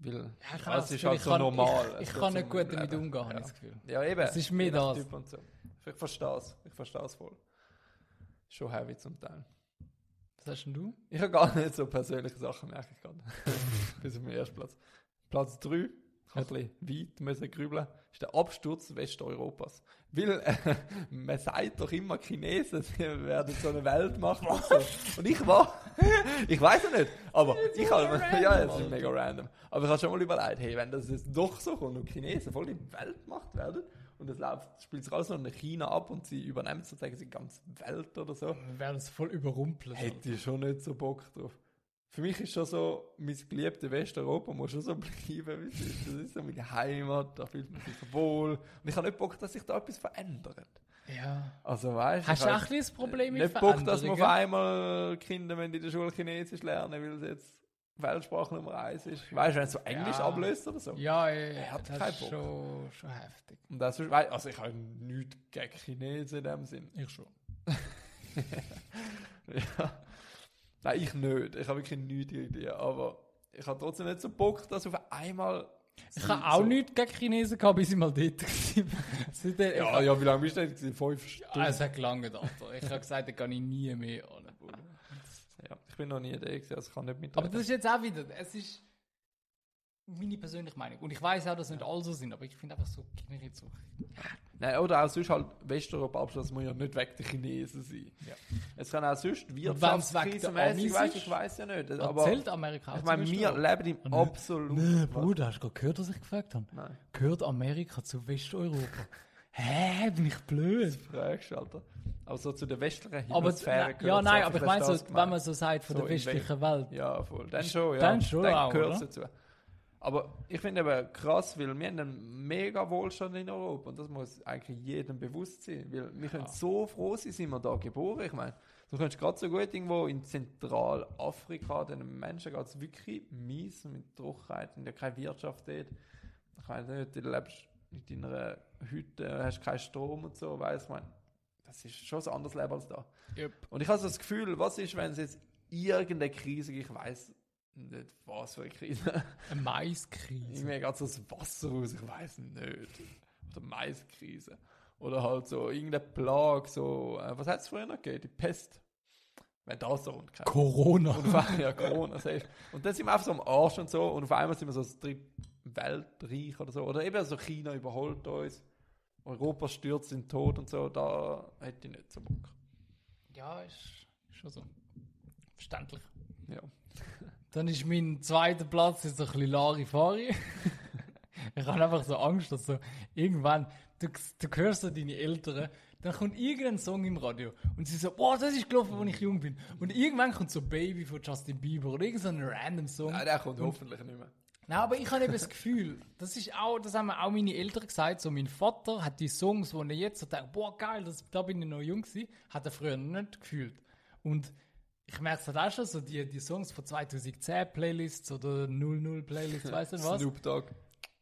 [SPEAKER 3] Weil
[SPEAKER 2] Ja, ich
[SPEAKER 3] es
[SPEAKER 2] weiss,
[SPEAKER 3] ist
[SPEAKER 2] weil
[SPEAKER 3] halt
[SPEAKER 2] ich
[SPEAKER 3] so
[SPEAKER 2] kann-
[SPEAKER 3] normal.
[SPEAKER 2] Ich,
[SPEAKER 3] Es
[SPEAKER 2] ich
[SPEAKER 3] gehört
[SPEAKER 2] kann nicht
[SPEAKER 3] zum
[SPEAKER 2] gut damit
[SPEAKER 3] Leben.
[SPEAKER 2] umgehen, habe
[SPEAKER 3] Ja.
[SPEAKER 2] ich das Gefühl.
[SPEAKER 3] Ja, eben.
[SPEAKER 2] Es ist mehr
[SPEAKER 3] Je nach
[SPEAKER 2] das.
[SPEAKER 3] Typ und so. Ich verstehe es. Ich verstehe es voll. Schon heavy zum Teil.
[SPEAKER 2] Was hast denn du?
[SPEAKER 3] [LAUGHS] Ich habe gar nicht so persönliche Sachen, merke ich gerade. [LAUGHS] Bis auf den ersten Platz. Platz 3, ich habe ein bisschen weit müssen grübeln, ist der Absturz Westeuropas. Weil äh, [LAUGHS] man sagt doch immer, Chinesen [LAUGHS] sie werden so eine Weltmacht und so. Und ich war, [LAUGHS] ich weiß es nicht, aber ich habe, [LAUGHS] ja, es ist mega random. Aber ich habe schon mal überlegt, hey, wenn das jetzt doch so kommt und Chinesen voll die Weltmacht werden und es läuft, spielt sich alles noch in China ab und sie übernehmen sozusagen die ganze Welt oder so.
[SPEAKER 2] Wir werden es voll überrumpeln.
[SPEAKER 3] Hätte ich schon nicht so Bock drauf. Für mich ist schon so, mein geliebtes Westeuropa muss schon so [LAUGHS] bleiben, wie es ist. Das ist so meine Heimat, da fühlt man sich wohl. Und ich habe nicht Bock, dass sich da etwas verändert.
[SPEAKER 2] Ja.
[SPEAKER 3] Also weißt
[SPEAKER 2] Hast
[SPEAKER 3] ich
[SPEAKER 2] du
[SPEAKER 3] habe
[SPEAKER 2] auch ein kleines Problem mit
[SPEAKER 3] nicht Bock, dass wir auf
[SPEAKER 2] Veränderungen?
[SPEAKER 3] einmal Kinder wenn in der Schule Chinesisch lernen, weil es jetzt Weltsprache Nummer eins ist. Weißt du, wenn es so Englisch
[SPEAKER 2] Ja.
[SPEAKER 3] ablöst oder so?
[SPEAKER 2] Ja, ja,
[SPEAKER 3] Er
[SPEAKER 2] ja.
[SPEAKER 3] hat
[SPEAKER 2] Das
[SPEAKER 3] keinen
[SPEAKER 2] ist
[SPEAKER 3] Bock.
[SPEAKER 2] schon, schon heftig.
[SPEAKER 3] Und das ist, wei- also ich habe nichts gegen Chinesen in dem Sinn.
[SPEAKER 2] Ich schon.
[SPEAKER 3] Ja. Nein, ich nicht. Ich habe wirklich nichts gegen dich. Aber ich habe trotzdem nicht so Bock, dass auf einmal.
[SPEAKER 2] Ich habe auch nichts gegen Chinesen gehabt, bis ich mal dort [LAUGHS] war. Seitdem- ich
[SPEAKER 3] Ja, ja, wie lange bist du denn? gewesen? Fünf Stunden.
[SPEAKER 2] Ah, es hat gelangt, Alter. Ich habe gesagt, da kann ich nie mehr an.
[SPEAKER 3] ja, ich bin noch nie da, gewesen, also ich kann nicht mit.
[SPEAKER 2] Aber das ist jetzt auch wieder, es ist meine persönliche Meinung. Und ich weiß auch, dass nicht alle so sind, aber ich finde einfach so, Kinder jetzt so.
[SPEAKER 3] Nein, oder auch sonst halt Westeuropa abschließen, das muss ja nicht weg der Chinesen sein.
[SPEAKER 2] Ja.
[SPEAKER 3] Es kann auch sonst
[SPEAKER 2] wenn's weg der
[SPEAKER 3] wirtschaftskrisenmäßig,
[SPEAKER 2] Amis
[SPEAKER 3] weißt du,
[SPEAKER 2] ist?
[SPEAKER 3] ich weiß ja nicht.
[SPEAKER 2] Aber
[SPEAKER 3] Aber
[SPEAKER 2] zählt
[SPEAKER 3] ich
[SPEAKER 2] Amerika auch
[SPEAKER 3] meine,
[SPEAKER 2] zu
[SPEAKER 3] wir
[SPEAKER 2] Westeuropa?
[SPEAKER 3] leben im absoluten.
[SPEAKER 2] Oh, Nee, Bruder, hast du gerade gehört, was ich gefragt habe?
[SPEAKER 3] Nein,
[SPEAKER 2] Gehört Amerika zu [LAUGHS] Westeuropa? Hä, bin ich blöd?
[SPEAKER 3] fragst du, Alter. Aber so zu der westlichen
[SPEAKER 2] Aber,
[SPEAKER 3] Hemisphäre
[SPEAKER 2] na, ja,
[SPEAKER 3] gehört
[SPEAKER 2] nein,
[SPEAKER 3] so,
[SPEAKER 2] aber ich
[SPEAKER 3] vielleicht
[SPEAKER 2] meine, so,
[SPEAKER 3] das
[SPEAKER 2] wenn
[SPEAKER 3] gemeint.
[SPEAKER 2] man so sagt, von
[SPEAKER 3] So
[SPEAKER 2] der
[SPEAKER 3] in wel-
[SPEAKER 2] westlichen Welt.
[SPEAKER 3] Ja, voll. Dann schon, ja.
[SPEAKER 2] Halt. Dann schon auch,
[SPEAKER 3] gehört es
[SPEAKER 2] oder?
[SPEAKER 3] dazu. Aber ich finde eben krass, weil wir haben einen mega Wohlstand in Europa und das muss eigentlich jedem bewusst sein, weil wir können so froh sein, sind wir da geboren. Ich meine, du könntest gerade so gut irgendwo in Zentralafrika, den Menschen geht es wirklich mies mit Trockenheit und ja keine Wirtschaft dort. Ich meine, nicht, du lebst in deiner Hütte, hast keinen Strom und so, weißt du, ich meine, das ist schon ein anderes Leben als da. Und ich habe so das Gefühl, was ist, wenn es jetzt irgendeine Krise gibt, ich weiß nicht, was für eine Krise. [LAUGHS]
[SPEAKER 2] Eine Maiskrise.
[SPEAKER 3] Irgendwie geht so das Wasser raus, ich weiß nicht. Oder Maiskrise. Oder halt so irgendeine Plage, so, äh, was hat es früher noch gegeben? Die Pest. Wenn das so rund kommt.
[SPEAKER 2] Corona.
[SPEAKER 3] [LAUGHS] Und auf einmal, ja, Corona, safe. Und dann sind wir einfach so am Arsch und so, und auf einmal sind wir so das dritte Weltreich oder so. Oder eben so China überholt uns. Europa stürzt in den Tod und so, da hätte ich nicht so Bock.
[SPEAKER 2] Ja, ist schon so. Verständlich.
[SPEAKER 3] Ja.
[SPEAKER 2] Dann ist mein zweiter Platz jetzt so ein bisschen Larifari. [LAUGHS] ich habe einfach so Angst, dass so irgendwann, du, du hörst so deine Eltern, dann kommt irgendein Song im Radio und sie so, boah, das ist gelaufen, als ich jung bin. Und irgendwann kommt so Baby von Justin Bieber oder irgendein so ein random Song.
[SPEAKER 3] Nein, Äh, der kommt hoffentlich nicht mehr.
[SPEAKER 2] Nein, aber ich habe eben das Gefühl, das ist auch, das haben mir auch meine Eltern gesagt, so mein Vater hat die Songs, wo er jetzt so denkt, boah geil, das, da bin ich noch jung gewesen, hat er früher nicht gefühlt. Und ich merke es halt auch schon, so die, die Songs von 2010 Playlists oder 00 Playlists, weißt du was?
[SPEAKER 3] Snoop Dogg.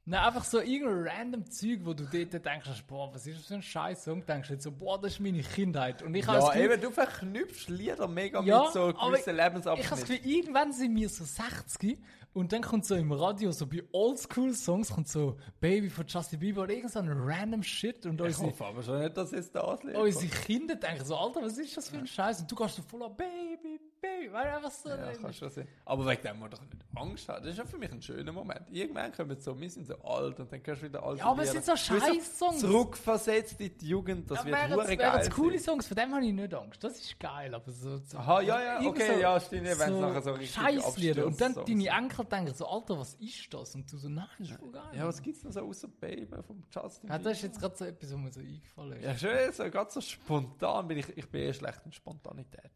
[SPEAKER 2] Nein, einfach so irgendein random Zeug, wo du dort denkst, boah, was ist das für ein scheiß Song, denkst du jetzt so, boah, das ist meine Kindheit. Und ich habe das
[SPEAKER 3] Ja,
[SPEAKER 2] Gefühl,
[SPEAKER 3] eben, du verknüpfst Lieder mega
[SPEAKER 2] Ja,
[SPEAKER 3] mit so
[SPEAKER 2] aber
[SPEAKER 3] gewissen
[SPEAKER 2] Ich habe das
[SPEAKER 3] Lebensabschnitten.
[SPEAKER 2] Gefühl, irgendwann sind wir so 60 und dann kommt so im Radio, so bei Oldschool-Songs, kommt so Baby von Justin Bieber oder irgend so ein random Shit und
[SPEAKER 3] Ich
[SPEAKER 2] unsere,
[SPEAKER 3] hoffe aber schon nicht, dass es das liegt.
[SPEAKER 2] unsere Kinder denken so, Alter, was ist das für ein Scheiß? Und du gehst so voll an Baby, Baby, weil einfach so.
[SPEAKER 3] Ja, kann schon sein. Aber wegen dem muss doch nicht Angst haben. Das ist ja für mich ein schöner Moment. Irgendwann kommen wir so, wir sind so alt und dann kannst du wieder alt.
[SPEAKER 2] Ja, aber es sind so Scheiß-Songs.
[SPEAKER 3] Zurückversetzt in die Jugend, das
[SPEAKER 2] Ja,
[SPEAKER 3] wird
[SPEAKER 2] wären's-
[SPEAKER 3] hure geil.
[SPEAKER 2] wären's coole
[SPEAKER 3] sein.
[SPEAKER 2] Songs, von dem habe ich nicht Angst. Das ist geil, aber so. so
[SPEAKER 3] Aha, ja, ja,
[SPEAKER 2] irgend
[SPEAKER 3] okay, ja, stimmt, ja, wenn's nachher so richtig
[SPEAKER 2] Scheißlieder. Und dann
[SPEAKER 3] Absturzsongs
[SPEAKER 2] deine
[SPEAKER 3] sind. Enkel
[SPEAKER 2] Enkel denken so, Alter, was ist das? Und du so, nein, das ist voll geil.
[SPEAKER 3] Ja, was gibt's noch so außer Baby vom Justin?
[SPEAKER 2] Ja,
[SPEAKER 3] Bieber?
[SPEAKER 2] das ist jetzt gerade so etwas, was mir so eingefallen ist.
[SPEAKER 3] Ja, schön, so, ganz so spontan bin ich. Ich bin eher schlecht in Spontanität.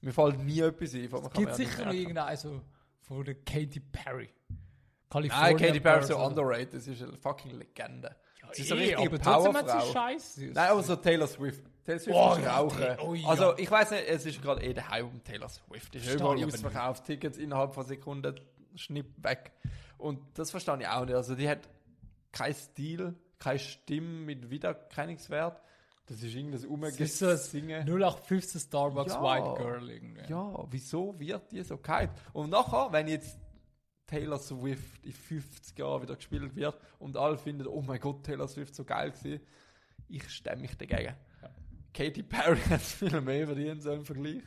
[SPEAKER 3] Mir fällt nie etwas ein. Es
[SPEAKER 2] Gibt sicher noch irgendeinen so von der Katy Perry. California
[SPEAKER 3] Nein, Katy Perry ist so
[SPEAKER 2] Girls, oder?
[SPEAKER 3] underrated, das ist eine fucking Legende. sie ist so
[SPEAKER 2] eh,
[SPEAKER 3] richtige
[SPEAKER 2] aber trotzdem hat sie
[SPEAKER 3] Powerfrau.
[SPEAKER 2] Scheiße.
[SPEAKER 3] Nein, aber so Taylor Swift. Taylor Swift
[SPEAKER 2] Oh,
[SPEAKER 3] ist
[SPEAKER 2] ja,
[SPEAKER 3] rauchen.
[SPEAKER 2] die- oh ja.
[SPEAKER 3] Also ich weiß nicht, es ist gerade eh der Hype um Taylor Swift. Ist
[SPEAKER 2] Verstehe
[SPEAKER 3] überall
[SPEAKER 2] ich aber
[SPEAKER 3] ausverkauft, Tickets innerhalb von Sekunden schnipp weg. Und das verstand ich auch nicht. Also die hat keinen Stil, keine Stimme mit Wiedererkennungswert. Das ist irgendwas
[SPEAKER 2] ist so ein
[SPEAKER 3] Umgesingen.
[SPEAKER 2] 0815 Starbucks
[SPEAKER 3] Ja.
[SPEAKER 2] White Girl irgendwie.
[SPEAKER 3] Ja, wieso wird die so gehypt? Und nachher, wenn jetzt Taylor Swift in 50 Jahren wieder gespielt wird und alle finden, oh mein Gott, Taylor Swift so geil gewesen, ich stemme mich dagegen. Katy Perry [LAUGHS] hat viel mehr verdient so im Vergleich.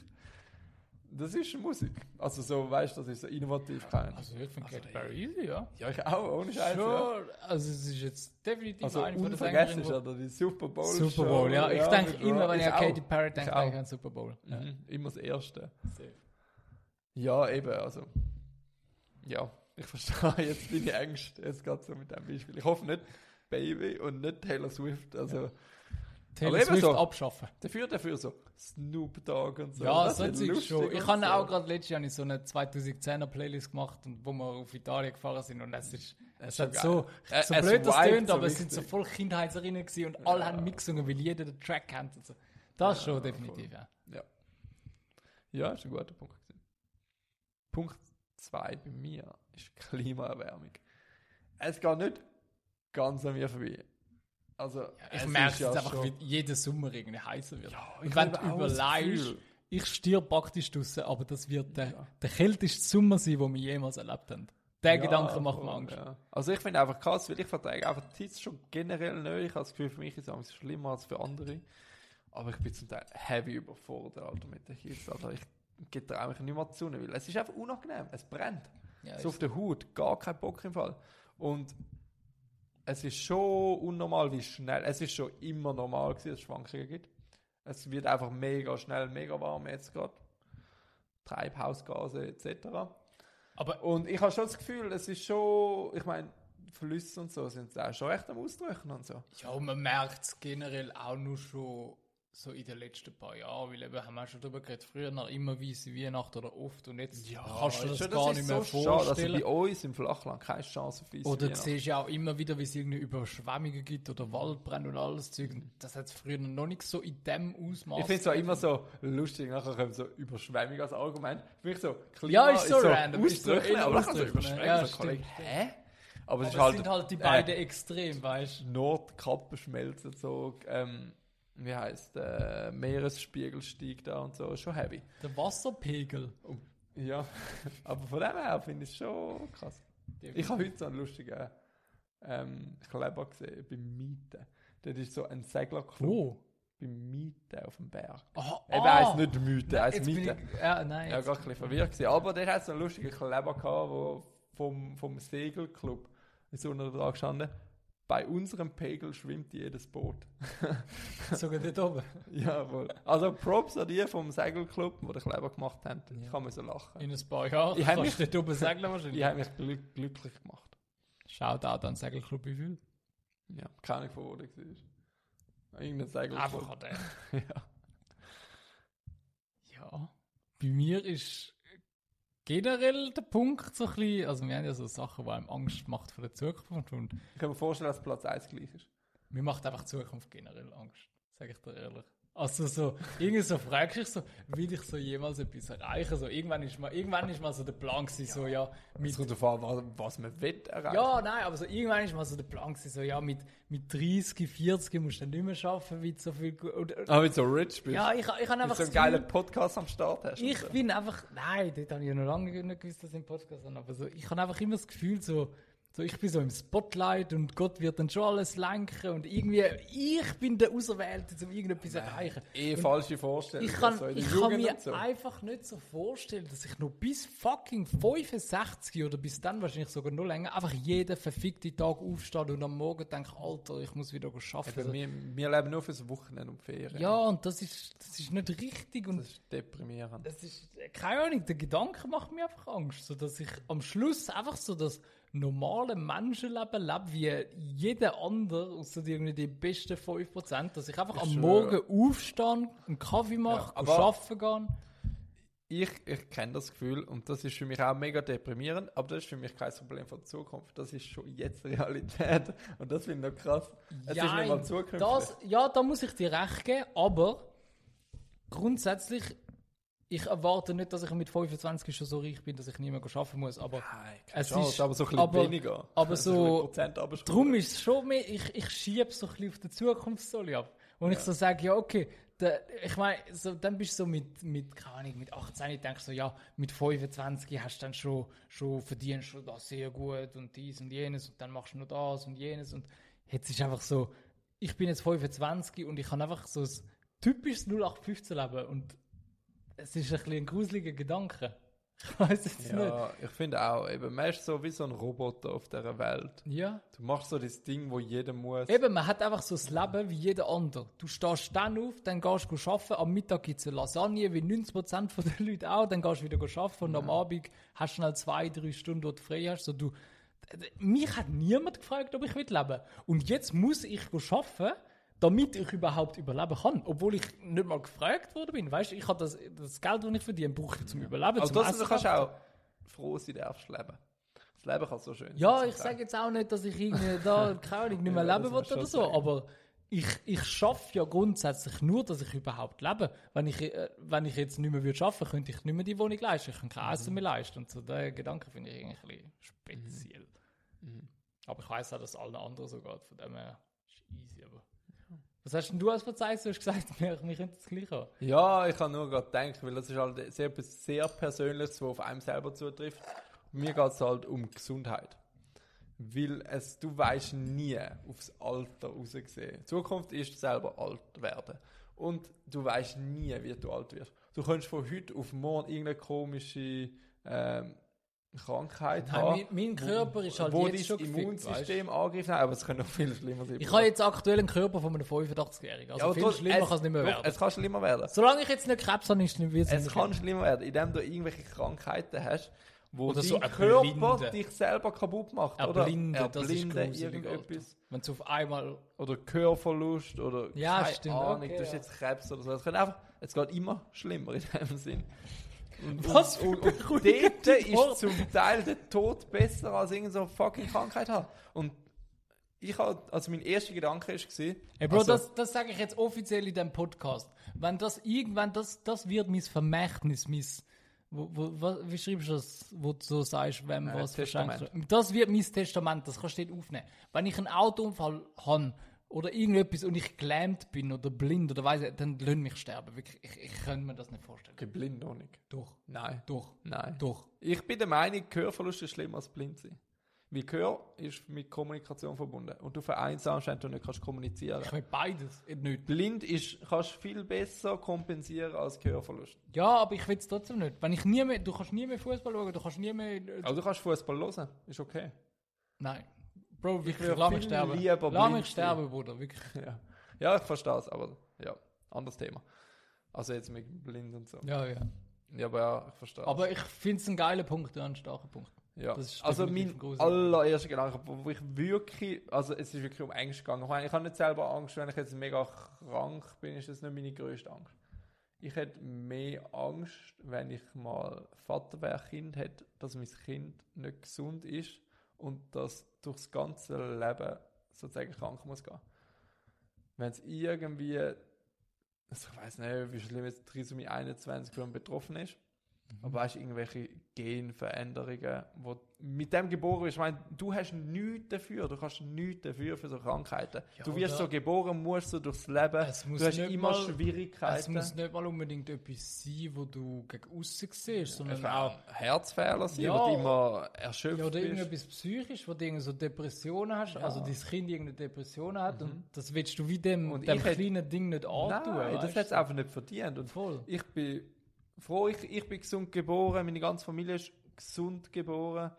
[SPEAKER 3] Das ist Musik. Also so, weißt du, das ist so innovativ. keine Ahnung.
[SPEAKER 2] Also ich finde Katy Perry easy, ja.
[SPEAKER 3] Ja, ich auch, ohne Scheiß. Ja.
[SPEAKER 2] Schon, also es ist jetzt definitiv
[SPEAKER 3] Also
[SPEAKER 2] eine von den
[SPEAKER 3] unvergessen ist
[SPEAKER 2] Sängerinnen,
[SPEAKER 3] oder die Super Bowl.
[SPEAKER 2] wo- Super Bowl,
[SPEAKER 3] Show.
[SPEAKER 2] ja. Ich denke
[SPEAKER 3] mit-
[SPEAKER 2] immer, wenn ich
[SPEAKER 3] ich
[SPEAKER 2] an
[SPEAKER 3] auch.
[SPEAKER 2] Katy Perry denke,
[SPEAKER 3] Ich
[SPEAKER 2] denke
[SPEAKER 3] auch.
[SPEAKER 2] ich an Super Bowl. Ja.
[SPEAKER 3] Mhm, immer das Erste. Ja, eben, also. Ja, ich [LAUGHS] verstehe jetzt deine Ängste, jetzt gerade so mit dem Beispiel. Ich hoffe nicht Baby und nicht Taylor Swift, also
[SPEAKER 2] Taylor
[SPEAKER 3] eben
[SPEAKER 2] Swift
[SPEAKER 3] so.
[SPEAKER 2] abschaffen.
[SPEAKER 3] dafür, dafür so Snoop Dogg und so.
[SPEAKER 2] Ja,
[SPEAKER 3] Das
[SPEAKER 2] so
[SPEAKER 3] wird
[SPEAKER 2] Zeug
[SPEAKER 3] lustig
[SPEAKER 2] schon. Ich
[SPEAKER 3] und
[SPEAKER 2] habe
[SPEAKER 3] so.
[SPEAKER 2] auch gerade letztes Jahr so eine 2010er Playlist gemacht, und wo wir auf Italien gefahren sind und es ist, es
[SPEAKER 3] schon
[SPEAKER 2] hat
[SPEAKER 3] geil.
[SPEAKER 2] so,
[SPEAKER 3] Ä-
[SPEAKER 2] so
[SPEAKER 3] Äh, es
[SPEAKER 2] blöd das
[SPEAKER 3] vibet
[SPEAKER 2] tönt,
[SPEAKER 3] so
[SPEAKER 2] äh, aber es sind so
[SPEAKER 3] richtig.
[SPEAKER 2] voll Kindheitserinnen gewesen und alle haben mitgesungen, weil jeder den Track kennt und so. Das schon definitiv, ja.
[SPEAKER 3] Ja. ja, ist ein guter Punkt. gewesen. Punkt 2 bei mir ist Klimaerwärmung. Es geht nicht ganz an mir vorbei. Also,
[SPEAKER 2] Ich
[SPEAKER 3] es
[SPEAKER 2] merke
[SPEAKER 3] ist
[SPEAKER 2] es
[SPEAKER 3] ja
[SPEAKER 2] jetzt einfach,
[SPEAKER 3] schon-
[SPEAKER 2] wie jeden Sommer irgendwie heißer wird.
[SPEAKER 3] Ja,
[SPEAKER 2] und
[SPEAKER 3] ich
[SPEAKER 2] wenn du
[SPEAKER 3] habe auch das
[SPEAKER 2] überleihst,
[SPEAKER 3] Gefühl.
[SPEAKER 2] ich stirb praktisch draussen, aber das wird der, der kälteste Sommer sein, den wir jemals erlebt haben. Der Gedanke macht mir
[SPEAKER 3] voll,
[SPEAKER 2] Angst.
[SPEAKER 3] ja. Also ich finde einfach krass, weil ich verträge einfach die Hitze schon generell nicht. Ich habe das Gefühl, für mich ist es am schlimmer als für andere. Aber ich bin zum Teil heavy überfordert Alter, mit der Hitze. Alter. Ich getraue mich nicht mehr zu, weil es ist einfach unangenehm. Es brennt.
[SPEAKER 2] Ja,
[SPEAKER 3] so auf der Haut. Gar kein Bock im Fall. Und es ist schon unnormal, wie schnell. Es ist schon immer normal gewesen, dass es Schwankungen gibt. Es wird einfach mega schnell, mega warm jetzt gerade. Treibhausgase etc.
[SPEAKER 2] Aber
[SPEAKER 3] Und ich habe schon das Gefühl, es ist schon, ich meine, Flüsse und so sind auch schon recht am Austrocknen und so.
[SPEAKER 2] Ja, und man merkt es generell auch nur schon so in den letzten paar Jahren, weil eben haben wir auch schon darüber geredet, früher noch immer weiße Weihnachten oder oft und jetzt kannst du dir das
[SPEAKER 3] Schon,
[SPEAKER 2] gar
[SPEAKER 3] ist
[SPEAKER 2] nicht mehr
[SPEAKER 3] so
[SPEAKER 2] vorstellen.
[SPEAKER 3] Schade, also bei uns im Flachland keine Chance auf Eis.
[SPEAKER 2] oder du siehst ja auch immer wieder, wie es irgendeine Überschwemmungen gibt oder Waldbrände und alles Zeug. Und Das hat es früher noch nicht so in dem Ausmaß.
[SPEAKER 3] Ich finde es auch immer so lustig, nachher kommt so Überschwemmung als Argument. Für mich so, Klima
[SPEAKER 2] Ja, ist so random, ist so
[SPEAKER 3] Austrocknen,
[SPEAKER 2] eher
[SPEAKER 3] aber nachher so
[SPEAKER 2] Austrocknen.
[SPEAKER 3] Überschwemmung.
[SPEAKER 2] Ja,
[SPEAKER 3] so, Kollege,
[SPEAKER 2] stimmt.
[SPEAKER 3] hä? Aber es
[SPEAKER 2] das
[SPEAKER 3] ist halt,
[SPEAKER 2] sind halt die
[SPEAKER 3] äh,
[SPEAKER 2] beiden Extrem, weißt du?
[SPEAKER 3] Nordkappe schmelzen, so, ähm, wie heißt äh, Meeresspiegel steigt da und so, ist schon heavy.
[SPEAKER 2] Der Wasserpegel.
[SPEAKER 3] Oh, Ja, aber von dem her finde ich es schon krass. Ich habe heute so einen lustigen ähm, Kleber gesehen beim Mieten. Dort ist so ein Seglerclub
[SPEAKER 2] Wo?
[SPEAKER 3] beim Mieten auf dem Berg.
[SPEAKER 2] Aha,
[SPEAKER 3] Eben,
[SPEAKER 2] Oh. ah!
[SPEAKER 3] er heißt nicht Mieten, er heißt
[SPEAKER 2] Jetzt bin
[SPEAKER 3] Mieten.
[SPEAKER 2] ich, ja, nein.
[SPEAKER 3] Ja,
[SPEAKER 2] jetzt-
[SPEAKER 3] gar ein bisschen verwirrt gewesen. Aber dort hat es so einen lustigen Kleber gehabt, wo vom, vom Segelclub ist unten dran gestanden. Bei unserem Pegel schwimmt jedes Boot. [LAUGHS]
[SPEAKER 2] sogar dort oben.
[SPEAKER 3] Jawohl. Also Props an die vom Segelclub, die den Kleber gemacht haben. Ich
[SPEAKER 2] Ja.
[SPEAKER 3] kann mir so lachen.
[SPEAKER 2] In ein paar Jahren.
[SPEAKER 3] Ich hab
[SPEAKER 2] kannst du dort oben segeln wahrscheinlich.
[SPEAKER 3] Die haben mich glück, glücklich gemacht.
[SPEAKER 2] Shoutout an Segelclub Wieviel.
[SPEAKER 3] Ja, keine Ahnung, von wo der war. Irgendein Segelclub.
[SPEAKER 2] Einfach an den. Ja. Bei mir ist generell der Punkt so ein bisschen, also wir haben ja so Sachen, die einem Angst macht vor der Zukunft und
[SPEAKER 3] Ich kann mir vorstellen, dass Platz 1 gleich ist.
[SPEAKER 2] mir macht einfach die Zukunft generell Angst, sage ich dir ehrlich. Also so, irgendwie so fragst du dich so, will ich so jemals etwas erreichen? So, irgendwann ist mal, irgendwann ist mal so der Plan gewesen, so ja, mit
[SPEAKER 3] Es kommt darauf an, was, was man will erreichen.
[SPEAKER 2] Ja, nein, aber so irgendwann ist mal so der Plan gewesen, so, ja, mit, mit 30, 40 musst du dann nicht mehr arbeiten, wie du so viel... gu- Und, und,
[SPEAKER 3] Aber wenn du so rich bist.
[SPEAKER 2] ja, ich, ich habe
[SPEAKER 3] wenn du
[SPEAKER 2] einfach...
[SPEAKER 3] Ah, so
[SPEAKER 2] das
[SPEAKER 3] einen geilen
[SPEAKER 2] Gefühl,
[SPEAKER 3] Podcast am Start hast. und
[SPEAKER 2] ich
[SPEAKER 3] so.
[SPEAKER 2] bin einfach... Nein, dort habe ich ja noch lange nicht gewusst, dass ich einen Podcast habe, aber so, ich habe einfach immer das Gefühl, so, so, ich bin so im Spotlight und Gott wird dann schon alles lenken und irgendwie, ich bin der Auserwählte, um irgendetwas zu erreichen.
[SPEAKER 3] eh falsche Vorstellung.
[SPEAKER 2] Ich kann,
[SPEAKER 3] so in der
[SPEAKER 2] ich
[SPEAKER 3] Jugend
[SPEAKER 2] kann mir
[SPEAKER 3] und so.
[SPEAKER 2] einfach nicht so vorstellen, dass ich noch bis fucking 65 oder bis dann wahrscheinlich sogar noch länger einfach jeden verfickten Tag aufstehe und am Morgen denke, Alter, ich muss wieder arbeiten.
[SPEAKER 3] Eben, wir, wir leben nur fürs Wochenende und Ferien.
[SPEAKER 2] ja, und das ist, das ist nicht richtig und
[SPEAKER 3] Das ist deprimierend.
[SPEAKER 2] das ist, keine Ahnung, der Gedanke macht mir einfach Angst, so dass ich am Schluss einfach so das normale Menschenleben lebe, wie jeder andere, außer irgendwie die besten 5%, dass ich einfach
[SPEAKER 3] Ich
[SPEAKER 2] am
[SPEAKER 3] schwöre.
[SPEAKER 2] Morgen aufstehe, einen Kaffee mache,
[SPEAKER 3] aber-
[SPEAKER 2] arbeiten gehe.
[SPEAKER 3] Ich, ich kenne das Gefühl und das ist für mich auch mega deprimierend, aber das ist für mich kein Problem von der Zukunft. Das ist schon jetzt Realität und das finde ich noch krass. Es ist nicht mal
[SPEAKER 2] Jein,
[SPEAKER 3] zukünftig.
[SPEAKER 2] Das, ja, da muss ich dir recht geben, aber grundsätzlich ich erwarte nicht, dass ich mit 25 schon so reich bin, dass ich nie mehr arbeiten muss, aber
[SPEAKER 3] Nein,
[SPEAKER 2] Es
[SPEAKER 3] es Chance,
[SPEAKER 2] ist-
[SPEAKER 3] aber so ein bisschen
[SPEAKER 2] aber-
[SPEAKER 3] weniger.
[SPEAKER 2] aber
[SPEAKER 3] Also ein
[SPEAKER 2] so-
[SPEAKER 3] bisschen Prozent runterschrauben.
[SPEAKER 2] Drum ist es schon mehr, ich, ich schiebe so ein bisschen auf die Zukunftssäule ab. Und ich so sage, ja, okay, da, ich meine, so, dann bist du so mit, mit, keine Ahnung, mit 18, ich denke so, ja, mit 25 hast du dann schon, schon verdient, schon das sehr gut und dies und jenes und dann machst du noch das und jenes und jetzt ist einfach so, ich bin jetzt 25 und ich habe einfach so ein typisches 0815-Leben und es ist ein bisschen ein gruseliger Gedanke. [LAUGHS] Ich weiß es nicht.
[SPEAKER 3] Ja, ich finde auch, eben, man ist so wie so ein Roboter auf dieser Welt.
[SPEAKER 2] Ja.
[SPEAKER 3] Du machst so das Ding, wo jeder muss.
[SPEAKER 2] Eben, man hat einfach so das Leben wie jeder andere. Du stehst dann auf, dann gehst du arbeiten, am Mittag gibt es eine Lasagne, wie 90% von den Leuten auch, dann gehst du wieder arbeiten und am Abend hast du schnell zwei, drei Stunden, die du frei hast. So, du, mich hat niemand gefragt, ob ich will leben Und jetzt muss ich arbeiten, damit ich überhaupt überleben kann. Obwohl ich nicht mal gefragt worden bin. Weißt du, ich habe das, das Geld, das ich verdiene, brauche ich zum Überleben.
[SPEAKER 3] Also
[SPEAKER 2] zum
[SPEAKER 3] das
[SPEAKER 2] Essen
[SPEAKER 3] du kannst du
[SPEAKER 2] kaufen.
[SPEAKER 3] auch froh sein, darfst leben. Das Leben kann so schön sein.
[SPEAKER 2] Ja,
[SPEAKER 3] zum
[SPEAKER 2] ich
[SPEAKER 3] Teil.
[SPEAKER 2] sage jetzt auch nicht, dass ich irgendwie da, keine Ahnung,
[SPEAKER 3] [LAUGHS]
[SPEAKER 2] nicht mehr
[SPEAKER 3] Ja,
[SPEAKER 2] leben will
[SPEAKER 3] das musst du
[SPEAKER 2] oder
[SPEAKER 3] schon
[SPEAKER 2] so,
[SPEAKER 3] sagen.
[SPEAKER 2] aber ich, ich schaffe ja grundsätzlich nur, dass ich überhaupt lebe. Wenn ich, äh, wenn ich jetzt nicht mehr würde arbeiten, könnte ich nicht mehr die Wohnung leisten, ich könnte kein
[SPEAKER 3] Mhm.
[SPEAKER 2] Essen mehr leisten und so, den Gedanken finde ich eigentlich ein bisschen speziell.
[SPEAKER 3] Mhm.
[SPEAKER 2] Aber ich weiß auch, dass es allen anderen so geht, von dem her ist easy, aber... Was hast denn du als Verzeichnis? Du hast gesagt, [LAUGHS] wir, wir könnten das gleich haben.
[SPEAKER 3] Ja, ich kann nur gerade denken, weil das ist halt sehr, etwas sehr Persönliches, was auf einem selber zutrifft. Und mir geht es halt um Gesundheit. Weil es, du weißt nie aufs Alter rausgesehen. Zukunft ist selber alt werden. Und du weißt nie, wie du alt wirst. Du kannst von heute auf morgen irgendeine komische ähm, Krankheit haben.
[SPEAKER 2] Nein, mein, mein Körper ist halt
[SPEAKER 3] wo
[SPEAKER 2] jetzt schon
[SPEAKER 3] dein
[SPEAKER 2] gefickt, weisst du.
[SPEAKER 3] Immunsystem angreift, Nein, aber es kann noch viel schlimmer sein.
[SPEAKER 2] Ich habe jetzt aktuell einen Körper von einem 85-Jährigen. Also
[SPEAKER 3] aber
[SPEAKER 2] viel
[SPEAKER 3] trotz-
[SPEAKER 2] schlimmer kann es nicht mehr
[SPEAKER 3] doch,
[SPEAKER 2] werden.
[SPEAKER 3] Es kann schlimmer werden.
[SPEAKER 2] Solange ich jetzt nicht Krebs habe, ist es nicht wieder
[SPEAKER 3] Es kann schlimmer werden, indem du irgendwelche Krankheiten hast, wo
[SPEAKER 2] Oder
[SPEAKER 3] dein
[SPEAKER 2] so eine
[SPEAKER 3] Körper
[SPEAKER 2] Blinde.
[SPEAKER 3] dich selber kaputt macht.
[SPEAKER 2] Eine
[SPEAKER 3] oder
[SPEAKER 2] Blinde,
[SPEAKER 3] Eine
[SPEAKER 2] das ist
[SPEAKER 3] Blinde,
[SPEAKER 2] gruselig,
[SPEAKER 3] irgendetwas.
[SPEAKER 2] Wenn es auf einmal.
[SPEAKER 3] Oder Gehörverlust oder
[SPEAKER 2] Ja,
[SPEAKER 3] keine
[SPEAKER 2] stimmt,
[SPEAKER 3] Ahnung,
[SPEAKER 2] okay,
[SPEAKER 3] du hast
[SPEAKER 2] ja.
[SPEAKER 3] jetzt Krebs oder so. Es, kann einfach, es geht immer schlimmer in dem Sinn. Und,
[SPEAKER 2] Was
[SPEAKER 3] und,
[SPEAKER 2] für
[SPEAKER 3] und, und
[SPEAKER 2] beruhigende
[SPEAKER 3] dort ist
[SPEAKER 2] Worte.
[SPEAKER 3] zum Teil der Tod besser als irgendeine so fucking Krankheit haben. Und ich hab, also mein erster Gedanke ist gewesen,
[SPEAKER 2] Ey, Bro,
[SPEAKER 3] also,
[SPEAKER 2] das, das sage ich jetzt offiziell in diesem Podcast. Wenn das irgendwann, das, das wird mein Vermächtnis, mein. Wo, wo, was, wie schreibst du das, wo du so sagst, wem was
[SPEAKER 3] Testament.
[SPEAKER 2] verschenkt wird? Das wird mein Testament, das kannst du nicht aufnehmen. Wenn ich einen Autounfall habe oder irgendetwas und ich gelähmt bin oder blind oder weiß dann lass mich sterben. Wirklich, ich, ich kann mir das nicht vorstellen.
[SPEAKER 3] okay, blind noch nicht.
[SPEAKER 2] Doch,
[SPEAKER 3] Nein.
[SPEAKER 2] doch,
[SPEAKER 3] Nein.
[SPEAKER 2] doch.
[SPEAKER 3] Ich bin der Meinung, Gehörverlust ist schlimmer als blind sein. Weil Gehör ist mit Kommunikation verbunden. Und du vereinsamst, wenn du nicht kannst kommunizieren
[SPEAKER 2] Ich will beides nicht.
[SPEAKER 3] Blind ist, kannst du viel besser kompensieren als Gehörverlust.
[SPEAKER 2] Ja, aber ich will es trotzdem nicht. Wenn ich nie mehr, du kannst nie mehr Fußball schauen, du kannst nie mehr.
[SPEAKER 3] Aber Also du kannst Fußball hören, ist okay.
[SPEAKER 2] Nein. Bro, wirklich,
[SPEAKER 3] wär
[SPEAKER 2] lass mich
[SPEAKER 3] viel
[SPEAKER 2] sterben.
[SPEAKER 3] lieber
[SPEAKER 2] Lass
[SPEAKER 3] blind
[SPEAKER 2] mich sterben, Bruder. Wirklich.
[SPEAKER 3] Ja, ja ich verstehe es, aber ja, anderes Thema. Also jetzt mit blind und so.
[SPEAKER 2] Ja, ja.
[SPEAKER 3] Ja, aber ja, ich verstehe es.
[SPEAKER 2] Aber ich finde es einen geilen Punkt, ja, einen starken Punkt.
[SPEAKER 3] Ja.
[SPEAKER 2] Das ist
[SPEAKER 3] also
[SPEAKER 2] definitiv
[SPEAKER 3] mein
[SPEAKER 2] ein großer
[SPEAKER 3] allererster Gedanke, wo wo ich wirklich, also es ist wirklich um Angst gegangen. Ich, meine, ich habe nicht selber Angst, wenn ich jetzt mega krank bin, ist das nicht meine größte Angst. Ich hätte mehr Angst, wenn ich mal Vater wäre, Kind hätte, dass mein Kind nicht gesund ist und dass durchs ganze Leben sozusagen krank muss gehen. Wenn es irgendwie, also ich weiß nicht, wie schlimm jetzt Trisomie 21 wenn man betroffen ist,
[SPEAKER 2] Mhm.
[SPEAKER 3] aber weißt du, irgendwelche Genveränderungen, wo mit dem geboren bist. Ich meine, du hast nichts dafür. Du kannst nichts dafür für so Krankheiten.
[SPEAKER 2] Ja,
[SPEAKER 3] du wirst
[SPEAKER 2] oder-
[SPEAKER 3] so geboren, musst du durchs Leben.
[SPEAKER 2] Es muss
[SPEAKER 3] du hast
[SPEAKER 2] nicht
[SPEAKER 3] immer
[SPEAKER 2] mal- Es
[SPEAKER 3] Schwierigkeiten.
[SPEAKER 2] muss nicht mal unbedingt etwas sein, wo du gegen außen siehst,
[SPEAKER 3] Es
[SPEAKER 2] sondern
[SPEAKER 3] kann
[SPEAKER 2] auch.
[SPEAKER 3] auch Herzfehler sein,
[SPEAKER 2] Ja,
[SPEAKER 3] wo du immer erschöpft
[SPEAKER 2] Ja, oder
[SPEAKER 3] bist.
[SPEAKER 2] irgendetwas psychisch, wo du irgendwie so Depressionen hast, also dein Kind irgendeine Depression hat und das willst du wie dem,
[SPEAKER 3] Mhm. Und
[SPEAKER 2] dem
[SPEAKER 3] ich hätt-
[SPEAKER 2] kleinen Ding nicht antun.
[SPEAKER 3] Nein, das
[SPEAKER 2] weißt
[SPEAKER 3] hat es
[SPEAKER 2] du?
[SPEAKER 3] einfach nicht verdient. Und
[SPEAKER 2] Voll.
[SPEAKER 3] ich bin froh, ich, ich bin gesund geboren, meine ganze Familie ist gesund geboren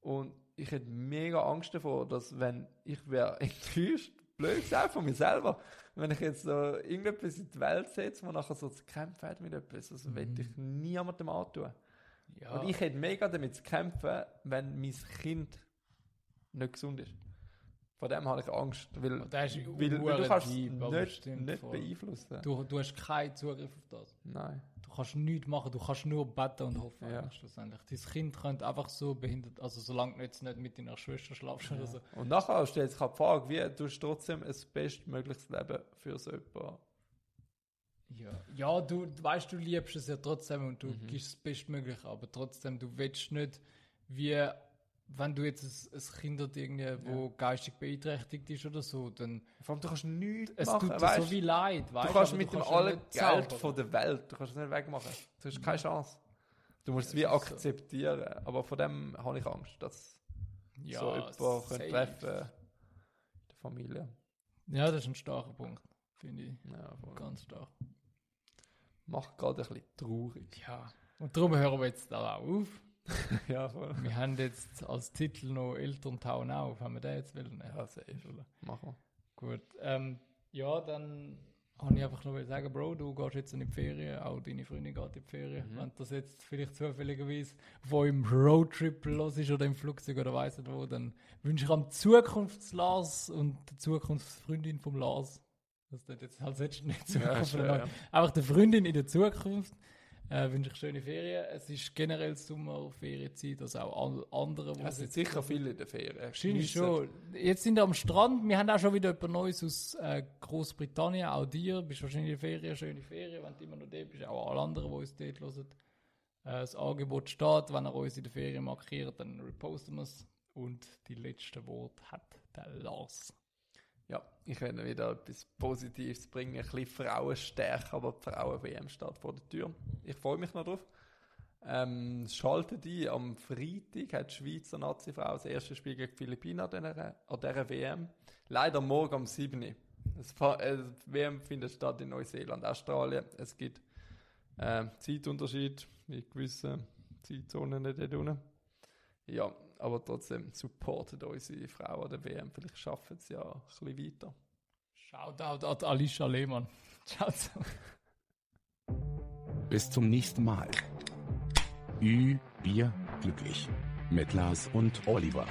[SPEAKER 3] und ich hätte mega Angst davor, dass wenn ich wäre [LAUGHS] enttäuscht, blöd gesagt von mir selber, wenn ich jetzt so irgendetwas in die Welt setze, wo nachher so zu kämpfen hat mit etwas, das will ich niemandem antun.
[SPEAKER 2] Mhm. Ja.
[SPEAKER 3] Und ich hätte mega damit zu kämpfen, wenn mein Kind nicht gesund ist. Von dem habe ich Angst, weil,
[SPEAKER 2] Und das ist
[SPEAKER 3] weil, weil du
[SPEAKER 2] verdammt
[SPEAKER 3] kannst es
[SPEAKER 2] deep, aber
[SPEAKER 3] nicht,
[SPEAKER 2] stimmt
[SPEAKER 3] nicht
[SPEAKER 2] voll.
[SPEAKER 3] beeinflussen.
[SPEAKER 2] Du, du hast keinen Zugriff auf das.
[SPEAKER 3] Nein.
[SPEAKER 2] Du kannst nichts machen, du kannst nur beten und hoffen,
[SPEAKER 3] Ja.
[SPEAKER 2] eigentlich schlussendlich. Dein Kind könnte einfach so behindert, also solange du jetzt nicht mit deiner Schwester schlafst oder so.
[SPEAKER 3] Und nachher stellt sich halt die Frage, wie tust du trotzdem ein bestmögliches Leben für so jemanden
[SPEAKER 2] Ja, ja du, du weißt, du liebst es ja trotzdem und du
[SPEAKER 3] Mhm.
[SPEAKER 2] gibst das Bestmögliche, aber trotzdem, du willst nicht, wie wenn du jetzt ein, ein Kind hast, irgendwie, wo geistig beeinträchtigt ist oder so, dann
[SPEAKER 3] Vor allem, du kannst nichts
[SPEAKER 2] es
[SPEAKER 3] machen.
[SPEAKER 2] tut dir
[SPEAKER 3] weißt?
[SPEAKER 2] so wie leid, weißt
[SPEAKER 3] du kannst
[SPEAKER 2] aber
[SPEAKER 3] mit dem
[SPEAKER 2] ja
[SPEAKER 3] allen
[SPEAKER 2] nicht
[SPEAKER 3] Geld
[SPEAKER 2] zaubern.
[SPEAKER 3] von der Welt, du kannst es nicht wegmachen. Du hast keine Chance. Du musst es wie
[SPEAKER 2] das ist so.
[SPEAKER 3] akzeptieren. Aber von dem habe ich Angst, dass
[SPEAKER 2] ja,
[SPEAKER 3] so jemand könnte
[SPEAKER 2] safe.
[SPEAKER 3] treffen könnte. In der Familie.
[SPEAKER 2] Ja, das ist ein starker Punkt, finde ich.
[SPEAKER 3] Ja, voll.
[SPEAKER 2] Ganz stark.
[SPEAKER 3] Macht gerade ein bisschen
[SPEAKER 2] [LAUGHS]
[SPEAKER 3] traurig.
[SPEAKER 2] Ja. Und darum hören wir jetzt da auch auf.
[SPEAKER 3] ja, voll.
[SPEAKER 2] Wir haben jetzt als Titel noch Eltern tauen auf, haben wir den jetzt will.
[SPEAKER 3] Ja, safe.
[SPEAKER 2] Oder?
[SPEAKER 3] Machen wir.
[SPEAKER 2] Gut. Ähm, ja, dann kann ich einfach nur sagen, Bro, du gehst jetzt in die Ferien, auch deine Freundin geht in die Ferien.
[SPEAKER 3] Mhm.
[SPEAKER 2] Wenn das jetzt vielleicht zufälligerweise wo im Roadtrip los ist oder im Flugzeug oder weiss nicht wo, dann wünsche ich am Zukunfts-Lars und der Zukunftsfreundin vom Lars. Das tut jetzt halt jetzt nicht Zukunft.
[SPEAKER 3] schön,
[SPEAKER 2] Ja,
[SPEAKER 3] ja.
[SPEAKER 2] Einfach der Freundin in der Zukunft. Äh, wünsche ich schöne Ferien. Es ist generell Sommerferienzeit, also auch an- andere, die
[SPEAKER 3] Es sind sicher viele in der Ferien.
[SPEAKER 2] Wahrscheinlich schon.
[SPEAKER 3] Geniessen.
[SPEAKER 2] Jetzt sind wir am Strand. Wir haben auch schon wieder jemand Neues aus äh, Großbritannien. Auch dir. Bist wahrscheinlich in Ferien, schöne Ferien. Wenn du immer noch da bist, auch alle anderen, die uns dort hören. Äh, das Angebot steht. Wenn ihr uns in der Ferien markiert, dann reposten wir es. Und die letzte Wort hat der Lars.
[SPEAKER 3] Ja, ich werde wieder etwas Positives bringen. Ein bisschen Frauen stärken, aber die Frauen-WM steht vor der Tür. Ich freue mich noch drauf. Ähm, schaltet ein, am Freitag hat die Schweizer Nazi-Frau das erste Spiel gegen die Philippinen an dieser, an dieser WM. Leider morgen um 7 Uhr. Das, Fa- äh, die WM findet statt in Neuseeland, Australien. Es gibt ähm, Zeitunterschied mit gewissen Zeitzonen nicht dort unten. Ja, aber trotzdem supportet unsere Frauen an der WM. Vielleicht schaffen sie ja ein bisschen weiter.
[SPEAKER 2] Shoutout an die Alicia Lehmann. [LAUGHS] Ciao zusammen.
[SPEAKER 1] Bis zum nächsten Mal. Ü, Bier, glücklich. Mit Lars und Oliver.